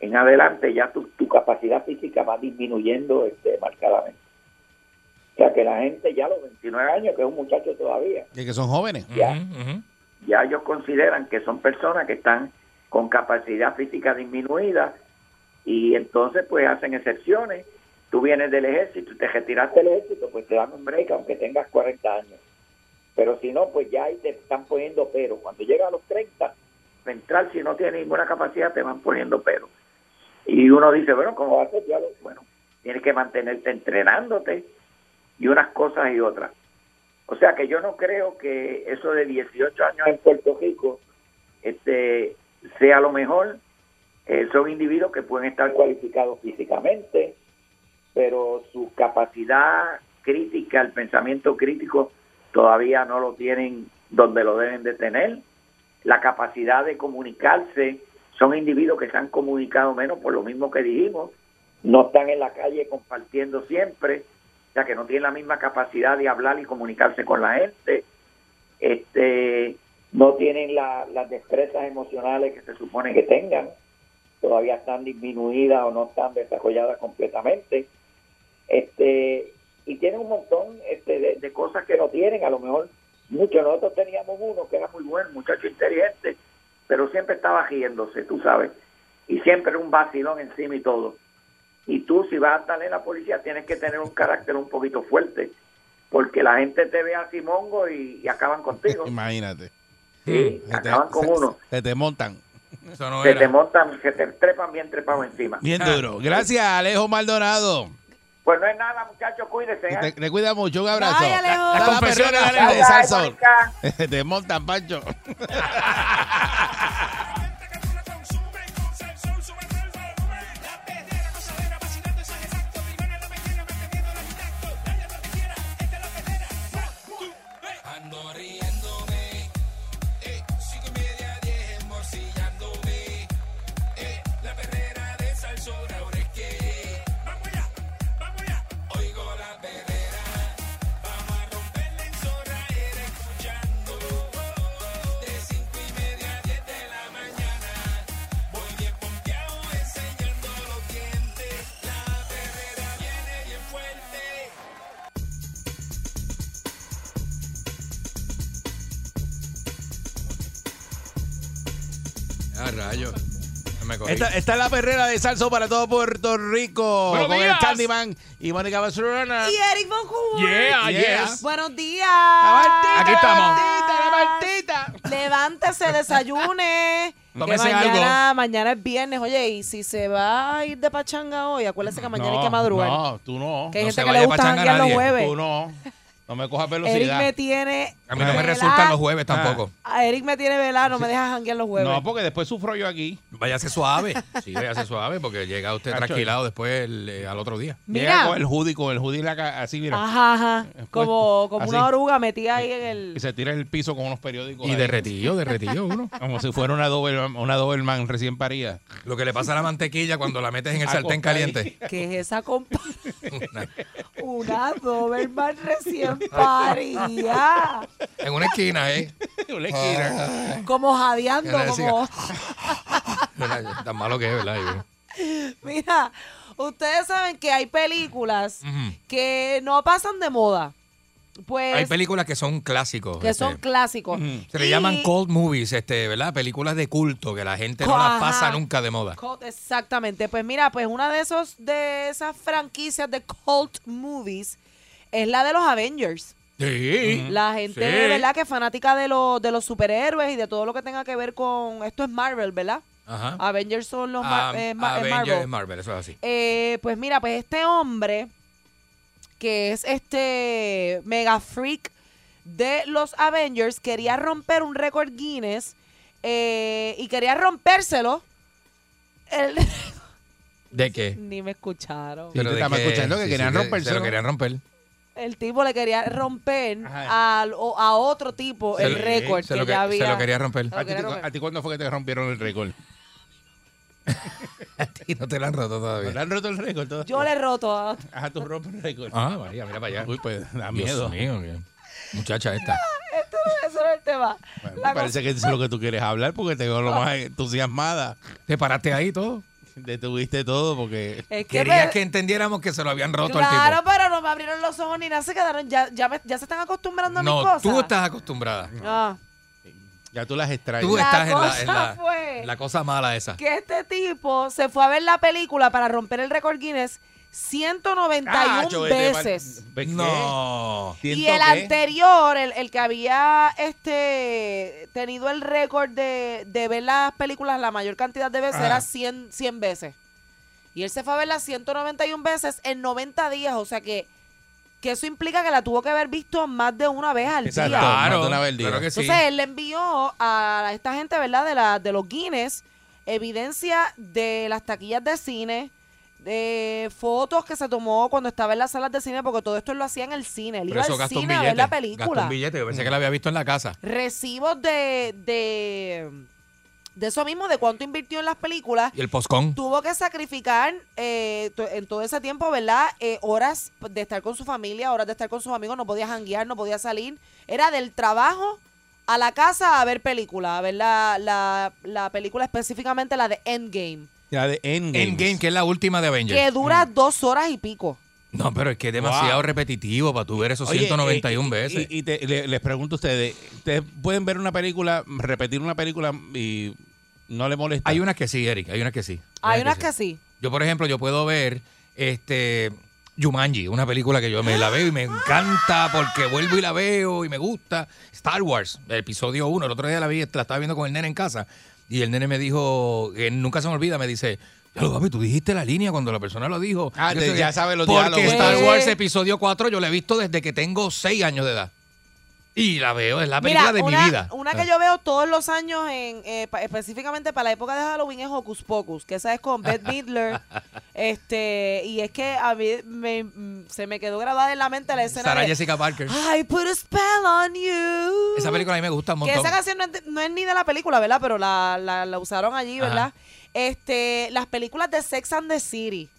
[SPEAKER 12] en adelante, ya tu, tu capacidad física va disminuyendo este, marcadamente. O sea que la gente ya a los 29 años, que es un muchacho todavía,
[SPEAKER 13] Y que son jóvenes.
[SPEAKER 12] Ya. ya ellos consideran que son personas que están con capacidad física disminuida y entonces pues hacen excepciones. Tú vienes del ejército, te retiraste del ejército, pues te dan un break aunque tengas 40 años. Pero si no, pues ya ahí te están poniendo pero. Cuando llegas a los 30, central si no tienes ninguna capacidad te van poniendo pero. Y uno dice, bueno, ¿cómo va a ser? Ya lo- Bueno, tienes que mantenerte entrenándote y unas cosas y otras. O sea que yo no creo que eso de 18 años en Puerto Rico este, sea lo mejor. Eh, son individuos que pueden estar cualificados físicamente, pero su capacidad crítica, el pensamiento crítico, todavía no lo tienen donde lo deben de tener. La capacidad de comunicarse, son individuos que se han comunicado menos por lo mismo que dijimos, no están en la calle compartiendo siempre, o sea que no tienen la misma capacidad de hablar y comunicarse con la gente, este, no tienen la- las destrezas emocionales que se supone que tengan, todavía están disminuidas o no están desarrolladas completamente, este, y tienen un montón este, de, de cosas que no tienen, a lo mejor muchos nosotros teníamos uno que era muy bueno, muchacho inteligente, pero siempre estaba riéndose, tú sabes, y siempre era un vacilón encima y todo. Y tú, si vas a estar en la policía, tienes que tener un carácter un poquito fuerte, porque la gente te ve así mongo y, y acaban contigo.
[SPEAKER 13] Imagínate.
[SPEAKER 12] Sí,
[SPEAKER 13] Se te-
[SPEAKER 12] acaban con
[SPEAKER 13] se-
[SPEAKER 12] uno.
[SPEAKER 13] Se te montan.
[SPEAKER 12] se te montan, se te trepan bien trepado encima.
[SPEAKER 13] Bien
[SPEAKER 2] Ah.
[SPEAKER 13] duro. Gracias, Alejo Maldonado.
[SPEAKER 12] Pues no es nada, muchachos, cuídense. ¿eh?
[SPEAKER 13] Te, te cuida mucho. Un abrazo.
[SPEAKER 12] Bye, Alejo. Las
[SPEAKER 13] Dale,
[SPEAKER 12] confesiones,
[SPEAKER 13] perrera,
[SPEAKER 12] Alejo.
[SPEAKER 13] de Salsón.
[SPEAKER 12] Bye, Mónica.
[SPEAKER 13] *laughs* Te montan, Pancho.
[SPEAKER 8] Ando riéndome, eh, cinco y media, diez, morcillándome, eh, la perrera de salsora, ahora es que, vamos allá, vamos allá, oigo la perrera, vamos a romperla en zorra, era escuchando, de cinco y media a diez de la mañana, voy bien pompeado enseñando los dientes, la perrera viene bien fuerte.
[SPEAKER 3] Ah, rayos. Me cogí.
[SPEAKER 13] Esta, esta es la perrera de salso para todo Puerto Rico.
[SPEAKER 3] Buenos
[SPEAKER 13] con
[SPEAKER 3] días.
[SPEAKER 13] el Candyman y Mónica Basurana.
[SPEAKER 14] Y Eric Boncourt.
[SPEAKER 13] Yeah, Yes. yeah.
[SPEAKER 14] Buenos días.
[SPEAKER 13] Aquí estamos.
[SPEAKER 14] Levántese,
[SPEAKER 13] *laughs*
[SPEAKER 14] desayune. que
[SPEAKER 8] Tómese
[SPEAKER 14] mañana, mañana es viernes. Oye, y si se va a ir de pachanga hoy, acuérdese que mañana hay que madrugar.
[SPEAKER 13] No, tú no.
[SPEAKER 14] Que hay
[SPEAKER 13] No
[SPEAKER 14] gente
[SPEAKER 13] se
[SPEAKER 14] que le
[SPEAKER 13] vaya
[SPEAKER 14] gusta
[SPEAKER 13] pachanga
[SPEAKER 14] janguear los
[SPEAKER 13] nadie.
[SPEAKER 14] jueves.
[SPEAKER 13] Tú no.
[SPEAKER 2] No me cojas
[SPEAKER 1] Eric
[SPEAKER 2] velocidad.
[SPEAKER 1] me tiene.
[SPEAKER 2] A mí no me
[SPEAKER 1] velá-
[SPEAKER 2] resultan los jueves tampoco.
[SPEAKER 1] Ah, Eric me tiene velado, no me deja janguear los jueves.
[SPEAKER 2] No, porque después sufro yo aquí.
[SPEAKER 3] Váyase suave. Sí, váyase suave porque llega usted
[SPEAKER 2] Cacho,
[SPEAKER 3] tranquilado después el, eh, al otro día.
[SPEAKER 1] Mira. Llega con
[SPEAKER 2] el hoodie, con el hoodie la ca- así, mira.
[SPEAKER 1] Ajá, ajá. Como, como
[SPEAKER 2] así.
[SPEAKER 1] una oruga metida ahí en el.
[SPEAKER 2] Y se tira en el piso con unos periódicos.
[SPEAKER 3] Y
[SPEAKER 2] ahí.
[SPEAKER 3] derretido,
[SPEAKER 2] *laughs*
[SPEAKER 3] derretido uno.
[SPEAKER 2] Como si fuera una Doberman, una Doberman recién parida.
[SPEAKER 3] Lo que le pasa a la mantequilla cuando la metes en el sartén
[SPEAKER 2] Acostada ahí.
[SPEAKER 3] caliente.
[SPEAKER 1] ¿Qué es esa compa? Una Doberman recién parida.
[SPEAKER 3] En una esquina,
[SPEAKER 13] *laughs*
[SPEAKER 3] ¿eh? Ah.
[SPEAKER 2] una
[SPEAKER 3] esquina.
[SPEAKER 1] Como jadeando,
[SPEAKER 3] Que le decía.
[SPEAKER 1] como. *laughs*
[SPEAKER 3] Tan malo que es, ¿verdad? Yo-
[SPEAKER 1] Mira, ustedes saben que hay películas
[SPEAKER 3] Ujú.
[SPEAKER 1] que no pasan de moda. Pues.
[SPEAKER 3] Hay películas que son clásicos.
[SPEAKER 1] que
[SPEAKER 3] este, Mm.
[SPEAKER 1] son clásicos.
[SPEAKER 3] Se le
[SPEAKER 1] Y-
[SPEAKER 3] llaman cult movies, este, ¿verdad? Películas de culto que la gente no
[SPEAKER 1] Ajá.
[SPEAKER 3] las pasa nunca de moda.
[SPEAKER 1] Cult, exactamente. Pues mira, pues una de esos de esas franquicias de cult movies es la de los Avengers.
[SPEAKER 3] Sí.
[SPEAKER 1] La gente,
[SPEAKER 3] Sí.
[SPEAKER 1] ¿verdad? Que es fanática de, los de los superhéroes y de todo lo que tenga que ver con... Esto es Marvel, ¿verdad?
[SPEAKER 3] Ajá.
[SPEAKER 1] Avengers son los...
[SPEAKER 3] Ah,
[SPEAKER 1] Mar- eh, ma- eh,
[SPEAKER 3] Avengers
[SPEAKER 1] Marvel.
[SPEAKER 3] es Marvel, eso es así.
[SPEAKER 1] Eh, pues mira, pues este hombre, que es este mega freak de los Avengers, quería romper un récord Guinness eh, y quería rompérselo. *laughs* Él-
[SPEAKER 3] ¿De qué?
[SPEAKER 1] ni me escucharon.
[SPEAKER 2] Sí, te
[SPEAKER 3] de
[SPEAKER 2] estaba
[SPEAKER 3] qué?
[SPEAKER 2] escuchando que querían
[SPEAKER 3] Se
[SPEAKER 2] rompérselo.
[SPEAKER 3] lo querían romper.
[SPEAKER 1] El tipo le quería romper al- o- a, otro tipo
[SPEAKER 3] Se
[SPEAKER 1] el
[SPEAKER 3] lo-
[SPEAKER 1] récord
[SPEAKER 3] se
[SPEAKER 1] que
[SPEAKER 3] lo que-
[SPEAKER 1] ya
[SPEAKER 3] se
[SPEAKER 1] había.
[SPEAKER 3] lo quería romper.
[SPEAKER 1] Se lo
[SPEAKER 2] ¿A ti,
[SPEAKER 1] quería
[SPEAKER 2] te-
[SPEAKER 1] romper.
[SPEAKER 2] a ti cuándo fue que te rompieron el *laughs* récord?
[SPEAKER 3] Y no te la han roto todavía.
[SPEAKER 2] ¿No te han roto el récord? todavía?
[SPEAKER 1] Yo le he roto a *laughs*
[SPEAKER 2] Ajá, tú rompes el récord.
[SPEAKER 3] Ah, María, mira para allá.
[SPEAKER 2] Uy, pues da
[SPEAKER 3] Dios
[SPEAKER 2] miedo.
[SPEAKER 3] mío, qué- muchacha esta.
[SPEAKER 1] Esto no eso no es el tema. La
[SPEAKER 2] Parece que es lo que tú quieres hablar porque te veo lo
[SPEAKER 1] *laughs*
[SPEAKER 2] más entusiasmada.
[SPEAKER 3] ¿Te paraste ahí todo?
[SPEAKER 2] Detuviste todo porque...
[SPEAKER 1] Es que
[SPEAKER 3] Querías
[SPEAKER 1] me-
[SPEAKER 3] que entendiéramos que se lo habían roto al
[SPEAKER 1] Claro,
[SPEAKER 3] tipo.
[SPEAKER 1] pero no me abrieron los ojos ni nada, se quedaron, ya, ya, me- ya se están acostumbrando a mis
[SPEAKER 3] No,
[SPEAKER 1] cosas.
[SPEAKER 3] tú estás acostumbrada.
[SPEAKER 1] Ah.
[SPEAKER 2] Ya tú las extrañas.
[SPEAKER 3] Tú
[SPEAKER 1] La
[SPEAKER 3] estás en la,
[SPEAKER 1] cosa
[SPEAKER 3] en la-
[SPEAKER 1] fue-
[SPEAKER 3] la cosa mala esa.
[SPEAKER 1] que este tipo se fue a ver la película para romper el récord Guinness 191
[SPEAKER 3] Ah,
[SPEAKER 2] Cacho, este mal-
[SPEAKER 1] veces.
[SPEAKER 2] ¿Ves qué?
[SPEAKER 3] No.
[SPEAKER 1] Y
[SPEAKER 2] Siento
[SPEAKER 1] el
[SPEAKER 2] que-
[SPEAKER 1] anterior, el, el que había este tenido el récord de, de ver las películas la mayor cantidad de veces
[SPEAKER 3] Ajá.
[SPEAKER 1] era 100, 100 veces. Y él se fue a verlas 191 veces en 90 días. O sea que, que eso implica que la tuvo que haber visto más de una vez al
[SPEAKER 2] Exacto,
[SPEAKER 1] día.
[SPEAKER 2] más
[SPEAKER 3] Claro,
[SPEAKER 2] de una vez al día.
[SPEAKER 3] claro que sí.
[SPEAKER 1] Entonces él le envió a esta gente, ¿verdad? De, la, de los Guinness, evidencia de las taquillas de cine, de fotos que se tomó cuando estaba en las salas de cine, porque todo esto él lo hacía en el cine. Él
[SPEAKER 3] Por
[SPEAKER 1] iba
[SPEAKER 3] eso
[SPEAKER 1] al
[SPEAKER 3] gastó un
[SPEAKER 1] cine a
[SPEAKER 3] billete.
[SPEAKER 1] ver la
[SPEAKER 3] Gastó
[SPEAKER 1] película.
[SPEAKER 3] un billete. Yo pensé
[SPEAKER 2] Mm.
[SPEAKER 3] que la había visto en la casa.
[SPEAKER 1] Recibos de, de, de eso mismo, de cuánto invirtió en las películas.
[SPEAKER 3] Y el poscón.
[SPEAKER 1] Tuvo que sacrificar eh, to- en todo ese tiempo, ¿verdad? Eh, horas de estar con su familia, horas de estar con sus amigos, no podía janguear, no podía salir. Era del trabajo a la casa a ver película, a ver la, la, la película específicamente la de Endgame,
[SPEAKER 2] Ya de Endgame.
[SPEAKER 3] Endgame, que es la última de Avengers.
[SPEAKER 1] que dura dos horas y pico.
[SPEAKER 3] No, pero es que es demasiado
[SPEAKER 2] Wow.
[SPEAKER 3] repetitivo para tú ver esos
[SPEAKER 2] Oye, eh,
[SPEAKER 3] 191
[SPEAKER 2] y- y-
[SPEAKER 3] veces.
[SPEAKER 2] Y, y te- le- les pregunto a ustedes, ¿ustedes pueden ver una película, repetir una película y no le molesta?
[SPEAKER 3] hay unas que sí, Eric, hay unas que sí.
[SPEAKER 1] Hay unas que sí.
[SPEAKER 3] Yo, por ejemplo, yo puedo ver este Jumanji, una película que yo me la veo y me encanta porque vuelvo y la veo y me gusta. Star Wars, episodio 1, el otro día la vi, la estaba viendo con el nene en casa y el nene me dijo, que nunca se me olvida, me dice, ya lo papi, tú dijiste la línea cuando la persona lo dijo.
[SPEAKER 2] Ah,
[SPEAKER 3] Yo
[SPEAKER 2] te-
[SPEAKER 3] sé que-
[SPEAKER 2] ya sabes los
[SPEAKER 3] Porque
[SPEAKER 2] diálogos.
[SPEAKER 3] Star
[SPEAKER 1] Eh.
[SPEAKER 3] Wars episodio 4 yo la he visto desde que tengo 6 años de edad. Y la veo, es la película
[SPEAKER 1] Mira,
[SPEAKER 3] de
[SPEAKER 1] una,
[SPEAKER 3] mi vida. Ah.
[SPEAKER 1] una que yo veo todos los años, en, eh, pa- específicamente para la época de Halloween, es Hocus Pocus, que esa es con Beth
[SPEAKER 3] *laughs*
[SPEAKER 1] Midler. este, y es que a mí me- mm, se me quedó grabada en la mente la escena
[SPEAKER 3] Sara
[SPEAKER 1] de
[SPEAKER 3] Jessica Parker.
[SPEAKER 1] I put a spell on you.
[SPEAKER 3] Esa película a mí me gusta un
[SPEAKER 1] Que
[SPEAKER 3] montón.
[SPEAKER 1] esa canción no es, de- no es ni de la película, ¿verdad? Pero la, la, la usaron allí,
[SPEAKER 3] Ajá.
[SPEAKER 1] ¿verdad? Este, las películas de Sex and the City.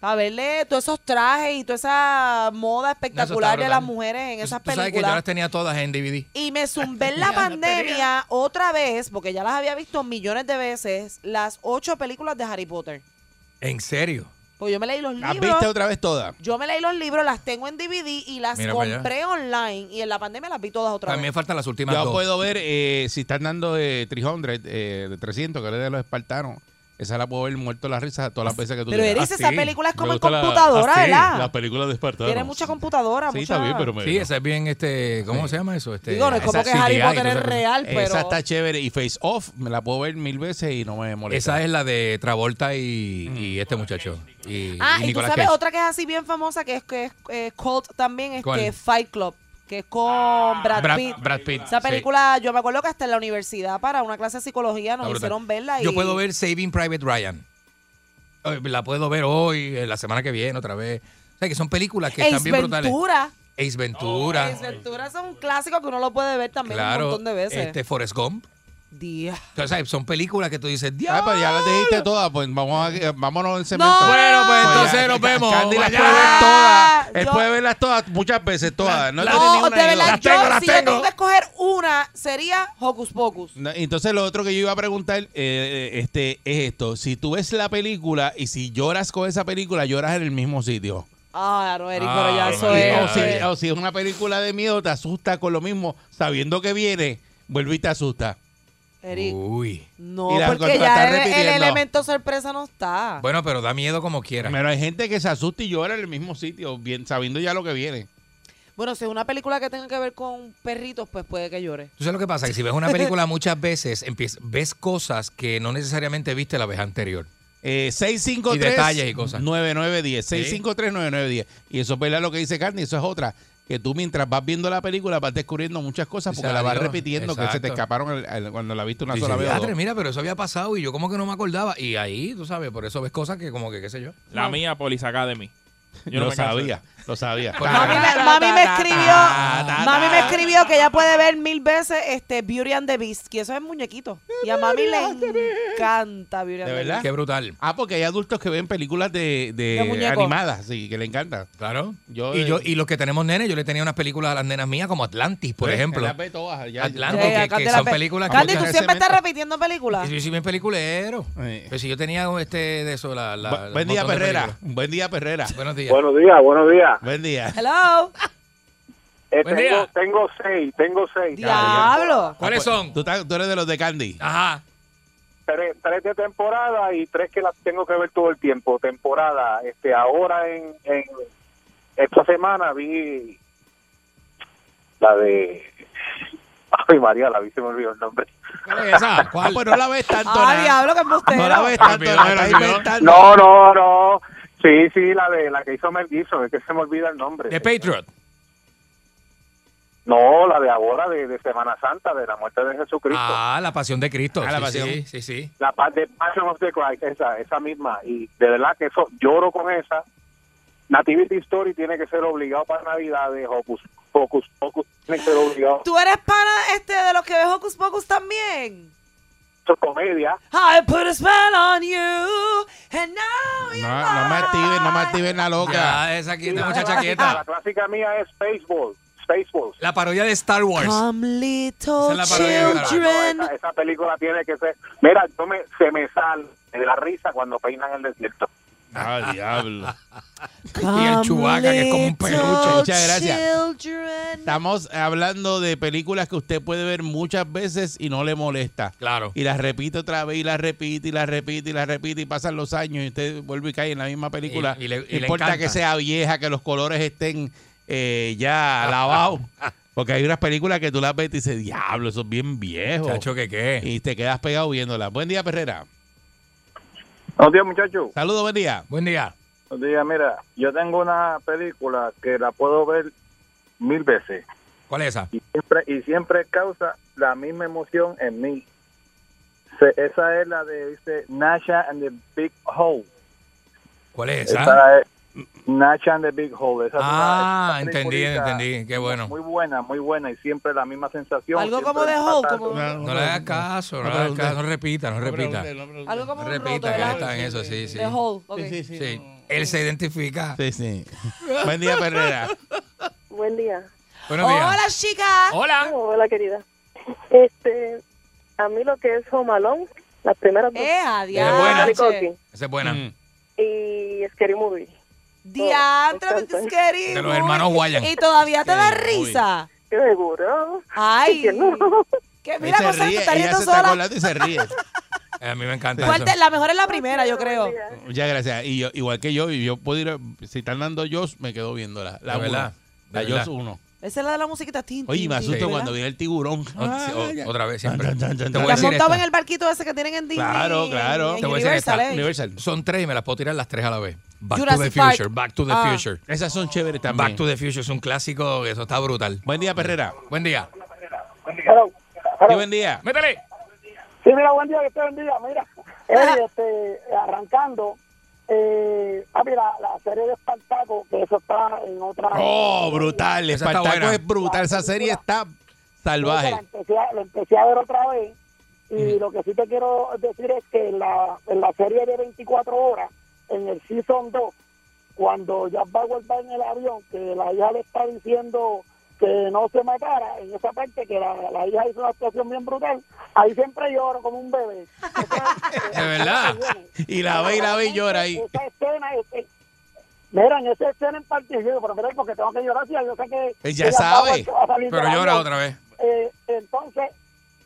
[SPEAKER 1] A verle todos esos trajes y toda esa moda espectacular de
[SPEAKER 3] brutal.
[SPEAKER 1] las mujeres en esas
[SPEAKER 3] Tú sabes que yo
[SPEAKER 1] películas.
[SPEAKER 3] las tenía todas en DVD.
[SPEAKER 1] Y me zumbé en la pandemia otra vez, porque ya las había visto millones de veces, las ocho películas de Harry Potter.
[SPEAKER 3] ¿En serio?
[SPEAKER 1] Pues yo me leí los
[SPEAKER 2] ¿Las
[SPEAKER 1] libros.
[SPEAKER 2] viste otra vez todas?
[SPEAKER 1] Yo me leí los libros, las tengo en DVD y las
[SPEAKER 3] Mira para allá.
[SPEAKER 1] compré online. Y en la pandemia las vi todas otra
[SPEAKER 3] También
[SPEAKER 1] vez.
[SPEAKER 3] faltan las últimas
[SPEAKER 2] Yo
[SPEAKER 3] dos.
[SPEAKER 2] puedo ver, eh, si están dando eh, 300, eh, de 300, que le de los espartanos, Esa la puedo ver muerto la risa todas las veces que tú
[SPEAKER 1] Pero,
[SPEAKER 2] quieras.
[SPEAKER 3] Ah,
[SPEAKER 1] Eris, esa película es
[SPEAKER 2] Me
[SPEAKER 1] como en
[SPEAKER 2] gusta la- ah,
[SPEAKER 1] computadora, ¿verdad?
[SPEAKER 2] La película de Espartano.
[SPEAKER 1] Tiene mucha computadora, mucha...
[SPEAKER 3] Sí, esa es bien, este, ¿cómo se llama eso? Este,
[SPEAKER 1] Ah, Digo, no es como
[SPEAKER 3] esa
[SPEAKER 1] que Harry
[SPEAKER 3] CGI,
[SPEAKER 1] Potter es
[SPEAKER 3] entonces-
[SPEAKER 1] real, pero...
[SPEAKER 2] Esa está chévere. Y Face Off, me la puedo ver mil veces y no me molesta.
[SPEAKER 3] Esa es la de Travolta y, y este muchacho. Y,
[SPEAKER 1] Ah,
[SPEAKER 3] y
[SPEAKER 1] y, tú
[SPEAKER 3] Nicolas
[SPEAKER 1] sabes
[SPEAKER 3] Cage.
[SPEAKER 1] otra que es así bien famosa, que es que es eh, cult también, es
[SPEAKER 3] ¿Cuál?
[SPEAKER 1] que Fight Club, que es con Brad,
[SPEAKER 3] Brad-
[SPEAKER 1] Pitt.
[SPEAKER 3] Brad Pitt,
[SPEAKER 1] Esa
[SPEAKER 3] sí.
[SPEAKER 1] película, yo me acuerdo que hasta en la universidad para una clase de psicología nos
[SPEAKER 3] Está brutal.
[SPEAKER 1] hicieron verla. Y...
[SPEAKER 3] Yo puedo ver Saving Private Ryan. Eh, La puedo ver hoy, eh, la semana que viene, otra vez. O sea, que son películas que
[SPEAKER 1] Ace
[SPEAKER 3] están bien brutales.
[SPEAKER 1] Ventura. Oh,
[SPEAKER 3] Ace Ventura.
[SPEAKER 1] Ace Ventura es un clásico que uno lo puede ver también
[SPEAKER 3] claro.
[SPEAKER 1] un montón de veces.
[SPEAKER 3] Este, Forrest Gump.
[SPEAKER 1] Día.
[SPEAKER 3] O sea, son películas que tú dices,
[SPEAKER 2] Ah,
[SPEAKER 3] diablo.
[SPEAKER 2] pero ya las dijiste todas, pues vamos
[SPEAKER 1] eh,
[SPEAKER 2] a, vámonos en cemento.
[SPEAKER 3] Bueno, pues entonces
[SPEAKER 2] ya,
[SPEAKER 3] nos
[SPEAKER 2] Ca-
[SPEAKER 3] vemos.
[SPEAKER 2] Candy las
[SPEAKER 3] Vaya.
[SPEAKER 2] puede ver todas. Él puede verlas todas, muchas veces todas. No,
[SPEAKER 1] Ah, No,
[SPEAKER 2] tiene ninguna
[SPEAKER 1] de
[SPEAKER 2] duda.
[SPEAKER 1] verdad, yo, si yo tengo que escoger una, sería Hocus Pocus.
[SPEAKER 2] No, Entonces lo otro que yo iba a preguntar eh, este, es esto. Si tú ves la película y si lloras con esa película, lloras en el mismo sitio.
[SPEAKER 1] Ah, no, Eric, pero ya eso
[SPEAKER 2] O
[SPEAKER 1] es. este
[SPEAKER 2] si, o si es una película de miedo, te asusta con lo mismo, sabiendo que viene, vuelve y te asusta.
[SPEAKER 1] Eric,
[SPEAKER 3] Uy.
[SPEAKER 1] no,
[SPEAKER 2] Y la-
[SPEAKER 1] porque
[SPEAKER 2] la
[SPEAKER 1] ya
[SPEAKER 2] estás
[SPEAKER 1] el- el,
[SPEAKER 2] repitiendo.
[SPEAKER 1] elemento sorpresa no está.
[SPEAKER 3] Bueno, pero da miedo como quiera.
[SPEAKER 2] Pero hay gente que se asusta y llora en el mismo sitio, bien, sabiendo ya lo que viene.
[SPEAKER 1] Bueno, si es una película que tenga que ver con perritos, pues puede que llore.
[SPEAKER 3] ¿Tú sabes lo que pasa? Que si ves una
[SPEAKER 1] *laughs*
[SPEAKER 3] película muchas veces, empiezas, ves cosas que no necesariamente viste la vez anterior.
[SPEAKER 2] Eh, 653
[SPEAKER 3] Y detalles y cosas.
[SPEAKER 2] 9910
[SPEAKER 3] Sí.
[SPEAKER 2] 653 9910 y eso es verdad lo que dice Candy eso es otra que tú mientras vas viendo la película vas descubriendo muchas cosas porque
[SPEAKER 3] Dice,
[SPEAKER 2] la vas
[SPEAKER 3] adiós.
[SPEAKER 2] repitiendo que se te
[SPEAKER 3] Exacto.
[SPEAKER 2] escaparon al- al- cuando la viste una
[SPEAKER 3] Tú
[SPEAKER 2] sola
[SPEAKER 3] dices,
[SPEAKER 2] vez o
[SPEAKER 3] "Diatre,
[SPEAKER 2] dos".
[SPEAKER 3] mira, pero eso había pasado y yo como que no me acordaba. Y ahí, tú sabes, por eso ves cosas que como que, qué sé yo.
[SPEAKER 5] La mía, Police Academy.
[SPEAKER 2] Lo
[SPEAKER 5] me canso de-
[SPEAKER 2] sabía, lo sabía.
[SPEAKER 1] Mami me, mami me escribió, mami me escribió que ella puede ver mil veces este Beauty and the Beast, que eso es muñequito. Y a mami le encanta Beauty and
[SPEAKER 2] de
[SPEAKER 1] the
[SPEAKER 2] verdad
[SPEAKER 1] Beast.
[SPEAKER 3] qué brutal
[SPEAKER 2] ah porque hay adultos que ven películas de, de
[SPEAKER 1] De muñecos.
[SPEAKER 2] animadas sí que le encanta
[SPEAKER 3] claro
[SPEAKER 2] yo eh,
[SPEAKER 3] Y, yo, y los que tenemos nenes, yo le tenía unas películas a las nenas mías como Atlantis, por
[SPEAKER 2] Sí,
[SPEAKER 3] ejemplo.
[SPEAKER 2] él eh, las ve todas, ya-
[SPEAKER 1] Eh,
[SPEAKER 3] Atlantis,
[SPEAKER 2] Sí,
[SPEAKER 3] que- que,
[SPEAKER 2] Candy
[SPEAKER 1] las
[SPEAKER 3] son
[SPEAKER 1] ve.
[SPEAKER 3] películas que
[SPEAKER 1] Candy, tú
[SPEAKER 3] muchas-
[SPEAKER 1] siempre estás repitiendo películas.
[SPEAKER 3] Yo soy bien peliculero. Pero si yo tenía este de eso, la... la-
[SPEAKER 2] Bu- buen
[SPEAKER 3] un
[SPEAKER 2] día
[SPEAKER 3] montón de
[SPEAKER 2] Perrera
[SPEAKER 3] películas.
[SPEAKER 2] buen día Perrera
[SPEAKER 3] buenos días
[SPEAKER 15] Buenos días, buenos días.
[SPEAKER 2] buen día
[SPEAKER 1] Hello.
[SPEAKER 15] Eh,
[SPEAKER 2] Buen
[SPEAKER 15] tengo,
[SPEAKER 2] día.
[SPEAKER 15] tengo seis, tengo seis.
[SPEAKER 1] Diablo.
[SPEAKER 3] Ah, ¿Cuáles son?
[SPEAKER 2] Ah, pues, tú, estás- tú eres de los de Candy
[SPEAKER 3] Ajá.
[SPEAKER 15] Tres, tres de temporada y tres que las tengo que ver todo el tiempo. Temporada, este, ahora en, en esta semana vi la de... Ay, María, la vi, se me olvidó el nombre.
[SPEAKER 3] ¿Cuál es esa?
[SPEAKER 2] ah
[SPEAKER 3] ¿Cuál? Ah,
[SPEAKER 2] pues no la ves tanto
[SPEAKER 1] Ah,
[SPEAKER 2] na.
[SPEAKER 1] diablo, que
[SPEAKER 2] no
[SPEAKER 1] embustero.
[SPEAKER 2] la ves tanto
[SPEAKER 3] Olvidó,
[SPEAKER 2] na, la estás
[SPEAKER 3] olvidó.
[SPEAKER 2] inventando.
[SPEAKER 15] No, no, no. Sí, sí, la de la que hizo Mel Gibson, es que se me olvida el nombre.
[SPEAKER 3] The Patriot.
[SPEAKER 15] No, la de ahora, de, de Semana Santa, de la muerte de Jesucristo.
[SPEAKER 3] Ah, La Pasión de Cristo.
[SPEAKER 2] Ah, La
[SPEAKER 3] Sí,
[SPEAKER 2] Pasión.
[SPEAKER 3] Sí, sí, sí.
[SPEAKER 15] La paz de Passion of the Christ, esa, esa misma. Y de verdad que eso, lloro con esa. Nativity Story tiene que ser obligado para Navidades. Hocus Pocus, Pocus tiene que ser obligado.
[SPEAKER 1] Tú eres pana este de los que ves Hocus Pocus también.
[SPEAKER 15] Eso es comedia.
[SPEAKER 1] I put a spell on you and now you're
[SPEAKER 2] No, no me activen, no me activen la loca.
[SPEAKER 3] Ya, esa aquí,
[SPEAKER 15] Y
[SPEAKER 3] la
[SPEAKER 15] la
[SPEAKER 3] muchacha
[SPEAKER 15] clásica-
[SPEAKER 3] quieta.
[SPEAKER 15] La clásica mía es Spaceball. Spaceballs.
[SPEAKER 3] La parodia de Star Wars.
[SPEAKER 1] Come little
[SPEAKER 3] Esa es la parodia de Star Wars.
[SPEAKER 1] children.
[SPEAKER 15] No, esa, esa película tiene que ser. Mira, yo me, se me sale de la risa cuando peinan el desierto.
[SPEAKER 2] Ah, diablo.
[SPEAKER 3] *laughs* Y el Chewbacca, que es como un peluche.
[SPEAKER 2] Muchas gracias. Estamos hablando de películas que usted puede ver muchas veces y no le molesta.
[SPEAKER 3] Claro.
[SPEAKER 2] Y las repite otra vez, y las repite, y las repite, y las repite, y pasan los años, y usted vuelve y cae en la misma película.
[SPEAKER 3] Y- y le- y
[SPEAKER 2] No
[SPEAKER 3] le
[SPEAKER 2] importa
[SPEAKER 3] encanta.
[SPEAKER 2] que sea vieja, que los colores estén eh,
[SPEAKER 3] *laughs*
[SPEAKER 2] ya lavados. Porque hay unas películas que tú las ves y te dices, diablo, eso es bien viejo.
[SPEAKER 3] Chacho, que qué.
[SPEAKER 2] Y te quedas pegado viéndolas. Buen día, Perrera.
[SPEAKER 15] Buenos días, muchachos.
[SPEAKER 2] Saludos, buen día.
[SPEAKER 3] Buen día.
[SPEAKER 15] Buenos días, mira. Yo tengo una película que la puedo ver mil veces.
[SPEAKER 3] ¿Cuál es esa?
[SPEAKER 15] y siempre y siempre causa la misma emoción en mí. Se- esa es la de dice Nasha and the Big Hole.
[SPEAKER 3] ¿Cuál es
[SPEAKER 15] Esa
[SPEAKER 3] esa?
[SPEAKER 15] es Nasha and the Big Hole. Esa es
[SPEAKER 3] Ah,
[SPEAKER 15] una- es una
[SPEAKER 3] entendí,
[SPEAKER 15] peliculita
[SPEAKER 3] entendí. Qué bueno.
[SPEAKER 15] Muy buena, muy buena y siempre la misma sensación.
[SPEAKER 1] Algo
[SPEAKER 15] siempre
[SPEAKER 1] como de Hole,
[SPEAKER 15] pasando.
[SPEAKER 1] como-
[SPEAKER 3] No le hagas caso, no, le hagas
[SPEAKER 2] pregunte.
[SPEAKER 3] caso, no repita, no repita.
[SPEAKER 2] pregunte, no pregunte.
[SPEAKER 1] Algo como
[SPEAKER 3] No
[SPEAKER 1] un roto,
[SPEAKER 3] repita, que él
[SPEAKER 1] ¿verdad?
[SPEAKER 3] está en eso, sí, sí.
[SPEAKER 1] The Hole, ok.
[SPEAKER 2] Sí, sí, sí.
[SPEAKER 3] Sí. Él se identifica.
[SPEAKER 2] Sí,
[SPEAKER 14] *laughs*
[SPEAKER 2] sí. Buen día,
[SPEAKER 3] *laughs*
[SPEAKER 2] Perrera.
[SPEAKER 16] Buen día.
[SPEAKER 3] Buenos días.
[SPEAKER 1] Hola, chicas.
[SPEAKER 3] Hola.
[SPEAKER 16] Hola, querida. Este, a mí lo que es Homalón, las primeras dos.
[SPEAKER 1] Eh,
[SPEAKER 3] buena.
[SPEAKER 1] adiante.
[SPEAKER 16] Nicole
[SPEAKER 3] Esa es buena.
[SPEAKER 2] Mm.
[SPEAKER 16] Y Scary Movie.
[SPEAKER 1] Diantre,
[SPEAKER 16] Me encanta.
[SPEAKER 1] querido.
[SPEAKER 3] De los hermanos Guayan.
[SPEAKER 1] Y todavía te da
[SPEAKER 2] Uy.
[SPEAKER 1] risa.
[SPEAKER 16] Qué seguro.
[SPEAKER 1] Ay.
[SPEAKER 16] Que no.
[SPEAKER 1] Que
[SPEAKER 2] Ahí
[SPEAKER 1] mira,
[SPEAKER 2] se
[SPEAKER 1] cosa que
[SPEAKER 2] ríe,
[SPEAKER 14] pues,
[SPEAKER 1] está
[SPEAKER 2] ella
[SPEAKER 1] riendo
[SPEAKER 2] se está
[SPEAKER 1] sola.
[SPEAKER 2] colando y se ríe.
[SPEAKER 3] A mí me encanta.
[SPEAKER 14] ¿Cuál
[SPEAKER 3] eso.
[SPEAKER 14] te- la mejor es la primera, yo creo.
[SPEAKER 2] Muchas gracias. Y yo, igual que yo, y yo puedo ir, a- si están dando Joss, me quedo viéndola. La,
[SPEAKER 3] De
[SPEAKER 2] uno.
[SPEAKER 3] verdad, de
[SPEAKER 2] La
[SPEAKER 3] verdad.
[SPEAKER 2] Joss 1.
[SPEAKER 14] Esa es la de la musiquita tin,
[SPEAKER 2] Oye,
[SPEAKER 14] tin,
[SPEAKER 2] me
[SPEAKER 14] tin,
[SPEAKER 2] asusto
[SPEAKER 14] ¿verdad?
[SPEAKER 2] cuando viene el tiburón. *laughs*
[SPEAKER 14] Ah, ya.
[SPEAKER 3] Otra vez, siempre.
[SPEAKER 2] Te
[SPEAKER 3] voy
[SPEAKER 14] ¿Te
[SPEAKER 3] a
[SPEAKER 14] has
[SPEAKER 3] decir
[SPEAKER 14] montado
[SPEAKER 3] esto.
[SPEAKER 14] en el barquito ese que tienen en Disney? En
[SPEAKER 3] Te voy a decir
[SPEAKER 14] Universal,
[SPEAKER 3] esta.
[SPEAKER 14] ¿eh?
[SPEAKER 3] Son tres y me las puedo tirar las tres a la vez. Back to the
[SPEAKER 14] Jurassic Park.
[SPEAKER 3] Future, Back to the
[SPEAKER 14] Ah.
[SPEAKER 3] Future.
[SPEAKER 2] Esas son chéveres también.
[SPEAKER 3] Back to the Future es un clásico, eso está brutal.
[SPEAKER 2] Buen día, Perrera.
[SPEAKER 3] Buen día.
[SPEAKER 2] Sí, buen día.
[SPEAKER 3] Métele.
[SPEAKER 17] Sí, mira, buen día, que te bendiga. Mira, eh, este, arrancando, eh, ah, mira, la serie de Espartaco, que eso está en otra.
[SPEAKER 2] Oh, brutal.
[SPEAKER 17] Esa está
[SPEAKER 2] Espartaco
[SPEAKER 17] buena.
[SPEAKER 2] es brutal. Esa serie está
[SPEAKER 17] La
[SPEAKER 2] salvaje.
[SPEAKER 17] empecé, a- la empecé a ver otra vez. Y lo que sí te quiero decir es que en la, en la serie de 24 horas, en el Season 2, cuando Jack Bauer va en el avión, que la hija le está diciendo que no se matara, en esa parte que la, la hija hizo una actuación bien brutal, ahí siempre lloro como un bebé.
[SPEAKER 2] De verdad. *laughs* Y la ve y la ve y llora ahí.
[SPEAKER 17] Esa escena, este, mira, en esa escena en particular, pero mira, porque tengo que llorar, si yo sé que... que
[SPEAKER 2] Pues Ya
[SPEAKER 17] Jack
[SPEAKER 2] sabe.
[SPEAKER 17] Bauer va a salir del
[SPEAKER 3] Pero llora
[SPEAKER 17] avión.
[SPEAKER 3] otra vez.
[SPEAKER 17] Eh, entonces,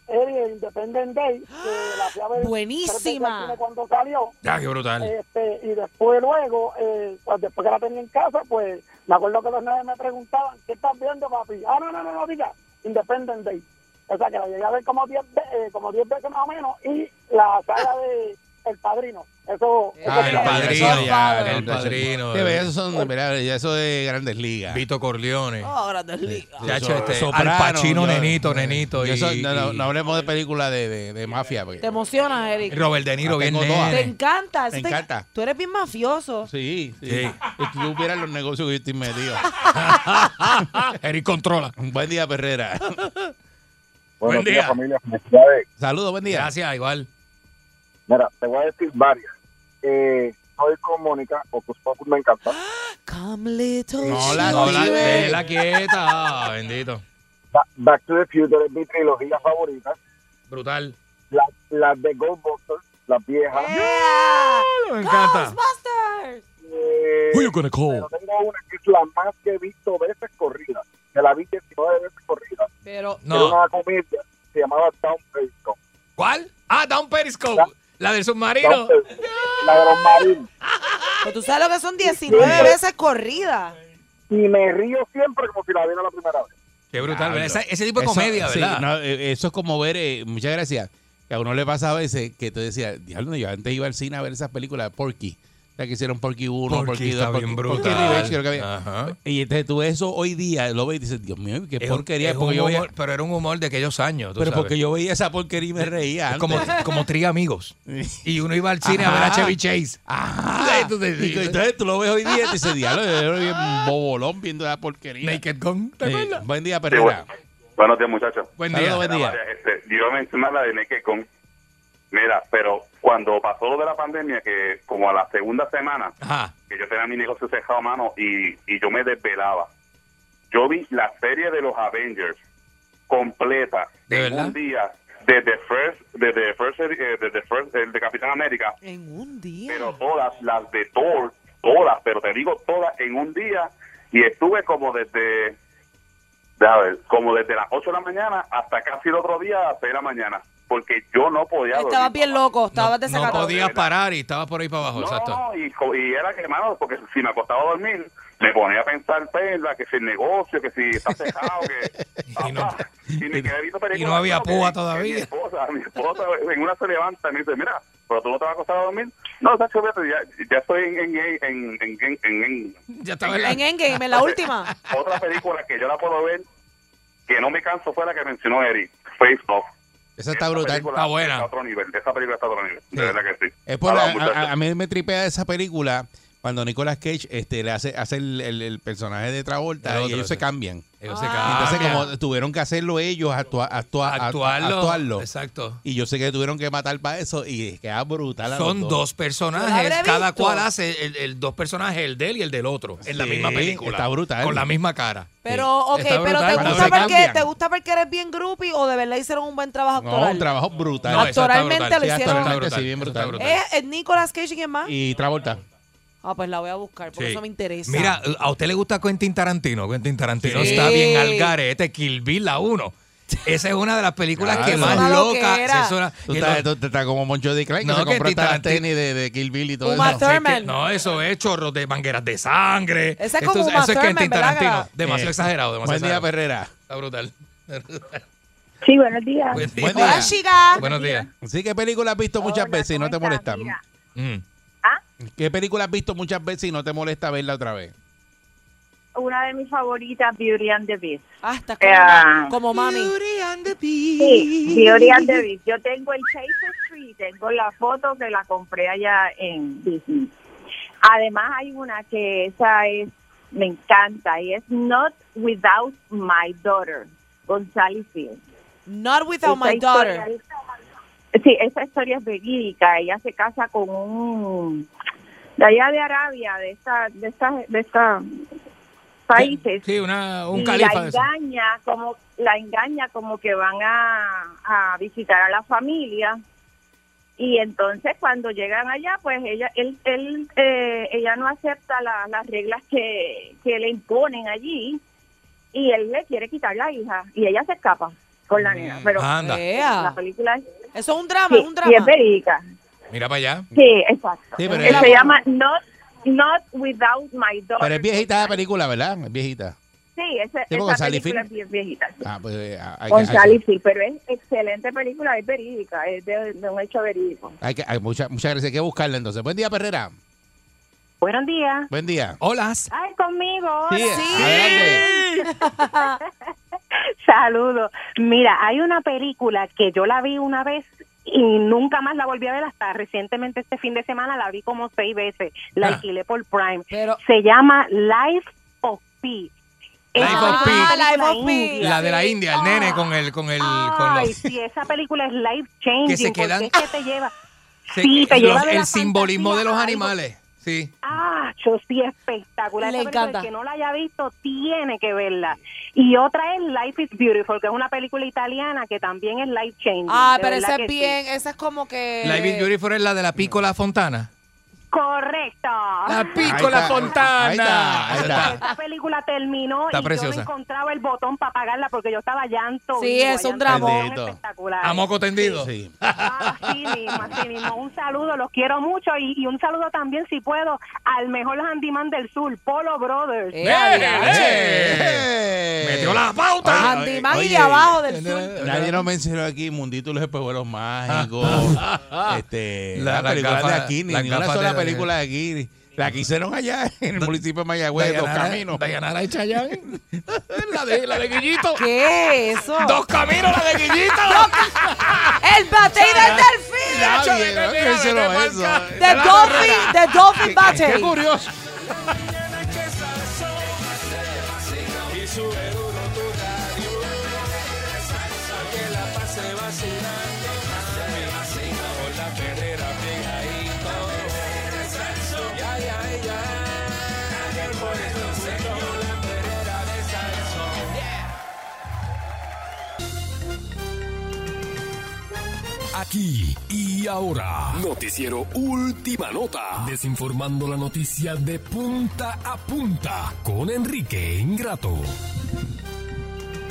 [SPEAKER 17] el Independent Day, que la fui a ver tres veces al cine cuando salió.
[SPEAKER 3] Ah, qué brutal.
[SPEAKER 17] Este, y después, luego, eh, pues, después que la tenía en casa, pues me acuerdo que los nenes me preguntaban, ¿qué estás viendo, papi? Ah, no, no, no, no diga, Independent Day. O sea, que la llegué a ver como 10 ve- eh, como 10 veces más o menos, y la saga de El Padrino. Eso,
[SPEAKER 2] Eh,
[SPEAKER 17] eso
[SPEAKER 3] Ah, el
[SPEAKER 17] era-
[SPEAKER 3] padrino.
[SPEAKER 2] Eso,
[SPEAKER 3] ya,
[SPEAKER 2] padre.
[SPEAKER 3] el padrino.
[SPEAKER 2] Sí, ve, esos son, mira, ya eso de grandes ligas.
[SPEAKER 3] Vito Corleone.
[SPEAKER 14] Oh, grandes ligas.
[SPEAKER 3] Ya,
[SPEAKER 2] So-
[SPEAKER 3] hecho, este,
[SPEAKER 2] Soprano,
[SPEAKER 3] Al Pacino,
[SPEAKER 2] yo- eh,
[SPEAKER 3] nenito, nenito.
[SPEAKER 2] yo
[SPEAKER 3] y-
[SPEAKER 2] soy- no, no,
[SPEAKER 3] y-
[SPEAKER 2] no hablemos de películas de, de- de mafia. porque-
[SPEAKER 14] Te emocionas, Eric.
[SPEAKER 3] Robert De Niro,
[SPEAKER 2] Ah,
[SPEAKER 3] bien
[SPEAKER 2] tengo todas.
[SPEAKER 14] Te
[SPEAKER 3] nene.
[SPEAKER 14] encanta. eso
[SPEAKER 2] Me
[SPEAKER 14] te-
[SPEAKER 2] encanta.
[SPEAKER 14] Tú eres bien mafioso.
[SPEAKER 2] Sí, sí.
[SPEAKER 3] Sí.
[SPEAKER 2] Y tú supieras los negocios que yo estoy metido.
[SPEAKER 3] *laughs* Eric controla.
[SPEAKER 2] Buen día, Perrera.
[SPEAKER 15] Buenos
[SPEAKER 2] Buen
[SPEAKER 15] días,
[SPEAKER 2] día.
[SPEAKER 15] familia. Felicidades.
[SPEAKER 2] Saludos, buen día.
[SPEAKER 3] Gracias, igual.
[SPEAKER 15] Mira, te voy a decir varias. Eh, estoy con Mónica, Ocus Pocus pues, me encanta.
[SPEAKER 1] Ah,
[SPEAKER 14] Come little
[SPEAKER 3] No la, no
[SPEAKER 14] children.
[SPEAKER 3] la, déjela quieta. Ah, bendito.
[SPEAKER 15] Ba- Back to the Future es mi trilogía favorita.
[SPEAKER 3] Brutal.
[SPEAKER 15] La- Las de Ghostbusters, las viejas.
[SPEAKER 3] Me encanta.
[SPEAKER 15] Eh,
[SPEAKER 3] Who you gonna call?
[SPEAKER 15] pero tengo una que es la más que he visto veces corrida. Que la vi 19 veces corrida.
[SPEAKER 14] Pero
[SPEAKER 15] Era
[SPEAKER 3] No.
[SPEAKER 15] una comedia, se llamaba Down Periscope.
[SPEAKER 3] ¿Cuál? Ah, Down Periscope. La del submarino.
[SPEAKER 15] Down Periscope. pues, La de los marines.
[SPEAKER 14] Pero tú sabes lo que son 19 veces corrida.
[SPEAKER 15] Y me río siempre como si la viera la primera vez.
[SPEAKER 3] Qué brutal, ¿verdad? Ese, ese tipo de
[SPEAKER 2] Eso-
[SPEAKER 3] comedia,
[SPEAKER 2] sí,
[SPEAKER 3] ¿verdad?
[SPEAKER 2] no, eh, eso es como ver, eh, muchas gracias, que a uno le pasa a veces que tú decías, diablo, yo antes iba al cine a ver esas películas de Porky. O sea, que hicieron Porky 1,
[SPEAKER 3] Porky
[SPEAKER 2] Porky 2,
[SPEAKER 3] está
[SPEAKER 2] Porky,
[SPEAKER 3] bien
[SPEAKER 2] Porky
[SPEAKER 3] brutal.
[SPEAKER 2] Revenge, creo que había.
[SPEAKER 3] Ajá.
[SPEAKER 2] Y entonces tú ves eso hoy día, lo ves y dices, Dios mío, qué
[SPEAKER 3] Es un-
[SPEAKER 2] porquería.
[SPEAKER 3] es un
[SPEAKER 2] porque yo veía-
[SPEAKER 3] humor- pero era un humor de aquellos años. tú
[SPEAKER 2] pero
[SPEAKER 3] sabes.
[SPEAKER 2] porque yo veía esa porquería y me reía.
[SPEAKER 3] Es como,
[SPEAKER 2] antes.
[SPEAKER 3] como tri amigos. Y uno iba al cine a ver a
[SPEAKER 2] Ajá.
[SPEAKER 3] Chevy Chase.
[SPEAKER 2] Ajá.
[SPEAKER 3] Entonces,
[SPEAKER 2] Y que- entonces tú lo ves hoy día y dices, diablo, yo era bien bobolón viendo esa porquería.
[SPEAKER 3] Naked Gun, ¿te
[SPEAKER 2] Eh,
[SPEAKER 3] acuerdas?
[SPEAKER 2] buen día,
[SPEAKER 7] Sí,
[SPEAKER 2] Pereira.
[SPEAKER 7] bueno. Buenos días, muchachos.
[SPEAKER 3] Buen
[SPEAKER 2] Saludos, día. buen día.
[SPEAKER 7] Mira, María, este, yo mencioné la de Naked Con. Mira, pero cuando pasó lo de la pandemia, que como a la segunda semana,
[SPEAKER 3] Ajá.
[SPEAKER 7] que yo tenía mi negocio cerrado a mano y, y yo me desvelaba, yo vi la serie de los Avengers completa
[SPEAKER 3] ¿De
[SPEAKER 7] en
[SPEAKER 3] verdad?
[SPEAKER 7] un día desde First, desde First, eh, desde First, el de Capitán América,
[SPEAKER 14] En un día.
[SPEAKER 7] pero todas las de Thor, todas, pero te digo todas en un día y estuve como desde déjame ver, como desde las 8 de la mañana hasta casi el otro día a las 6 de la mañana, porque yo no podía dormir.
[SPEAKER 14] Estabas bien loco, estabas
[SPEAKER 3] No
[SPEAKER 14] desacatado.
[SPEAKER 3] podías parar y estabas por ahí para abajo,
[SPEAKER 7] No,
[SPEAKER 3] exacto.
[SPEAKER 7] no, y, co- y era que, mano, porque si me acostaba a dormir, me ponía a pensar, perla, que si el negocio, que si está cerrado, que... papá, y, ni que he visto películas,
[SPEAKER 3] no había
[SPEAKER 7] mano, que-
[SPEAKER 3] púa
[SPEAKER 7] que
[SPEAKER 3] todavía.
[SPEAKER 7] Mi esposa, mi esposa en una se levanta y me dice, mira, pero tú no te vas a acostar a dormir. No, Sacho, vete, ya, ya estoy en... en, en, en, en, en- en-
[SPEAKER 3] Ya estaba en la-
[SPEAKER 14] En Endgame, en la última.
[SPEAKER 7] otra película que yo la puedo ver, que no me canso, fue la que mencionó Eric, Face Off.
[SPEAKER 2] Esa está brutal.
[SPEAKER 7] película
[SPEAKER 3] está buena.
[SPEAKER 7] a otro nivel, esa película está a otro nivel, de verdad que sí.
[SPEAKER 2] Es por la-
[SPEAKER 7] Hola,
[SPEAKER 2] a,
[SPEAKER 7] muchachos.
[SPEAKER 2] a- a mí me tripea esa película cuando Nicolas Cage este, le hace, hace el, el- el personaje de Travolta
[SPEAKER 3] El otro,
[SPEAKER 2] y ellos
[SPEAKER 3] ese.
[SPEAKER 2] se cambian.
[SPEAKER 3] Ellos se
[SPEAKER 2] Entonces,
[SPEAKER 3] cambian.
[SPEAKER 2] como tuvieron que hacerlo ellos, actua- actua- actu-
[SPEAKER 3] actuarlo.
[SPEAKER 2] actuarlo.
[SPEAKER 3] Exacto.
[SPEAKER 2] Y yo sé que tuvieron que matar para eso y es queda brutal. a los
[SPEAKER 3] Son dos
[SPEAKER 14] Yo la
[SPEAKER 3] personajes,
[SPEAKER 14] habré
[SPEAKER 3] cada
[SPEAKER 14] visto.
[SPEAKER 3] cual hace el, el dos personajes, el de él y el del otro, en la
[SPEAKER 2] Sí,
[SPEAKER 3] misma película.
[SPEAKER 2] está brutal.
[SPEAKER 3] Con la misma cara.
[SPEAKER 14] Pero, ok,
[SPEAKER 3] Está
[SPEAKER 14] pero
[SPEAKER 3] brutal,
[SPEAKER 14] ¿te
[SPEAKER 3] cuando
[SPEAKER 14] gusta,
[SPEAKER 3] se
[SPEAKER 14] porque,
[SPEAKER 2] cambian.
[SPEAKER 14] ¿te gusta porque eres bien groupie o de verdad hicieron un buen trabajo
[SPEAKER 2] No,
[SPEAKER 14] actoral?
[SPEAKER 2] un trabajo brutal.
[SPEAKER 3] No, eso está
[SPEAKER 14] Actoralmente
[SPEAKER 3] brutal.
[SPEAKER 14] lo
[SPEAKER 3] eso está
[SPEAKER 14] hicieron.
[SPEAKER 3] brutal,
[SPEAKER 2] Actoralmente sí, bien
[SPEAKER 3] eso está
[SPEAKER 2] brutal.
[SPEAKER 14] ¿Es, es Nicolas Cage y quién más?
[SPEAKER 2] Y Travolta.
[SPEAKER 14] Ah, pues la voy a buscar, porque
[SPEAKER 3] Sí.
[SPEAKER 14] eso me interesa.
[SPEAKER 3] Mira, ¿a usted le gusta Quentin Tarantino? Quentin Tarantino
[SPEAKER 14] Sí.
[SPEAKER 3] está bien al garete. Kill Bill, la 1. Esa es una de las películas que
[SPEAKER 2] Diablo.
[SPEAKER 3] más
[SPEAKER 2] Una
[SPEAKER 3] loca.
[SPEAKER 2] loquera.
[SPEAKER 3] es una-
[SPEAKER 2] Tú
[SPEAKER 3] y
[SPEAKER 2] estás-
[SPEAKER 3] lo-
[SPEAKER 2] tú te estás como Moncho de Clay, que se compró hasta las
[SPEAKER 3] Tarantino-
[SPEAKER 2] tenis de, de Kill Bill y todo
[SPEAKER 3] Uma
[SPEAKER 2] eso.
[SPEAKER 3] Thurman. no, eso es chorros de mangueras de sangre.
[SPEAKER 14] Esa es
[SPEAKER 3] Esto-
[SPEAKER 14] como Uma
[SPEAKER 3] Eso es
[SPEAKER 14] Thurman,
[SPEAKER 3] Quentin
[SPEAKER 14] ¿verdad?
[SPEAKER 3] Tarantino. Demasiado
[SPEAKER 2] Eh.
[SPEAKER 3] exagerado, demasiado
[SPEAKER 2] Buen día,
[SPEAKER 3] exagerado.
[SPEAKER 2] Perrera.
[SPEAKER 3] Está brutal. *laughs*
[SPEAKER 16] Sí, buenos días.
[SPEAKER 3] Buen día.
[SPEAKER 2] Buen día.
[SPEAKER 16] chicas.
[SPEAKER 3] Buenos días.
[SPEAKER 2] Sí, ¿qué película has visto muchas veces y no te molesta?
[SPEAKER 3] Mm.
[SPEAKER 2] ¿Qué película has visto muchas veces y no te molesta verla otra vez?
[SPEAKER 16] Una de mis favoritas, Beauty and the Beast.
[SPEAKER 14] Ah, está
[SPEAKER 16] como,
[SPEAKER 14] como mami.
[SPEAKER 16] Beauty and the Beast. Sí, Beauty and the Beast. Yo tengo el tapestry, tengo la foto que la compré allá en Disney. Además hay una que esa es, me encanta, y es Not Without My Daughter, González Field.
[SPEAKER 14] Not Without
[SPEAKER 16] Esa
[SPEAKER 14] My
[SPEAKER 16] historia
[SPEAKER 14] Daughter.
[SPEAKER 16] es- sí, esa historia es verídica. Ella se casa con un de allá de Arabia, de esta, de esta, de esta países.
[SPEAKER 3] Sí, una, un
[SPEAKER 16] y
[SPEAKER 3] califa
[SPEAKER 16] la
[SPEAKER 3] de eso.
[SPEAKER 16] engaña como la engaña como que van a, a visitar a la familia y entonces cuando llegan allá pues ella él, él, eh, ella no acepta la- las reglas que, que le imponen allí y él le quiere quitar la hija y ella se escapa con la nena
[SPEAKER 2] Mm,
[SPEAKER 16] pero
[SPEAKER 3] Anda.
[SPEAKER 14] Ea.
[SPEAKER 16] la película es-
[SPEAKER 14] Eso es un drama,
[SPEAKER 16] Sí,
[SPEAKER 14] un
[SPEAKER 16] y
[SPEAKER 14] drama.
[SPEAKER 16] es verídica
[SPEAKER 3] Mira para allá.
[SPEAKER 16] sí exacto
[SPEAKER 2] Sí, pero
[SPEAKER 16] Eh,
[SPEAKER 2] es-
[SPEAKER 16] se llama not not without my daughter
[SPEAKER 2] Pero es viejita la película, ¿verdad? Es viejita.
[SPEAKER 16] sí ese,
[SPEAKER 2] Sí, porque
[SPEAKER 16] esa
[SPEAKER 2] González
[SPEAKER 16] película
[SPEAKER 2] Field-
[SPEAKER 16] es bien viejita sí.
[SPEAKER 2] Ah, pues eh, hay, que-
[SPEAKER 16] González,
[SPEAKER 2] hay,
[SPEAKER 16] sí, pero es excelente película, es verídica, es de, de un hecho verídico.
[SPEAKER 2] hay que- hay mucha- muchas gracias. Hay que buscarla entonces. Buen día, Perrera.
[SPEAKER 16] Buenos días.
[SPEAKER 2] Buen día.
[SPEAKER 3] Hola.
[SPEAKER 16] Ay, conmigo.
[SPEAKER 2] Sí, adelante.
[SPEAKER 18] *laughs* Saludos. Mira, hay una película que yo la vi una vez y nunca más la volví a ver hasta recientemente este fin de semana la vi como seis veces.
[SPEAKER 3] Ah.
[SPEAKER 18] La alquilé por Prime. Se llama Life of Pi.
[SPEAKER 3] Life of Pi.
[SPEAKER 18] Ah, Life of
[SPEAKER 3] La de la India, el nene con el. Con el con
[SPEAKER 18] Ay,
[SPEAKER 3] los,
[SPEAKER 18] sí, esa película es life changing.
[SPEAKER 3] Que se
[SPEAKER 18] porque
[SPEAKER 3] quedan-
[SPEAKER 18] es que te lleva.
[SPEAKER 3] se-
[SPEAKER 18] sí, te
[SPEAKER 3] los-
[SPEAKER 18] lleva de la
[SPEAKER 3] el simbolismo de los animales. Sí.
[SPEAKER 18] Ah, yo sí espectacular.
[SPEAKER 14] Le
[SPEAKER 18] Esa película,
[SPEAKER 14] encanta.
[SPEAKER 18] El que no la haya visto tiene que verla. Y otra es Life is Beautiful, que es una película italiana que también es life changing.
[SPEAKER 14] Ah,
[SPEAKER 18] de
[SPEAKER 14] pero
[SPEAKER 18] verdad
[SPEAKER 14] esa es
[SPEAKER 18] que sí.
[SPEAKER 14] bien, esa es como que...
[SPEAKER 3] Life is Beautiful es la de la Pícola Fontana.
[SPEAKER 18] Correcto.
[SPEAKER 3] La Pícola Fontana.
[SPEAKER 18] Ahí está,
[SPEAKER 3] Ahí está.
[SPEAKER 18] Esta película terminó
[SPEAKER 3] Está
[SPEAKER 18] y
[SPEAKER 3] preciosa.
[SPEAKER 18] yo no encontraba el botón para apagarla porque yo estaba llanto.
[SPEAKER 14] Sí,
[SPEAKER 18] vivo,
[SPEAKER 14] es un
[SPEAKER 18] llanto
[SPEAKER 14] dramón.
[SPEAKER 18] vivo, es Espectacular.
[SPEAKER 3] A moco tendido. Sí.
[SPEAKER 18] Así mismo, así mismo. Un saludo, los quiero mucho y, y un saludo también, si puedo, al mejor handyman del sur, Polo Brothers.
[SPEAKER 14] Eh,
[SPEAKER 3] Eh, Metió la pauta.
[SPEAKER 14] Handyman y de abajo del sur.
[SPEAKER 3] *laughs*
[SPEAKER 2] Nadie nos mencionó aquí Mundito y los espejuelos mágicos. este,
[SPEAKER 13] La-
[SPEAKER 2] la,
[SPEAKER 13] la
[SPEAKER 2] película
[SPEAKER 13] gafa-
[SPEAKER 2] de aquí, ni,
[SPEAKER 13] la
[SPEAKER 2] ni una
[SPEAKER 13] gafa
[SPEAKER 2] sola
[SPEAKER 13] de-
[SPEAKER 2] película de aquí. La que hicieron allá *laughs* en el municipio de Mayagüez, Dos
[SPEAKER 3] Dayanara-
[SPEAKER 2] Caminos.
[SPEAKER 3] Dayanara y Chayán. la,
[SPEAKER 14] *laughs*
[SPEAKER 3] de, la de Guillito.
[SPEAKER 14] ¿Qué es eso?
[SPEAKER 3] Dos caminos, la de Guillito.
[SPEAKER 14] *laughs* ¡El batey del delfín!
[SPEAKER 2] Nadie, ¿no? ¿Qué hicieron eso?
[SPEAKER 14] The Dolphin, the Dolphin Batey.
[SPEAKER 2] Qué curioso.
[SPEAKER 8] Y sube duro tu radio. Salsa que la pase vacilando. Me vacila con la perrera pegadito. Salsa, ya, ya, ya. Ayer por eso se dio la perrera de Salsón.
[SPEAKER 11] Aquí y ahora, noticiero Última Nota, desinformando la noticia de punta a punta con Enrique Ingrato.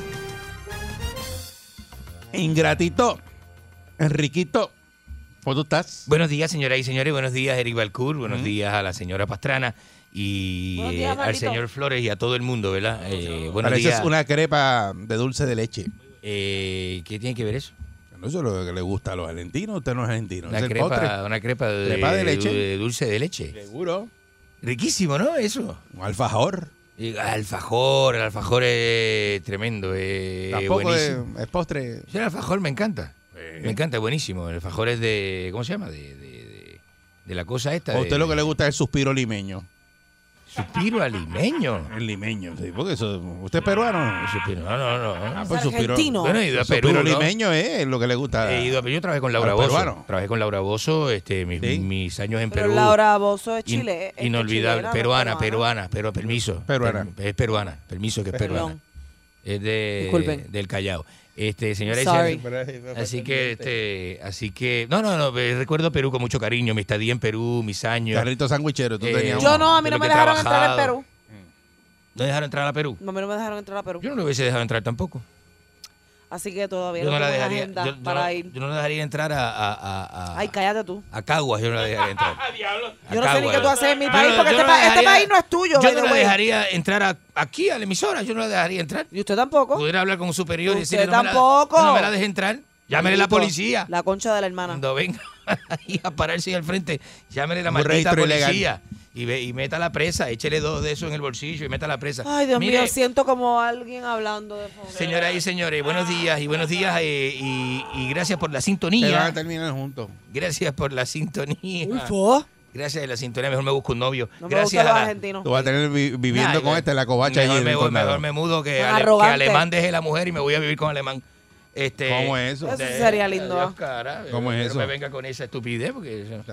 [SPEAKER 2] *laughs* Ingratito. Enriquito. ¿Cómo tú estás?
[SPEAKER 3] Buenos días, señoras y señores. Buenos días, Eric Balcour. Buenos días a la señora Pastrana y
[SPEAKER 2] Buenos
[SPEAKER 3] eh,
[SPEAKER 2] días,
[SPEAKER 3] al
[SPEAKER 2] Maldito.
[SPEAKER 3] señor Flores y a todo el mundo, ¿verdad? Eh, buenos
[SPEAKER 2] Pareces
[SPEAKER 3] días.
[SPEAKER 2] una crepa de dulce de leche.
[SPEAKER 3] Eh, ¿Qué tiene que ver eso?
[SPEAKER 2] No, eso es lo que le gusta a los argentinos. Usted no es argentino.
[SPEAKER 3] Una
[SPEAKER 2] es el
[SPEAKER 3] crepa,
[SPEAKER 2] postre.
[SPEAKER 3] una crepa de,
[SPEAKER 2] Crepa de leche.
[SPEAKER 3] de dulce de leche.
[SPEAKER 2] Seguro.
[SPEAKER 3] Riquísimo, ¿no? Eso.
[SPEAKER 2] Un alfajor.
[SPEAKER 3] Y alfajor, el alfajor es tremendo. eh,
[SPEAKER 2] Tampoco es,
[SPEAKER 3] buenísimo.
[SPEAKER 2] es postre.
[SPEAKER 3] Sí, el alfajor me encanta. Me encanta, buenísimo. El alfajor es de. ¿Cómo se llama? De, de- de- de la cosa esta.
[SPEAKER 2] ¿A
[SPEAKER 3] de-
[SPEAKER 2] usted lo que le gusta es el suspiro limeño?
[SPEAKER 3] ¿Suspiro al limeño? Ah,
[SPEAKER 2] El limeño, sí, porque eso, ¿usted es peruano?
[SPEAKER 3] No, no, no.
[SPEAKER 2] Ah, pues suspiro.
[SPEAKER 3] Bueno, he ido a
[SPEAKER 2] El suspiro
[SPEAKER 3] Perú. ¿no?
[SPEAKER 2] limeño es lo que le gusta.
[SPEAKER 3] He ido a Perú. Yo trabajé con Laura
[SPEAKER 2] Ah. Al
[SPEAKER 3] Bozo.
[SPEAKER 2] peruano.
[SPEAKER 3] Trabajé con Laura Bozo este, mis, mis años en
[SPEAKER 14] Pero
[SPEAKER 3] Perú.
[SPEAKER 14] Laura Bozo es
[SPEAKER 3] In-
[SPEAKER 14] chile- es
[SPEAKER 3] inolvidable.
[SPEAKER 14] chilena, no es
[SPEAKER 3] peruana, peruana, pero permiso.
[SPEAKER 2] Peruana.
[SPEAKER 3] Per- es peruana. Permiso que es peruana.
[SPEAKER 14] Perdón.
[SPEAKER 3] Es de,
[SPEAKER 14] Disculpen.
[SPEAKER 3] del Callao. Este, señora y
[SPEAKER 14] Sorry.
[SPEAKER 3] señores, Así que, este, así que, no, no, no, eh, recuerdo Perú con mucho cariño, mi estadía en Perú, mis años. Eh,
[SPEAKER 2] Carrito sandwichero, tú tenías
[SPEAKER 14] Yo no, a mí no me dejaron entrar
[SPEAKER 3] a
[SPEAKER 14] a Perú.
[SPEAKER 3] ¿No dejaron entrar a Perú?
[SPEAKER 14] No, a mí no me dejaron entrar a Perú.
[SPEAKER 3] Yo no lo hubiese dejado entrar tampoco.
[SPEAKER 1] Así que todavía
[SPEAKER 3] Yo no
[SPEAKER 1] no
[SPEAKER 3] la
[SPEAKER 1] tengo una
[SPEAKER 3] dejaría.
[SPEAKER 1] agenda
[SPEAKER 3] Yo, yo no-
[SPEAKER 1] para ir.
[SPEAKER 3] yo no la dejaría entrar a, a, a, a-
[SPEAKER 1] Ay, cállate tú.
[SPEAKER 3] a Caguas. Yo no la
[SPEAKER 1] *laughs*
[SPEAKER 3] dejaría entrar. A
[SPEAKER 1] Yo no sé ni
[SPEAKER 3] Caguas.
[SPEAKER 1] qué tú haces en mi
[SPEAKER 3] Yo
[SPEAKER 1] país,
[SPEAKER 3] no-
[SPEAKER 1] porque
[SPEAKER 3] yo no
[SPEAKER 1] este, pa- este
[SPEAKER 3] dejaría-
[SPEAKER 1] país no es tuyo.
[SPEAKER 3] Yo
[SPEAKER 1] by
[SPEAKER 3] no
[SPEAKER 1] the
[SPEAKER 3] la
[SPEAKER 1] way.
[SPEAKER 3] dejaría entrar a- aquí a la emisora. Yo no la dejaría entrar.
[SPEAKER 1] ¿Y usted tampoco?
[SPEAKER 3] Pudiera hablar con un superior y
[SPEAKER 1] Usted
[SPEAKER 3] decirle. no me la-
[SPEAKER 1] tampoco.
[SPEAKER 3] no me la deje entrar. Llámele a la
[SPEAKER 1] Maldito,
[SPEAKER 3] policía.
[SPEAKER 1] La concha de la hermana.
[SPEAKER 3] Cuando venga *laughs* ahí a pararse ahí al frente, llámele a la
[SPEAKER 2] Un
[SPEAKER 3] maldita
[SPEAKER 2] registro ilegal.
[SPEAKER 3] policía y, ve, y meta la presa. Échele dos de esos en el bolsillo y meta la presa.
[SPEAKER 1] Ay, Dios
[SPEAKER 3] Mire,
[SPEAKER 1] mío, siento como alguien hablando de fondo.
[SPEAKER 3] Señoras y señores, buenos días y buenos días eh, y, y gracias por la
[SPEAKER 2] Se van a
[SPEAKER 3] sintonía.
[SPEAKER 2] terminar juntos.
[SPEAKER 3] Gracias por la sintonía.
[SPEAKER 2] Uy, fo.
[SPEAKER 3] Gracias de la sintonía, mejor me busco un novio.
[SPEAKER 1] No me
[SPEAKER 3] gracias a
[SPEAKER 1] gustan los
[SPEAKER 3] la-
[SPEAKER 1] argentinos.
[SPEAKER 2] Tú vas a tener vi- viviendo
[SPEAKER 3] Nah,
[SPEAKER 2] con esta la covacha
[SPEAKER 3] mejor,
[SPEAKER 2] allí
[SPEAKER 3] me,
[SPEAKER 2] en
[SPEAKER 3] voy-
[SPEAKER 2] el condado.
[SPEAKER 3] mejor me mudo que,
[SPEAKER 1] Son
[SPEAKER 3] ale- que
[SPEAKER 1] arrogantes.
[SPEAKER 3] alemán deje la mujer y me voy a vivir con alemán. Este,
[SPEAKER 2] ¿Cómo es eso? Eso sí
[SPEAKER 3] de-
[SPEAKER 2] sería lindo,
[SPEAKER 3] adiós,
[SPEAKER 2] ¿ah?
[SPEAKER 3] cara.
[SPEAKER 2] ¿Cómo es eso?
[SPEAKER 3] No me venga con esa estupidez porque eso-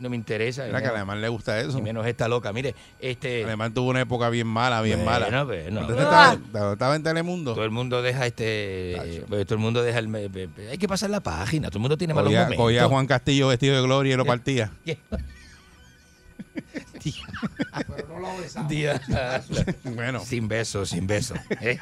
[SPEAKER 3] no me interesa.
[SPEAKER 2] Mira que a Alemán le gusta eso.
[SPEAKER 3] Y menos esta loca. Mire, este.
[SPEAKER 2] Alemán tuvo una época bien mala, bien
[SPEAKER 3] Bueno,
[SPEAKER 2] mala.
[SPEAKER 3] bueno.
[SPEAKER 2] Entonces estaba, estaba en Telemundo.
[SPEAKER 3] Todo el mundo deja este. eh, Todo el mundo deja el. me- me- me- Hay que pasar la página. Todo el mundo tiene malos
[SPEAKER 2] Cogía,
[SPEAKER 3] momentos. Eh,
[SPEAKER 2] cogía a Juan Castillo vestido de gloria y lo partía. *laughs*
[SPEAKER 3] bueno. Sin besos, sin besos. ¿eh?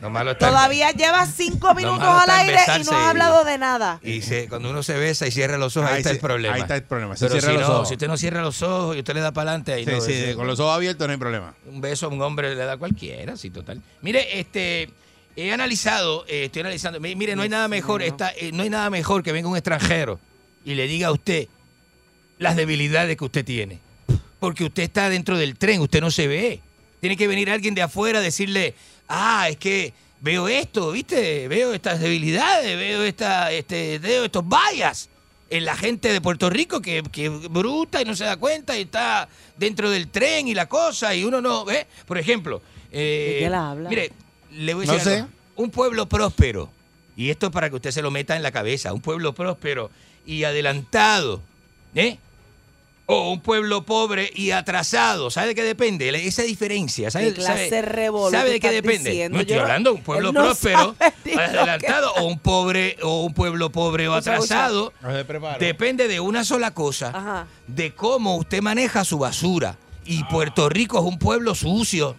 [SPEAKER 3] Lo malo está-
[SPEAKER 1] Todavía llevas cinco minutos
[SPEAKER 3] malo
[SPEAKER 1] al
[SPEAKER 3] está
[SPEAKER 1] aire y
[SPEAKER 3] besarse
[SPEAKER 1] no has
[SPEAKER 3] y-
[SPEAKER 1] hablado de nada. *laughs*
[SPEAKER 3] Y se- cuando uno se besa y cierra los ojos, ahí,
[SPEAKER 2] Ahí
[SPEAKER 3] está
[SPEAKER 2] se-
[SPEAKER 3] el problema.
[SPEAKER 2] ahí está el problema. Se
[SPEAKER 3] Pero
[SPEAKER 2] cierra
[SPEAKER 3] si
[SPEAKER 2] los
[SPEAKER 3] no,
[SPEAKER 2] ojos.
[SPEAKER 3] Si usted no cierra los ojos y usted le da para adelante, ahí
[SPEAKER 2] Sí,
[SPEAKER 3] no,
[SPEAKER 2] sí,
[SPEAKER 3] ese-
[SPEAKER 2] con los ojos abiertos no hay problema.
[SPEAKER 3] Un beso a un hombre le da a cualquiera, sí, total. Mire, este. He analizado, eh, estoy analizando. mi- Mire, no hay nada mejor, está, eh, no hay nada mejor que venga un extranjero y le diga a usted las debilidades que usted tiene. Porque usted está dentro del tren, usted no se ve. Tiene que venir alguien de afuera a decirle, ah, es que veo esto, ¿viste? Veo estas debilidades, veo, esta, este, veo estos vallas en la gente de Puerto Rico que, que bruta y no se da cuenta y está dentro del tren y la cosa y uno no ve. Por ejemplo, eh,
[SPEAKER 1] ¿De qué la habla?
[SPEAKER 3] mire, le voy a
[SPEAKER 2] No
[SPEAKER 3] decir
[SPEAKER 2] sé.
[SPEAKER 3] algo. un pueblo próspero, y esto es para que usted se lo meta en la cabeza, un pueblo próspero y adelantado, ¿eh? o un pueblo pobre y atrasado. ¿Sabe de qué depende? Le- Esa diferencia. ¿Sabe,
[SPEAKER 1] ¿Qué clase
[SPEAKER 3] sabe-
[SPEAKER 1] revolú
[SPEAKER 3] sabe
[SPEAKER 1] tú
[SPEAKER 3] de qué
[SPEAKER 1] estás
[SPEAKER 3] depende?
[SPEAKER 1] diciendo?
[SPEAKER 3] no estoy
[SPEAKER 1] Yo no-
[SPEAKER 3] hablando de un pueblo
[SPEAKER 1] él no
[SPEAKER 3] próspero,
[SPEAKER 1] sabe *laughs* ni lo que-
[SPEAKER 3] adelantado, o un pobre, o un pueblo pobre o
[SPEAKER 2] Escucha, escucha.
[SPEAKER 3] atrasado.
[SPEAKER 2] No se prepara.
[SPEAKER 3] Depende de una sola cosa,
[SPEAKER 1] Ajá.
[SPEAKER 3] de cómo usted maneja su basura. Y
[SPEAKER 2] Ah.
[SPEAKER 3] Puerto Rico es un pueblo sucio.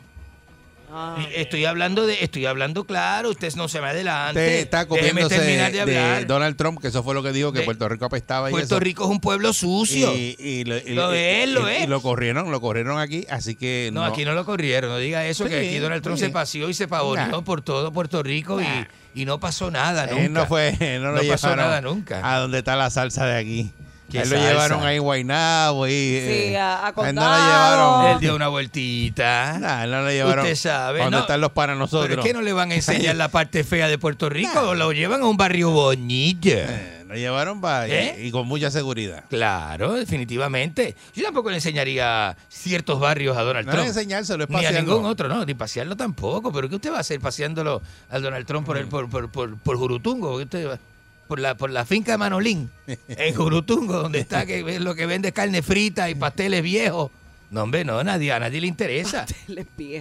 [SPEAKER 3] Y Estoy hablando de, estoy hablando claro, usted no se me adelante.
[SPEAKER 2] Usted está
[SPEAKER 3] Déjeme
[SPEAKER 2] comiéndose
[SPEAKER 3] terminar de
[SPEAKER 2] de,
[SPEAKER 3] hablar.
[SPEAKER 2] Donald Trump, que eso fue lo que dijo, que
[SPEAKER 3] De-
[SPEAKER 2] Puerto Rico apestaba y
[SPEAKER 3] Puerto
[SPEAKER 2] eso.
[SPEAKER 3] Rico es un pueblo sucio.
[SPEAKER 2] Y, y lo, y-
[SPEAKER 3] Lo es,
[SPEAKER 2] y-
[SPEAKER 3] lo
[SPEAKER 2] y-
[SPEAKER 3] es.
[SPEAKER 2] y lo corrieron, lo corrieron aquí, así que
[SPEAKER 3] No, aquí no lo corrieron, no diga eso, que
[SPEAKER 2] Sí,
[SPEAKER 3] aquí Donald Trump
[SPEAKER 2] sí.
[SPEAKER 3] se paseó y se pavoneó
[SPEAKER 2] Nah.
[SPEAKER 3] por todo Puerto Rico y- y, no pasó nada nunca.
[SPEAKER 2] Él no fue, *laughs* eh, no lo
[SPEAKER 3] No pasó
[SPEAKER 2] llevaron
[SPEAKER 3] nada nunca.
[SPEAKER 2] a donde está la salsa de aquí.
[SPEAKER 3] ¿Qué
[SPEAKER 2] Él lo
[SPEAKER 3] salsa?
[SPEAKER 2] llevaron ahí en Guaynabo y
[SPEAKER 1] Sí,
[SPEAKER 2] eh,
[SPEAKER 1] a- a
[SPEAKER 2] él no lo
[SPEAKER 1] Condado.
[SPEAKER 2] llevaron.
[SPEAKER 3] Él dio una vueltita.
[SPEAKER 2] Nah, él no lo llevaron.
[SPEAKER 3] Usted sabe.
[SPEAKER 2] ¿Dónde
[SPEAKER 3] no,
[SPEAKER 2] están los para nosotros?
[SPEAKER 3] Pero es que no le van a enseñar la parte fea de Puerto Rico, lo llevan a un barrio bonito.
[SPEAKER 2] *laughs* Lo llevaron para
[SPEAKER 3] ¿Eh?
[SPEAKER 2] y, y con mucha seguridad.
[SPEAKER 3] Claro, definitivamente. Yo tampoco le enseñaría ciertos barrios a Donald
[SPEAKER 2] No
[SPEAKER 3] Trump.
[SPEAKER 2] es enseñárselo, es
[SPEAKER 3] Ni a
[SPEAKER 2] pasearlo.
[SPEAKER 3] ningún otro, no, ni pasearlo tampoco. ¿Pero qué usted va a hacer paseándolo a Donald Trump por, el,
[SPEAKER 2] Mm.
[SPEAKER 3] por, por, por, por Jurutungo? ¿Qué usted va- Por la, por la finca de Manolín,
[SPEAKER 2] *laughs*
[SPEAKER 3] en Jurutungo, donde está que ve- lo que vende es carne frita y pasteles viejos. No, hombre, no, nadie, a nadie le interesa.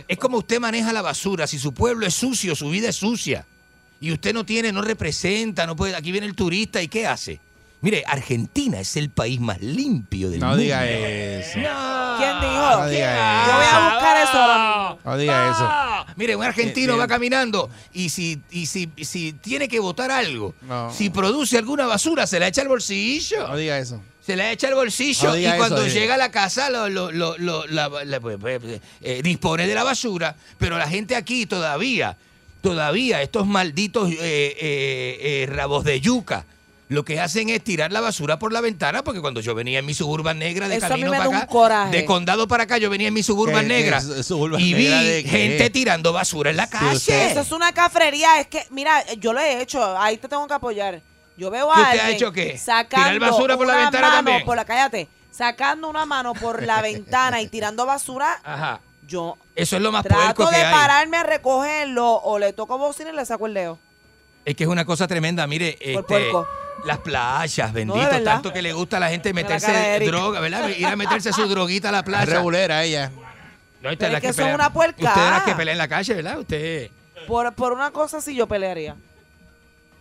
[SPEAKER 3] Es como usted maneja la basura. Si su pueblo es sucio, su vida es sucia. Y usted no tiene, no representa, no puede. Aquí viene el turista y ¿qué hace? Mire, Argentina es el país más limpio del
[SPEAKER 2] No
[SPEAKER 3] mundo.
[SPEAKER 2] diga eso.
[SPEAKER 1] ¿Quién dijo?
[SPEAKER 2] No diga
[SPEAKER 1] Yo voy a
[SPEAKER 2] eso.
[SPEAKER 1] buscar eso ahora mismo.
[SPEAKER 2] No diga eso.
[SPEAKER 3] Ah. Mire, un argentino
[SPEAKER 2] Bien.
[SPEAKER 3] va caminando y si, y si, y si tiene que votar algo,
[SPEAKER 2] No.
[SPEAKER 3] si produce alguna basura, se la echa al bolsillo.
[SPEAKER 2] No diga eso.
[SPEAKER 3] Se la echa al bolsillo
[SPEAKER 2] No
[SPEAKER 3] y
[SPEAKER 2] diga eso,
[SPEAKER 3] cuando
[SPEAKER 2] diga.
[SPEAKER 3] llega a la casa lo, lo- lo- lo- la- la- pues, pues, pues, eh, dispone de la basura, pero la gente aquí todavía, todavía estos malditos eh, eh, eh, rabos de yuca. Lo que hacen es tirar la basura por la ventana, porque cuando yo venía en mi suburban negra de
[SPEAKER 1] Eso a mí
[SPEAKER 3] camino
[SPEAKER 1] me da
[SPEAKER 3] para
[SPEAKER 1] un
[SPEAKER 3] acá,
[SPEAKER 1] coraje.
[SPEAKER 3] de condado para acá, yo venía en mi suburban
[SPEAKER 2] Que- que
[SPEAKER 3] negra
[SPEAKER 2] su- suburban
[SPEAKER 3] y vi
[SPEAKER 2] negra de qué.
[SPEAKER 3] gente tirando basura en la calle.
[SPEAKER 1] Eso es una cafrería. Es que, mira, yo lo he hecho. Ahí te tengo que apoyar. Yo veo a
[SPEAKER 3] ¿Qué usted
[SPEAKER 1] alguien
[SPEAKER 3] ha hecho qué?
[SPEAKER 1] sacando
[SPEAKER 3] ¿Tirar basura por la
[SPEAKER 1] una
[SPEAKER 3] ventana
[SPEAKER 1] mano
[SPEAKER 3] también?
[SPEAKER 1] Por la, cállate. Sacando una mano por
[SPEAKER 3] *laughs*
[SPEAKER 1] la ventana y tirando basura.
[SPEAKER 3] Ajá.
[SPEAKER 1] Yo
[SPEAKER 3] Eso es lo más
[SPEAKER 1] trato
[SPEAKER 3] puerco
[SPEAKER 1] de
[SPEAKER 3] que hay.
[SPEAKER 1] pararme a recogerlo o le toco bocina y le saco el dedo.
[SPEAKER 3] Es que es una cosa tremenda, mire, este,
[SPEAKER 1] puerco.
[SPEAKER 3] las playas, bendito,
[SPEAKER 1] verdad.
[SPEAKER 3] tanto que le gusta a la gente meterse
[SPEAKER 1] cara de Eric.
[SPEAKER 3] droga, ¿verdad? Ir a meterse su droguita a la playa.
[SPEAKER 2] Es regulera ella.
[SPEAKER 3] No,
[SPEAKER 1] Pero
[SPEAKER 3] usted
[SPEAKER 1] es
[SPEAKER 3] la
[SPEAKER 1] que eso es
[SPEAKER 3] pelea-
[SPEAKER 1] una puerca.
[SPEAKER 3] Usted es la que pelea en la calle, ¿verdad? Usted
[SPEAKER 1] Por, por una cosa sí yo pelearía.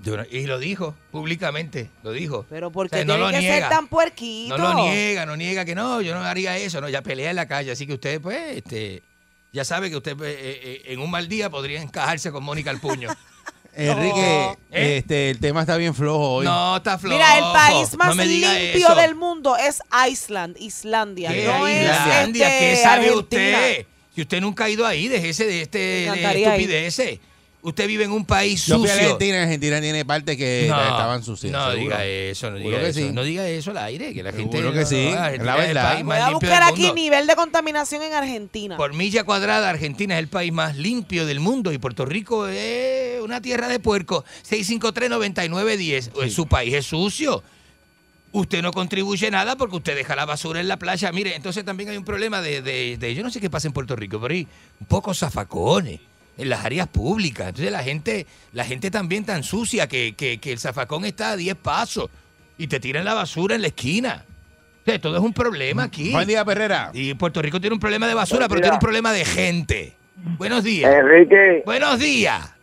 [SPEAKER 3] yo no- y lo dijo públicamente, lo dijo.
[SPEAKER 1] Pero porque
[SPEAKER 3] O sea, no
[SPEAKER 1] tiene
[SPEAKER 3] lo
[SPEAKER 1] que
[SPEAKER 3] niega.
[SPEAKER 1] ser tan puerquito.
[SPEAKER 3] No lo niega, no niega que no, yo no haría eso, no, ya pelea en la calle, así que usted pues eh,
[SPEAKER 1] *laughs*
[SPEAKER 3] este ya sabe que usted pues, eh, eh, en un mal día podría encajarse con Mónica al puño.
[SPEAKER 2] Enrique, este, el tema está bien flojo hoy.
[SPEAKER 3] ¿Eh? No, está flojo.
[SPEAKER 14] Mira, el país
[SPEAKER 2] No
[SPEAKER 14] más
[SPEAKER 2] me diga
[SPEAKER 14] limpio
[SPEAKER 2] eso.
[SPEAKER 14] del mundo es Iceland, Islandia.
[SPEAKER 3] ¿Qué
[SPEAKER 14] no es
[SPEAKER 3] Islandia?
[SPEAKER 14] este,
[SPEAKER 3] ¿Qué sabe
[SPEAKER 14] Argentina.
[SPEAKER 3] usted? Si usted nunca ha ido ahí, déjese de este
[SPEAKER 14] Me
[SPEAKER 3] de
[SPEAKER 14] encantaría ir.
[SPEAKER 3] estupideces. Usted vive en un país
[SPEAKER 2] Yo fui a
[SPEAKER 3] sucio.
[SPEAKER 2] Argentina, Argentina tiene partes que pues,
[SPEAKER 3] No,
[SPEAKER 2] estaban sucias.
[SPEAKER 3] no
[SPEAKER 2] seguro.
[SPEAKER 3] diga eso, no
[SPEAKER 2] Seguro
[SPEAKER 3] diga
[SPEAKER 2] que
[SPEAKER 3] eso.
[SPEAKER 2] sí.
[SPEAKER 3] No diga eso al aire, que la gente.
[SPEAKER 2] Seguro que sí,
[SPEAKER 3] Ah,
[SPEAKER 2] es
[SPEAKER 3] Argentina
[SPEAKER 2] la
[SPEAKER 3] es el
[SPEAKER 2] verdad.
[SPEAKER 3] país
[SPEAKER 14] Voy
[SPEAKER 3] más
[SPEAKER 14] a
[SPEAKER 3] limpio
[SPEAKER 14] buscar
[SPEAKER 3] del
[SPEAKER 14] aquí
[SPEAKER 3] mundo.
[SPEAKER 14] nivel de contaminación en Argentina.
[SPEAKER 3] Por milla cuadrada, Argentina es el país más limpio del mundo y Puerto Rico es una tierra de puerco. 653-9910. Pues Su país es sucio. Usted no contribuye nada porque usted deja la basura en la playa. Mire, entonces también hay un problema de, de- de- yo no sé qué pasa en Puerto Rico, pero hay pocos zafacones en las áreas públicas. Entonces la gente, la gente también tan sucia que, que- que el zafacón está a 10 pasos y te tiran la basura en la esquina. O sea, todo es un problema aquí.
[SPEAKER 2] Buen día, Perrera.
[SPEAKER 3] Y Puerto Rico tiene un problema de basura, pero
[SPEAKER 2] Buen día.
[SPEAKER 3] tiene un problema de gente. Buenos días.
[SPEAKER 6] Enrique.
[SPEAKER 3] Buenos días.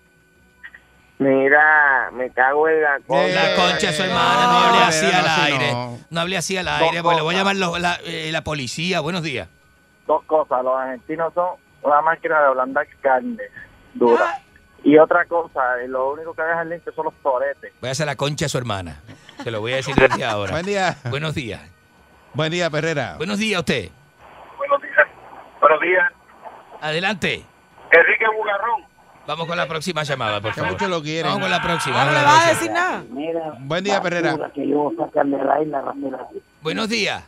[SPEAKER 6] Mira, me cago en la concha.
[SPEAKER 3] La concha de su hermana, no hable así al aire. No hable así al aire, pues le voy a llamar lo- la, eh, la policía. Buenos días.
[SPEAKER 15] Dos cosas, los argentinos son una máquina de ablandar carne dura. Y otra cosa, eh, lo único que dejan
[SPEAKER 8] este
[SPEAKER 15] limpio son los toretes.
[SPEAKER 3] Voy a hacer la concha a su hermana. Te lo voy a decir desde ahora.
[SPEAKER 2] Buen día.
[SPEAKER 3] Buenos días.
[SPEAKER 2] Buen día, Perrera.
[SPEAKER 3] Buenos días a usted.
[SPEAKER 15] Buenos días.
[SPEAKER 3] Adelante.
[SPEAKER 15] Enrique Bugarrón.
[SPEAKER 3] Vamos con la próxima llamada, por favor.
[SPEAKER 2] mucho lo quieren.
[SPEAKER 3] Vamos con la próxima.
[SPEAKER 14] No le va a decir nada.
[SPEAKER 2] Buen día, Perrera.
[SPEAKER 19] Que yo voy a sacar de raíz la racera.
[SPEAKER 3] Buenos días.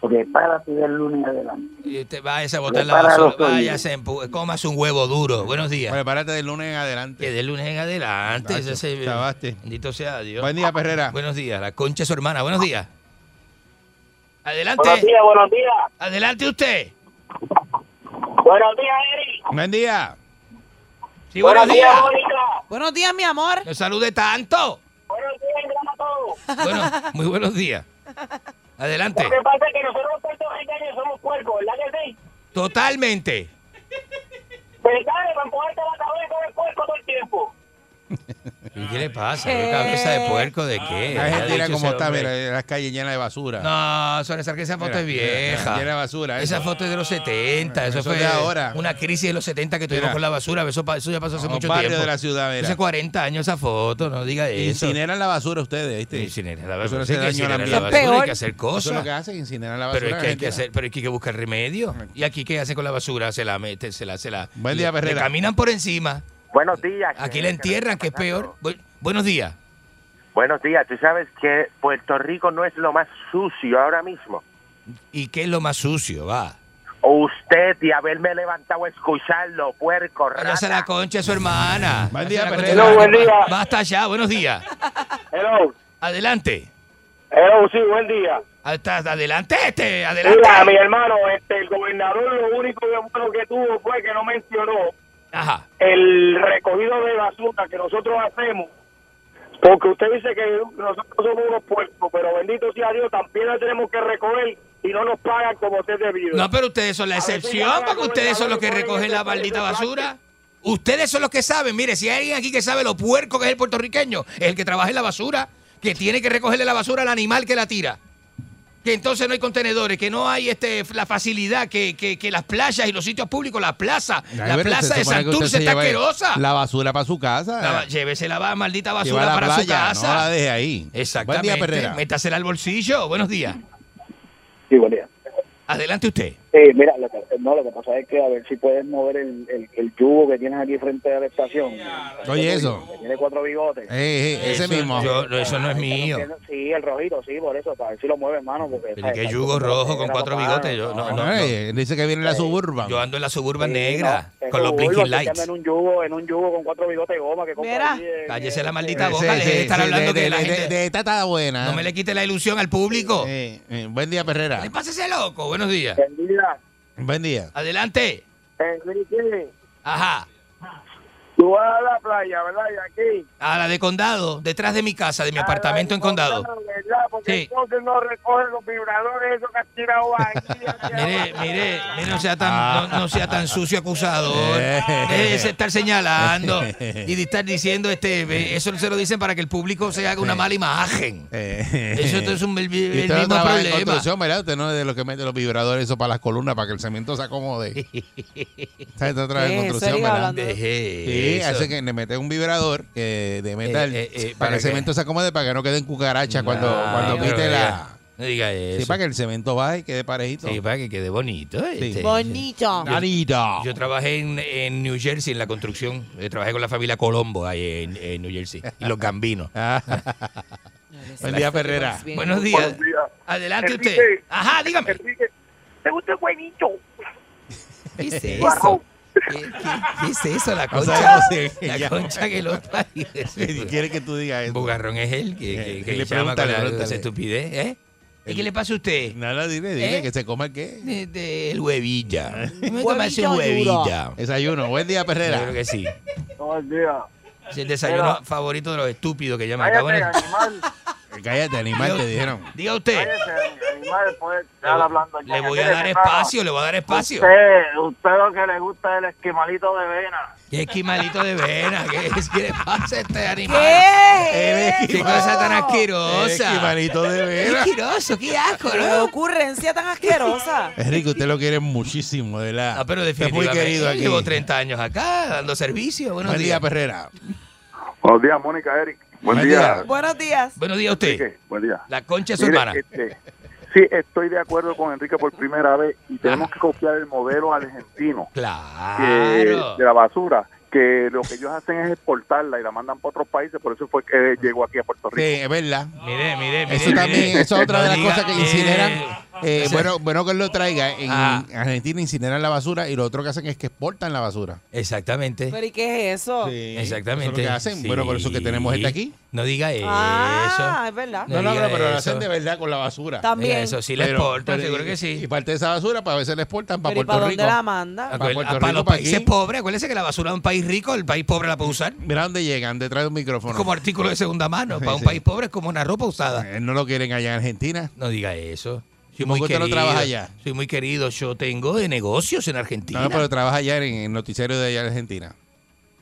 [SPEAKER 19] Prepárate del lunes adelante.
[SPEAKER 3] Y usted váyase a botar la
[SPEAKER 19] Prepara
[SPEAKER 3] basura.
[SPEAKER 19] los oídos.
[SPEAKER 3] Váyase, empu- cómase un huevo duro. Buenos días.
[SPEAKER 2] Prepárate del lunes en adelante.
[SPEAKER 3] Que del lunes en adelante.
[SPEAKER 2] Nacho,
[SPEAKER 3] ese se-
[SPEAKER 2] chavaste.
[SPEAKER 3] Bendito sea Dios.
[SPEAKER 2] Buen día, Perrera.
[SPEAKER 3] Buenos días. La concha de su hermana. Buenos días. Adelante.
[SPEAKER 8] Buenos días, buenos días.
[SPEAKER 3] Adelante usted.
[SPEAKER 8] Buenos días, Eric.
[SPEAKER 2] Buen día.
[SPEAKER 3] Sí, buenos, días.
[SPEAKER 14] Buenos días, mi amor.
[SPEAKER 3] No salude tanto.
[SPEAKER 8] Buenos días, grama todo.
[SPEAKER 3] Bueno, muy buenos días. Adelante.
[SPEAKER 8] Lo que pasa es que nosotros los puertorriqueños somos puercos, ¿verdad que sí?
[SPEAKER 3] Totalmente.
[SPEAKER 8] ¿Verdad? Para empujarte la cabeza con el puerco todo el tiempo.
[SPEAKER 3] ¿Y qué le pasa? ¿Qué cabeza de puerco de qué?
[SPEAKER 2] La gente
[SPEAKER 3] Ya
[SPEAKER 2] mira
[SPEAKER 3] ha dicho
[SPEAKER 2] cómo
[SPEAKER 3] ese
[SPEAKER 2] está,
[SPEAKER 3] hombre.
[SPEAKER 2] mira, las calles llenas de basura.
[SPEAKER 3] No, Suárez, que esa foto
[SPEAKER 2] Ah. Mira,
[SPEAKER 3] es vieja.
[SPEAKER 2] mira, llena de basura.
[SPEAKER 3] Esa
[SPEAKER 2] eso.
[SPEAKER 3] foto es de los 70. Eso,
[SPEAKER 2] Eso
[SPEAKER 3] fue
[SPEAKER 2] de ahora.
[SPEAKER 3] una crisis de los 70 que tuvimos
[SPEAKER 2] Mira.
[SPEAKER 3] con la basura. Eso, pa- eso ya pasó hace
[SPEAKER 2] Los
[SPEAKER 3] mucho
[SPEAKER 2] barrios
[SPEAKER 3] tiempo.
[SPEAKER 2] de la ciudad, mira.
[SPEAKER 3] Hace 40 años esa foto, no diga eso.
[SPEAKER 2] Incineran la basura ustedes, ¿viste?
[SPEAKER 3] Incineran la
[SPEAKER 2] Eso
[SPEAKER 3] basura.
[SPEAKER 2] le
[SPEAKER 3] Sí,
[SPEAKER 2] hace
[SPEAKER 3] que
[SPEAKER 2] daño al
[SPEAKER 3] incineran la
[SPEAKER 2] ambiente.
[SPEAKER 3] basura, hay que hacer
[SPEAKER 2] Eso es lo que
[SPEAKER 3] cosas.
[SPEAKER 2] hacen, incineran la basura.
[SPEAKER 3] Pero es que hay que
[SPEAKER 2] Argentina.
[SPEAKER 3] hacer, pero es que hay que buscar remedio. Y aquí qué hace con la basura, se la mete, se la, se la.
[SPEAKER 2] Buen día,
[SPEAKER 3] le- le
[SPEAKER 2] Perrera.
[SPEAKER 3] caminan por encima.
[SPEAKER 19] Buenos días.
[SPEAKER 3] Aquí la entierran, que es peor. Bu- buenos días.
[SPEAKER 19] Buenos días. Tú sabes que Puerto Rico no es lo más sucio ahora mismo.
[SPEAKER 3] ¿Y qué es lo más sucio? Va.
[SPEAKER 19] Usted y haberme levantado a escucharlo, puerco
[SPEAKER 3] Váyase a
[SPEAKER 19] rata.
[SPEAKER 3] la concha de su hermana. Buen
[SPEAKER 19] día,
[SPEAKER 8] Perrera. Hello, buen día.
[SPEAKER 3] Basta ya, buenos días.
[SPEAKER 8] Hello.
[SPEAKER 3] Adelante.
[SPEAKER 8] Hello, sí, buen día.
[SPEAKER 3] Hasta- adelante este, adelante.
[SPEAKER 8] Mira, mi hermano, este, el gobernador lo único de bueno que tuvo fue que no mencionó
[SPEAKER 3] Ajá.
[SPEAKER 8] el recogido de basura que nosotros hacemos. Porque usted dice que nosotros somos unos puercos, pero bendito sea Dios, también la tenemos que recoger y no nos pagan como usted debido.
[SPEAKER 3] No, pero ustedes son la
[SPEAKER 8] A ver si
[SPEAKER 3] excepción,
[SPEAKER 8] llaman al
[SPEAKER 3] porque ustedes son los que
[SPEAKER 8] gobernador y
[SPEAKER 3] recogen
[SPEAKER 8] ponen
[SPEAKER 3] la
[SPEAKER 8] ese-
[SPEAKER 3] maldita
[SPEAKER 8] ese plástico.
[SPEAKER 3] basura. Ustedes son los que saben. Mire, si hay alguien aquí que sabe lo puerco que es el puertorriqueño, es el que trabaja en la basura, que tiene que recogerle la basura al animal que la tira. Que entonces no hay contenedores, que no hay este la facilidad, que, que, que las playas y los sitios públicos, la plaza,
[SPEAKER 2] Ay,
[SPEAKER 3] la
[SPEAKER 2] pero
[SPEAKER 3] plaza
[SPEAKER 2] se
[SPEAKER 3] de
[SPEAKER 2] supone que usted
[SPEAKER 3] Santurce
[SPEAKER 2] se
[SPEAKER 3] está
[SPEAKER 2] lleva
[SPEAKER 3] asquerosa.
[SPEAKER 2] La basura para su casa.
[SPEAKER 3] La ba- llévese la ba- maldita
[SPEAKER 2] Lleva a
[SPEAKER 3] basura
[SPEAKER 2] la
[SPEAKER 3] para su
[SPEAKER 2] playa,
[SPEAKER 3] casa.
[SPEAKER 2] No la deje ahí.
[SPEAKER 3] Exactamente.
[SPEAKER 2] Buen día, Perrera.
[SPEAKER 3] Métasela al bolsillo. Buenos días.
[SPEAKER 15] Sí, buen día.
[SPEAKER 3] Adelante usted.
[SPEAKER 15] Eh, mira, lo que, no, lo que pasa es que a ver si puedes mover el, el, el yugo que tienes aquí frente a la estación.
[SPEAKER 2] Oye, eso.
[SPEAKER 15] Que tiene cuatro bigotes.
[SPEAKER 2] Eh, eh, ese
[SPEAKER 3] Eso-
[SPEAKER 2] mismo.
[SPEAKER 3] yo- eso no es mío.
[SPEAKER 15] Sí, el rojito, sí, por eso, para ver si lo mueves, mano. Porque,
[SPEAKER 3] Pero que yugo rojo con cuatro bigotes. Yo, no, no, no.
[SPEAKER 2] Ay, Dice que viene la suburban.
[SPEAKER 3] Yo ando en la suburban
[SPEAKER 2] Sí,
[SPEAKER 3] negra,
[SPEAKER 2] no,
[SPEAKER 3] con los blinking lights.
[SPEAKER 15] En un yugo, en un yugo con cuatro bigotes de goma que compra eh, allí en-
[SPEAKER 3] Cállese la maldita
[SPEAKER 2] Sí,
[SPEAKER 3] boca, deje de
[SPEAKER 2] sí,
[SPEAKER 3] estar
[SPEAKER 2] sí,
[SPEAKER 3] hablando
[SPEAKER 2] de-
[SPEAKER 3] que
[SPEAKER 2] de-
[SPEAKER 3] la
[SPEAKER 2] de-
[SPEAKER 3] gente...
[SPEAKER 2] de- de esta está buena.
[SPEAKER 3] No me le quite la ilusión al público.
[SPEAKER 2] Eh, eh, buen día, Perrera.
[SPEAKER 3] ¿Qué pasa ese loco? Buenos días.
[SPEAKER 15] Buen día.
[SPEAKER 2] Buen día.
[SPEAKER 3] Adelante.
[SPEAKER 15] Enrique,
[SPEAKER 3] Ajá.
[SPEAKER 15] tú vas a la playa, ¿verdad? Y aquí.
[SPEAKER 3] A la de condado, detrás de mi casa, de mi apartamento en condado.
[SPEAKER 15] que
[SPEAKER 13] ¿verdad? Porque
[SPEAKER 3] Sí.
[SPEAKER 13] entonces no recogen los vibradores esos que han
[SPEAKER 3] *laughs*
[SPEAKER 13] tirado ahí.
[SPEAKER 3] Mire, mire, mire, no sea tan, no,
[SPEAKER 2] Ah.
[SPEAKER 3] no sea tan sucio acusador. Déjese estar señalando y de estar diciendo, este, eh, eso se lo dicen para que el público se haga una mala imagen. Eso es
[SPEAKER 2] *laughs*
[SPEAKER 3] un- el-
[SPEAKER 2] Eh, Y
[SPEAKER 3] el
[SPEAKER 2] usted no
[SPEAKER 3] mismo
[SPEAKER 2] trabaja en
[SPEAKER 3] problema.
[SPEAKER 2] construcción, ¿verdad? Usted no es de los que mete los vibradores eso para las columnas, para que el cemento
[SPEAKER 3] *laughs*
[SPEAKER 2] se acomode. Usted no trabaja
[SPEAKER 3] ¿Qué?
[SPEAKER 2] en construcción,
[SPEAKER 3] ¿Sería
[SPEAKER 2] ¿verdad?
[SPEAKER 3] hablando? Deje
[SPEAKER 2] sí,
[SPEAKER 3] eso.
[SPEAKER 2] hace que le mete un vibrador eh, de metal
[SPEAKER 3] Eh, eh, eh,
[SPEAKER 2] para,
[SPEAKER 3] ¿para
[SPEAKER 2] que el
[SPEAKER 3] qué?
[SPEAKER 2] cemento se acomode, para que no queden cucarachas cuando,
[SPEAKER 3] No,
[SPEAKER 2] cuando
[SPEAKER 3] pero
[SPEAKER 2] pite la...
[SPEAKER 3] diga- No diga eso.
[SPEAKER 2] Sí, para que el cemento baje y quede parejito.
[SPEAKER 3] Sí, para que quede bonito. este.
[SPEAKER 1] Bonito.
[SPEAKER 2] Bonito.
[SPEAKER 3] Yo trabajé en, en New Jersey, en la construcción. Eh, trabajé con la familia Colombo ahí en, en New Jersey. Y los gambinos.
[SPEAKER 2] Ah.
[SPEAKER 3] *laughs*
[SPEAKER 2] Buen día, Ferrera.
[SPEAKER 3] Buenos días. Adelante usted. Ajá, dígame.
[SPEAKER 13] ¿Te gusta el buenito?
[SPEAKER 3] ¿Qué es
[SPEAKER 13] Guau.
[SPEAKER 3] eso? ¿Qué, qué- qué es eso? La
[SPEAKER 2] No
[SPEAKER 3] concha,
[SPEAKER 2] sabemos si-
[SPEAKER 3] la
[SPEAKER 2] ya.
[SPEAKER 3] concha que lo
[SPEAKER 2] *laughs*
[SPEAKER 3] trae.
[SPEAKER 2] Quiere que tú digas eso.
[SPEAKER 3] Bugarrón es él que, que, que
[SPEAKER 2] Dile,
[SPEAKER 3] llama con
[SPEAKER 2] pregúntale,
[SPEAKER 3] la- con
[SPEAKER 2] pregúntale.
[SPEAKER 3] esa estupidez. ¿eh? ¿Y qué le pasa a usted?
[SPEAKER 2] Nada, dile, dile,
[SPEAKER 3] ¿Eh?
[SPEAKER 2] que se coma el qué.
[SPEAKER 3] De, de- el
[SPEAKER 2] *laughs*
[SPEAKER 3] huevilla. Me
[SPEAKER 2] Huevilla
[SPEAKER 3] tomas un huevilla.
[SPEAKER 2] duro. Desayuno. Buen día, Perrera.
[SPEAKER 3] Yo creo que sí.
[SPEAKER 15] Buenos días.
[SPEAKER 3] Es el desayuno
[SPEAKER 15] Mira.
[SPEAKER 3] favorito de los estúpidos que llaman.
[SPEAKER 15] Cállate,
[SPEAKER 3] cabrones.
[SPEAKER 15] animal.
[SPEAKER 2] Cállate, animal, te dijeron.
[SPEAKER 3] Diga usted.
[SPEAKER 15] Cállate, animal, después de estar hablando.
[SPEAKER 3] Le voy
[SPEAKER 15] Mire,
[SPEAKER 3] a dar
[SPEAKER 15] hermano,
[SPEAKER 3] espacio, le voy a dar espacio.
[SPEAKER 15] Usted, usted lo que le gusta es el esquimalito de vena.
[SPEAKER 3] Qué esquimalito de veras. ¿Qué, es? ¿Qué le pasa a este animal?
[SPEAKER 1] ¿Qué?
[SPEAKER 3] ¿Qué cosa tan asquerosa?
[SPEAKER 2] Es esquimalito de
[SPEAKER 3] Qué
[SPEAKER 2] veras.
[SPEAKER 3] asqueroso, qué asco,
[SPEAKER 1] Qué
[SPEAKER 3] ¿no?
[SPEAKER 1] ocurrencia tan asquerosa.
[SPEAKER 2] Enrique, usted lo quiere muchísimo, de la.
[SPEAKER 3] Ah, pero
[SPEAKER 2] Está muy
[SPEAKER 3] definitivamente.
[SPEAKER 2] querido aquí.
[SPEAKER 3] Llevo 30 años acá dando servicio. Buenos
[SPEAKER 2] Buen
[SPEAKER 3] días.
[SPEAKER 2] día, Perrera.
[SPEAKER 7] Buenos días, Mónica, Eric. Buen,
[SPEAKER 2] Buen
[SPEAKER 7] día.
[SPEAKER 2] día.
[SPEAKER 1] Buenos días.
[SPEAKER 3] Buenos días a usted.
[SPEAKER 7] Buen día.
[SPEAKER 3] La concha es su
[SPEAKER 7] Mire,
[SPEAKER 3] hermana.
[SPEAKER 7] este, sí, estoy de acuerdo con Enrique por primera vez y tenemos que copiar el modelo argentino que-
[SPEAKER 3] Claro.
[SPEAKER 7] de la basura, que lo que ellos hacen es exportarla y la mandan para otros países, por eso fue que eh, llegó aquí a Puerto
[SPEAKER 2] Sí,
[SPEAKER 7] Rico.
[SPEAKER 2] es verdad.
[SPEAKER 3] Mire, mire, mire.
[SPEAKER 2] Eso también,
[SPEAKER 3] mire.
[SPEAKER 2] eso es otra de las
[SPEAKER 3] No
[SPEAKER 2] cosas que
[SPEAKER 3] diga,
[SPEAKER 2] incineran.
[SPEAKER 3] eh, Ah.
[SPEAKER 2] eh,
[SPEAKER 3] o sea,
[SPEAKER 2] bueno, bueno que él lo traiga. En Argentina incineran la basura y lo otro que hacen es que exportan la basura.
[SPEAKER 3] Exactamente.
[SPEAKER 1] ¿Pero y qué es eso?
[SPEAKER 2] Sí,
[SPEAKER 3] Exactamente.
[SPEAKER 2] eso es lo que hacen.
[SPEAKER 3] Sí.
[SPEAKER 2] Bueno, por eso es que tenemos gente aquí.
[SPEAKER 3] No diga eh, eso.
[SPEAKER 1] Ah, es verdad.
[SPEAKER 2] No, no,
[SPEAKER 3] diga
[SPEAKER 2] no, pero lo hacen
[SPEAKER 3] eso.
[SPEAKER 2] de verdad con la basura.
[SPEAKER 1] También.
[SPEAKER 3] Mira, eso sí la exportan, seguro que sí.
[SPEAKER 2] Y parte de esa basura para veces la exportan para
[SPEAKER 1] Pero ¿y
[SPEAKER 2] Puerto
[SPEAKER 1] para
[SPEAKER 2] Rico.
[SPEAKER 1] dónde la manda?
[SPEAKER 2] Para
[SPEAKER 3] Acuérdate,
[SPEAKER 2] Puerto
[SPEAKER 3] para
[SPEAKER 2] Rico,
[SPEAKER 3] Pues, los
[SPEAKER 2] para
[SPEAKER 3] países
[SPEAKER 2] aquí.
[SPEAKER 3] pobres, acuérdense que la basura de un país rico, el país pobre la puede usar.
[SPEAKER 2] Mira dónde llegan, detrás de un micrófono.
[SPEAKER 3] Como artículo de segunda mano. Para
[SPEAKER 2] Sí,
[SPEAKER 3] un
[SPEAKER 2] sí.
[SPEAKER 3] país pobre es como una ropa usada.
[SPEAKER 2] Eh, no lo quieren allá en Argentina.
[SPEAKER 3] No diga eso. Soy
[SPEAKER 2] ¿Cómo
[SPEAKER 3] muy
[SPEAKER 2] que usted
[SPEAKER 3] querido.
[SPEAKER 2] no trabaja allá?
[SPEAKER 3] Soy muy querido. Yo tengo de negocios en Argentina.
[SPEAKER 2] No, pero trabaja allá en el noticiero de allá en Argentina.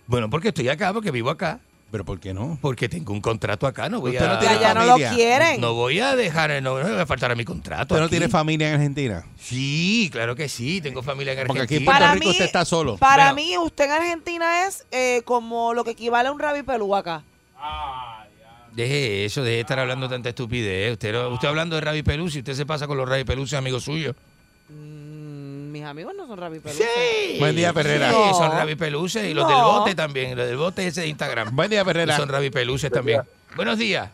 [SPEAKER 3] Bueno, porque estoy acá, porque vivo acá.
[SPEAKER 2] ¿Pero por qué no?
[SPEAKER 3] Porque tengo un contrato acá. No voy
[SPEAKER 2] Usted
[SPEAKER 3] a.
[SPEAKER 2] no tiene
[SPEAKER 1] Allá no lo
[SPEAKER 2] familia.
[SPEAKER 1] quieren.
[SPEAKER 3] No voy a dejar, no, no voy a faltar a mi contrato.
[SPEAKER 2] ¿Usted no
[SPEAKER 3] aquí.
[SPEAKER 2] tiene familia en Argentina?
[SPEAKER 3] Sí, claro que sí. Tengo familia en Argentina.
[SPEAKER 2] Porque aquí en
[SPEAKER 1] Para
[SPEAKER 2] Puerto Rico
[SPEAKER 1] mí-
[SPEAKER 2] usted está solo.
[SPEAKER 3] Bueno.
[SPEAKER 1] Para mí, usted en Argentina es eh, como lo que equivale a un rabi pelú acá.
[SPEAKER 3] Deje eso, deje de estar hablando tanta estupidez. Usted, no- usted hablando de Ravi Pelusi, usted se pasa con los Ravi Pelusi, amigos suyos.
[SPEAKER 1] Mis amigos no son rabi pelú.
[SPEAKER 2] Buen día, Perrera.
[SPEAKER 3] Sí,
[SPEAKER 2] No.
[SPEAKER 3] son Ravi Peluce y los
[SPEAKER 1] No.
[SPEAKER 3] del bote también. Los del bote ese de Instagram.
[SPEAKER 2] Buen día, Perrera.
[SPEAKER 3] Son Ravi Peluces también. Buenos días.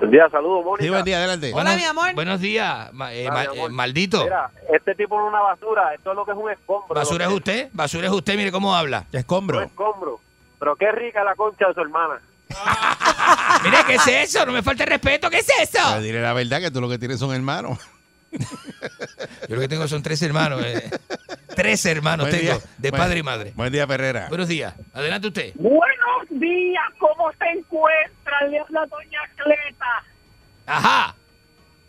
[SPEAKER 15] Buen día, saludos, Mónica.
[SPEAKER 2] Sí, buen día, adelante.
[SPEAKER 3] Buenos- Buenos días, ma- eh,
[SPEAKER 15] Hola,
[SPEAKER 3] ma-
[SPEAKER 15] mi amor.
[SPEAKER 3] eh, maldito.
[SPEAKER 15] Mira, este tipo es una basura, esto es lo que es un escombro.
[SPEAKER 3] Basura
[SPEAKER 15] lo
[SPEAKER 3] es
[SPEAKER 15] que
[SPEAKER 3] usted, basura es usted, mire cómo habla.
[SPEAKER 15] Un
[SPEAKER 2] Escombro.
[SPEAKER 15] escombro. Pero qué rica la concha de su hermana.
[SPEAKER 3] *laughs* Mire, ¿qué es eso? No me falte el respeto, ¿qué es
[SPEAKER 2] Pero
[SPEAKER 3] eso?
[SPEAKER 2] dile la verdad que tú lo que tienes son hermanos.
[SPEAKER 3] *laughs* Yo lo que tengo son tres hermanos.
[SPEAKER 2] *laughs*
[SPEAKER 3] eh. Tres hermanos
[SPEAKER 2] Buen
[SPEAKER 3] tengo,
[SPEAKER 2] día.
[SPEAKER 3] de
[SPEAKER 2] Buen-
[SPEAKER 3] padre y madre.
[SPEAKER 2] Buen día, Perrera.
[SPEAKER 3] Buenos días, adelante usted.
[SPEAKER 13] Buenos días, ¿cómo se encuentran? Le habla Doña Cleta.
[SPEAKER 3] Ajá.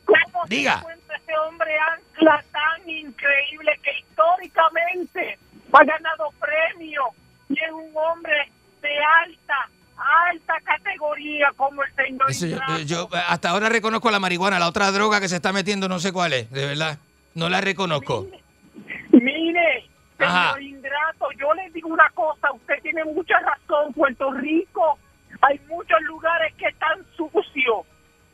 [SPEAKER 13] ¿Cómo
[SPEAKER 3] Diga.
[SPEAKER 13] se encuentra ese este hombre ancla tan increíble que históricamente ha ganado premio y es un hombre de alta, alta categoría como el señor
[SPEAKER 3] Eso yo,
[SPEAKER 13] Islas?
[SPEAKER 3] yo hasta ahora reconozco la marihuana, la otra droga que se está metiendo, no sé cuál es, de verdad. No la reconozco.
[SPEAKER 13] Mire, señor
[SPEAKER 3] Ajá.
[SPEAKER 13] Ingrato, yo le digo una cosa, usted tiene mucha razón, Puerto Rico, hay muchos lugares que están sucios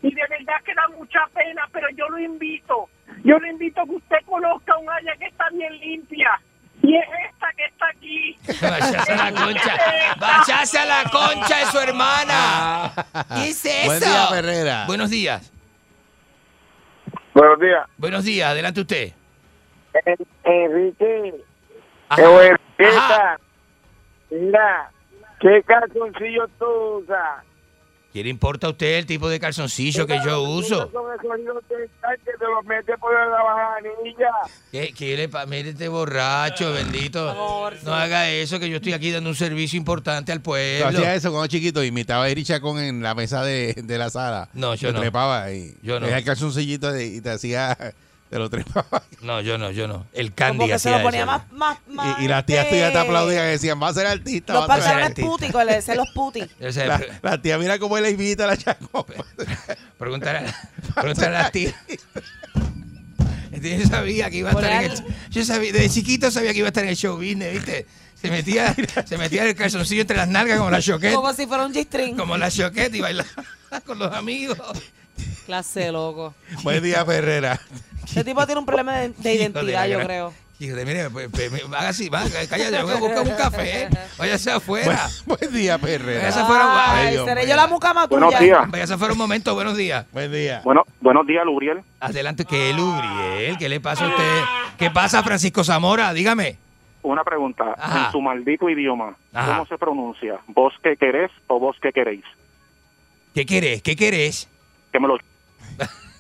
[SPEAKER 13] y de verdad que da mucha pena, pero yo lo invito, yo lo invito a que usted conozca un área que está bien limpia y es esta que está
[SPEAKER 3] *laughs*
[SPEAKER 13] aquí.
[SPEAKER 3] Vayase a la concha. Vayase a la concha de su
[SPEAKER 15] Ah.
[SPEAKER 3] hermana. ¿Qué es eso?
[SPEAKER 2] Buen día, Perrera.
[SPEAKER 3] Buenos días.
[SPEAKER 15] Buenos días.
[SPEAKER 3] Buenos días. Adelante usted.
[SPEAKER 15] Enrique,
[SPEAKER 3] Ajá.
[SPEAKER 15] Enriqueta, mira, qué calzoncillo tú usas.
[SPEAKER 3] ¿Qué le importa a usted el tipo de calzoncillo que yo uso?
[SPEAKER 8] Son esos hijos de tal que te los mete por la bajanilla.
[SPEAKER 3] ¿Qué, qué le pa- mire este borracho, bendito. No haga eso, que yo estoy aquí dando un servicio importante al
[SPEAKER 2] Yo
[SPEAKER 3] pueblo.
[SPEAKER 2] hacía eso cuando chiquito, imitaba a Eric Chacón en la mesa de, de la sala.
[SPEAKER 3] No, yo
[SPEAKER 2] Te
[SPEAKER 3] no.
[SPEAKER 2] trepaba y
[SPEAKER 3] Yo no.
[SPEAKER 2] le dejaba el calzoncillito de- y te hacía, te lo trepaba.
[SPEAKER 3] No, yo no, yo no. El candy
[SPEAKER 1] Porque se lo
[SPEAKER 3] hacía
[SPEAKER 1] ponía
[SPEAKER 3] eso.
[SPEAKER 1] más, más,
[SPEAKER 2] *laughs*
[SPEAKER 1] más.
[SPEAKER 2] Y, y las tías tuyas te
[SPEAKER 1] este,
[SPEAKER 2] aplaudían y decían, va a ser artista,
[SPEAKER 1] Los
[SPEAKER 2] va a ser
[SPEAKER 1] pantalones
[SPEAKER 2] artista.
[SPEAKER 1] puticos, le decían los puti.
[SPEAKER 2] La, la tía mira cómo él invita a la Chacón.
[SPEAKER 3] *laughs* Preguntar a, preguntar a las
[SPEAKER 2] *laughs*
[SPEAKER 3] tías. Entonces, *laughs* Yo sabía que iba a
[SPEAKER 2] Por
[SPEAKER 3] estar en el
[SPEAKER 2] algo.
[SPEAKER 3] Yo sabía, desde chiquito sabía que iba a estar en el show business, ¿viste? Se metía, se metía el calzoncillo entre las nalgas como la choqueta.
[SPEAKER 1] Como si fuera un G-string.
[SPEAKER 3] Como la choqueta y bailaba *laughs* con los amigos.
[SPEAKER 1] Clase de loco.
[SPEAKER 2] Buen día, Ferrera.
[SPEAKER 1] Este tipo tiene un problema de, de identidad, yo creo.
[SPEAKER 3] Híjole, mire, pues, pues, me- haga así, va, cállate, voy a buscar un café. Váyase afuera.
[SPEAKER 2] Buen, día, Ferrera.
[SPEAKER 3] Váyase afuera, guau.
[SPEAKER 1] Ay, seré yo la mucama tuya.
[SPEAKER 3] Buenos
[SPEAKER 1] días.
[SPEAKER 3] Váyase afuera un momento, buenos días.
[SPEAKER 2] Buen día.
[SPEAKER 3] Bueno, buenos días, Lubriel. Adelante, que Lubriel, ¿qué le pasa a usted? ¿Qué pasa, Francisco Zamora? Dígame.
[SPEAKER 15] Una pregunta,
[SPEAKER 3] Ajá.
[SPEAKER 15] en su maldito idioma,
[SPEAKER 3] Ajá.
[SPEAKER 15] ¿cómo se pronuncia? ¿Vos que querés o vos que queréis?
[SPEAKER 3] ¿Qué querés? ¿Qué querés?
[SPEAKER 15] Que
[SPEAKER 3] *laughs*
[SPEAKER 15] me lo...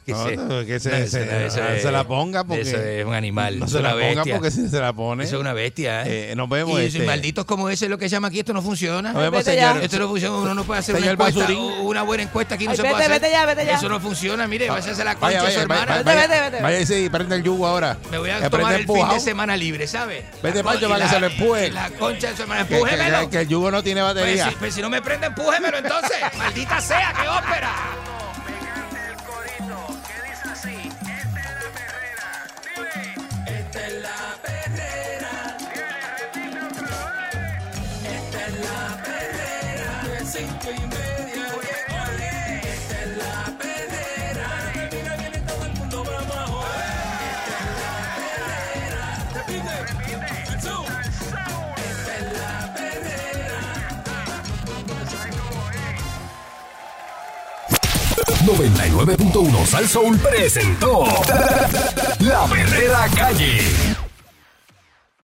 [SPEAKER 2] No,
[SPEAKER 3] sé.
[SPEAKER 2] no, que se,
[SPEAKER 3] No,
[SPEAKER 2] se-
[SPEAKER 3] ese- ese-
[SPEAKER 2] no se la ponga porque.
[SPEAKER 3] ese es un animal,
[SPEAKER 2] No
[SPEAKER 3] es
[SPEAKER 2] se
[SPEAKER 3] una
[SPEAKER 2] la ponga
[SPEAKER 3] bestia.
[SPEAKER 2] porque si se la pone.
[SPEAKER 3] Eso es una bestia, ¿eh?
[SPEAKER 2] Eh, nos vemos.
[SPEAKER 3] Y
[SPEAKER 2] este,
[SPEAKER 3] malditos como ese, lo que llama aquí, esto no funciona.
[SPEAKER 2] Nos vemos, Vete ya. señor.
[SPEAKER 3] Esto no funciona, uno no puede hacer
[SPEAKER 2] Señor
[SPEAKER 3] una encuesta,
[SPEAKER 2] Basurín.
[SPEAKER 3] u- una buena encuesta aquí no
[SPEAKER 1] Ay,
[SPEAKER 3] se
[SPEAKER 1] vete,
[SPEAKER 3] puede hacer.
[SPEAKER 1] vete ya, vete ya.
[SPEAKER 3] Eso no funciona, mire, vaya a hacer la
[SPEAKER 2] Vaya,
[SPEAKER 3] concha a su
[SPEAKER 2] vaya, vaya,
[SPEAKER 3] hermana.
[SPEAKER 2] vaya,
[SPEAKER 1] Vete, vete, vete.
[SPEAKER 2] vaya, y sí, prende el yugo ahora.
[SPEAKER 3] Me voy a
[SPEAKER 2] Que
[SPEAKER 3] tomar
[SPEAKER 2] prende
[SPEAKER 3] el fin
[SPEAKER 2] empujado.
[SPEAKER 3] de semana libre, ¿sabes?
[SPEAKER 2] Vete, Pancho,
[SPEAKER 3] Y
[SPEAKER 2] para que
[SPEAKER 3] la-
[SPEAKER 2] se lo empuje.
[SPEAKER 3] La concha de su hermana,
[SPEAKER 2] Que- que-
[SPEAKER 3] empújemelo.
[SPEAKER 2] que el yugo no tiene
[SPEAKER 3] Pues,
[SPEAKER 2] batería.
[SPEAKER 3] si, pues si no me prende, empújemelo
[SPEAKER 2] *laughs*
[SPEAKER 3] entonces. Maldita sea, qué ópera.
[SPEAKER 8] Esta es la perrera. Esta es la perrera. De cinco y media. a diez. Esta es la perrera. Mira, viene todo el mundo para abajo. Esta es la perrera. Repite. One, two. Esta es la perrera.
[SPEAKER 11] 99.1 Sal Soul presentó La Verdadera Calle.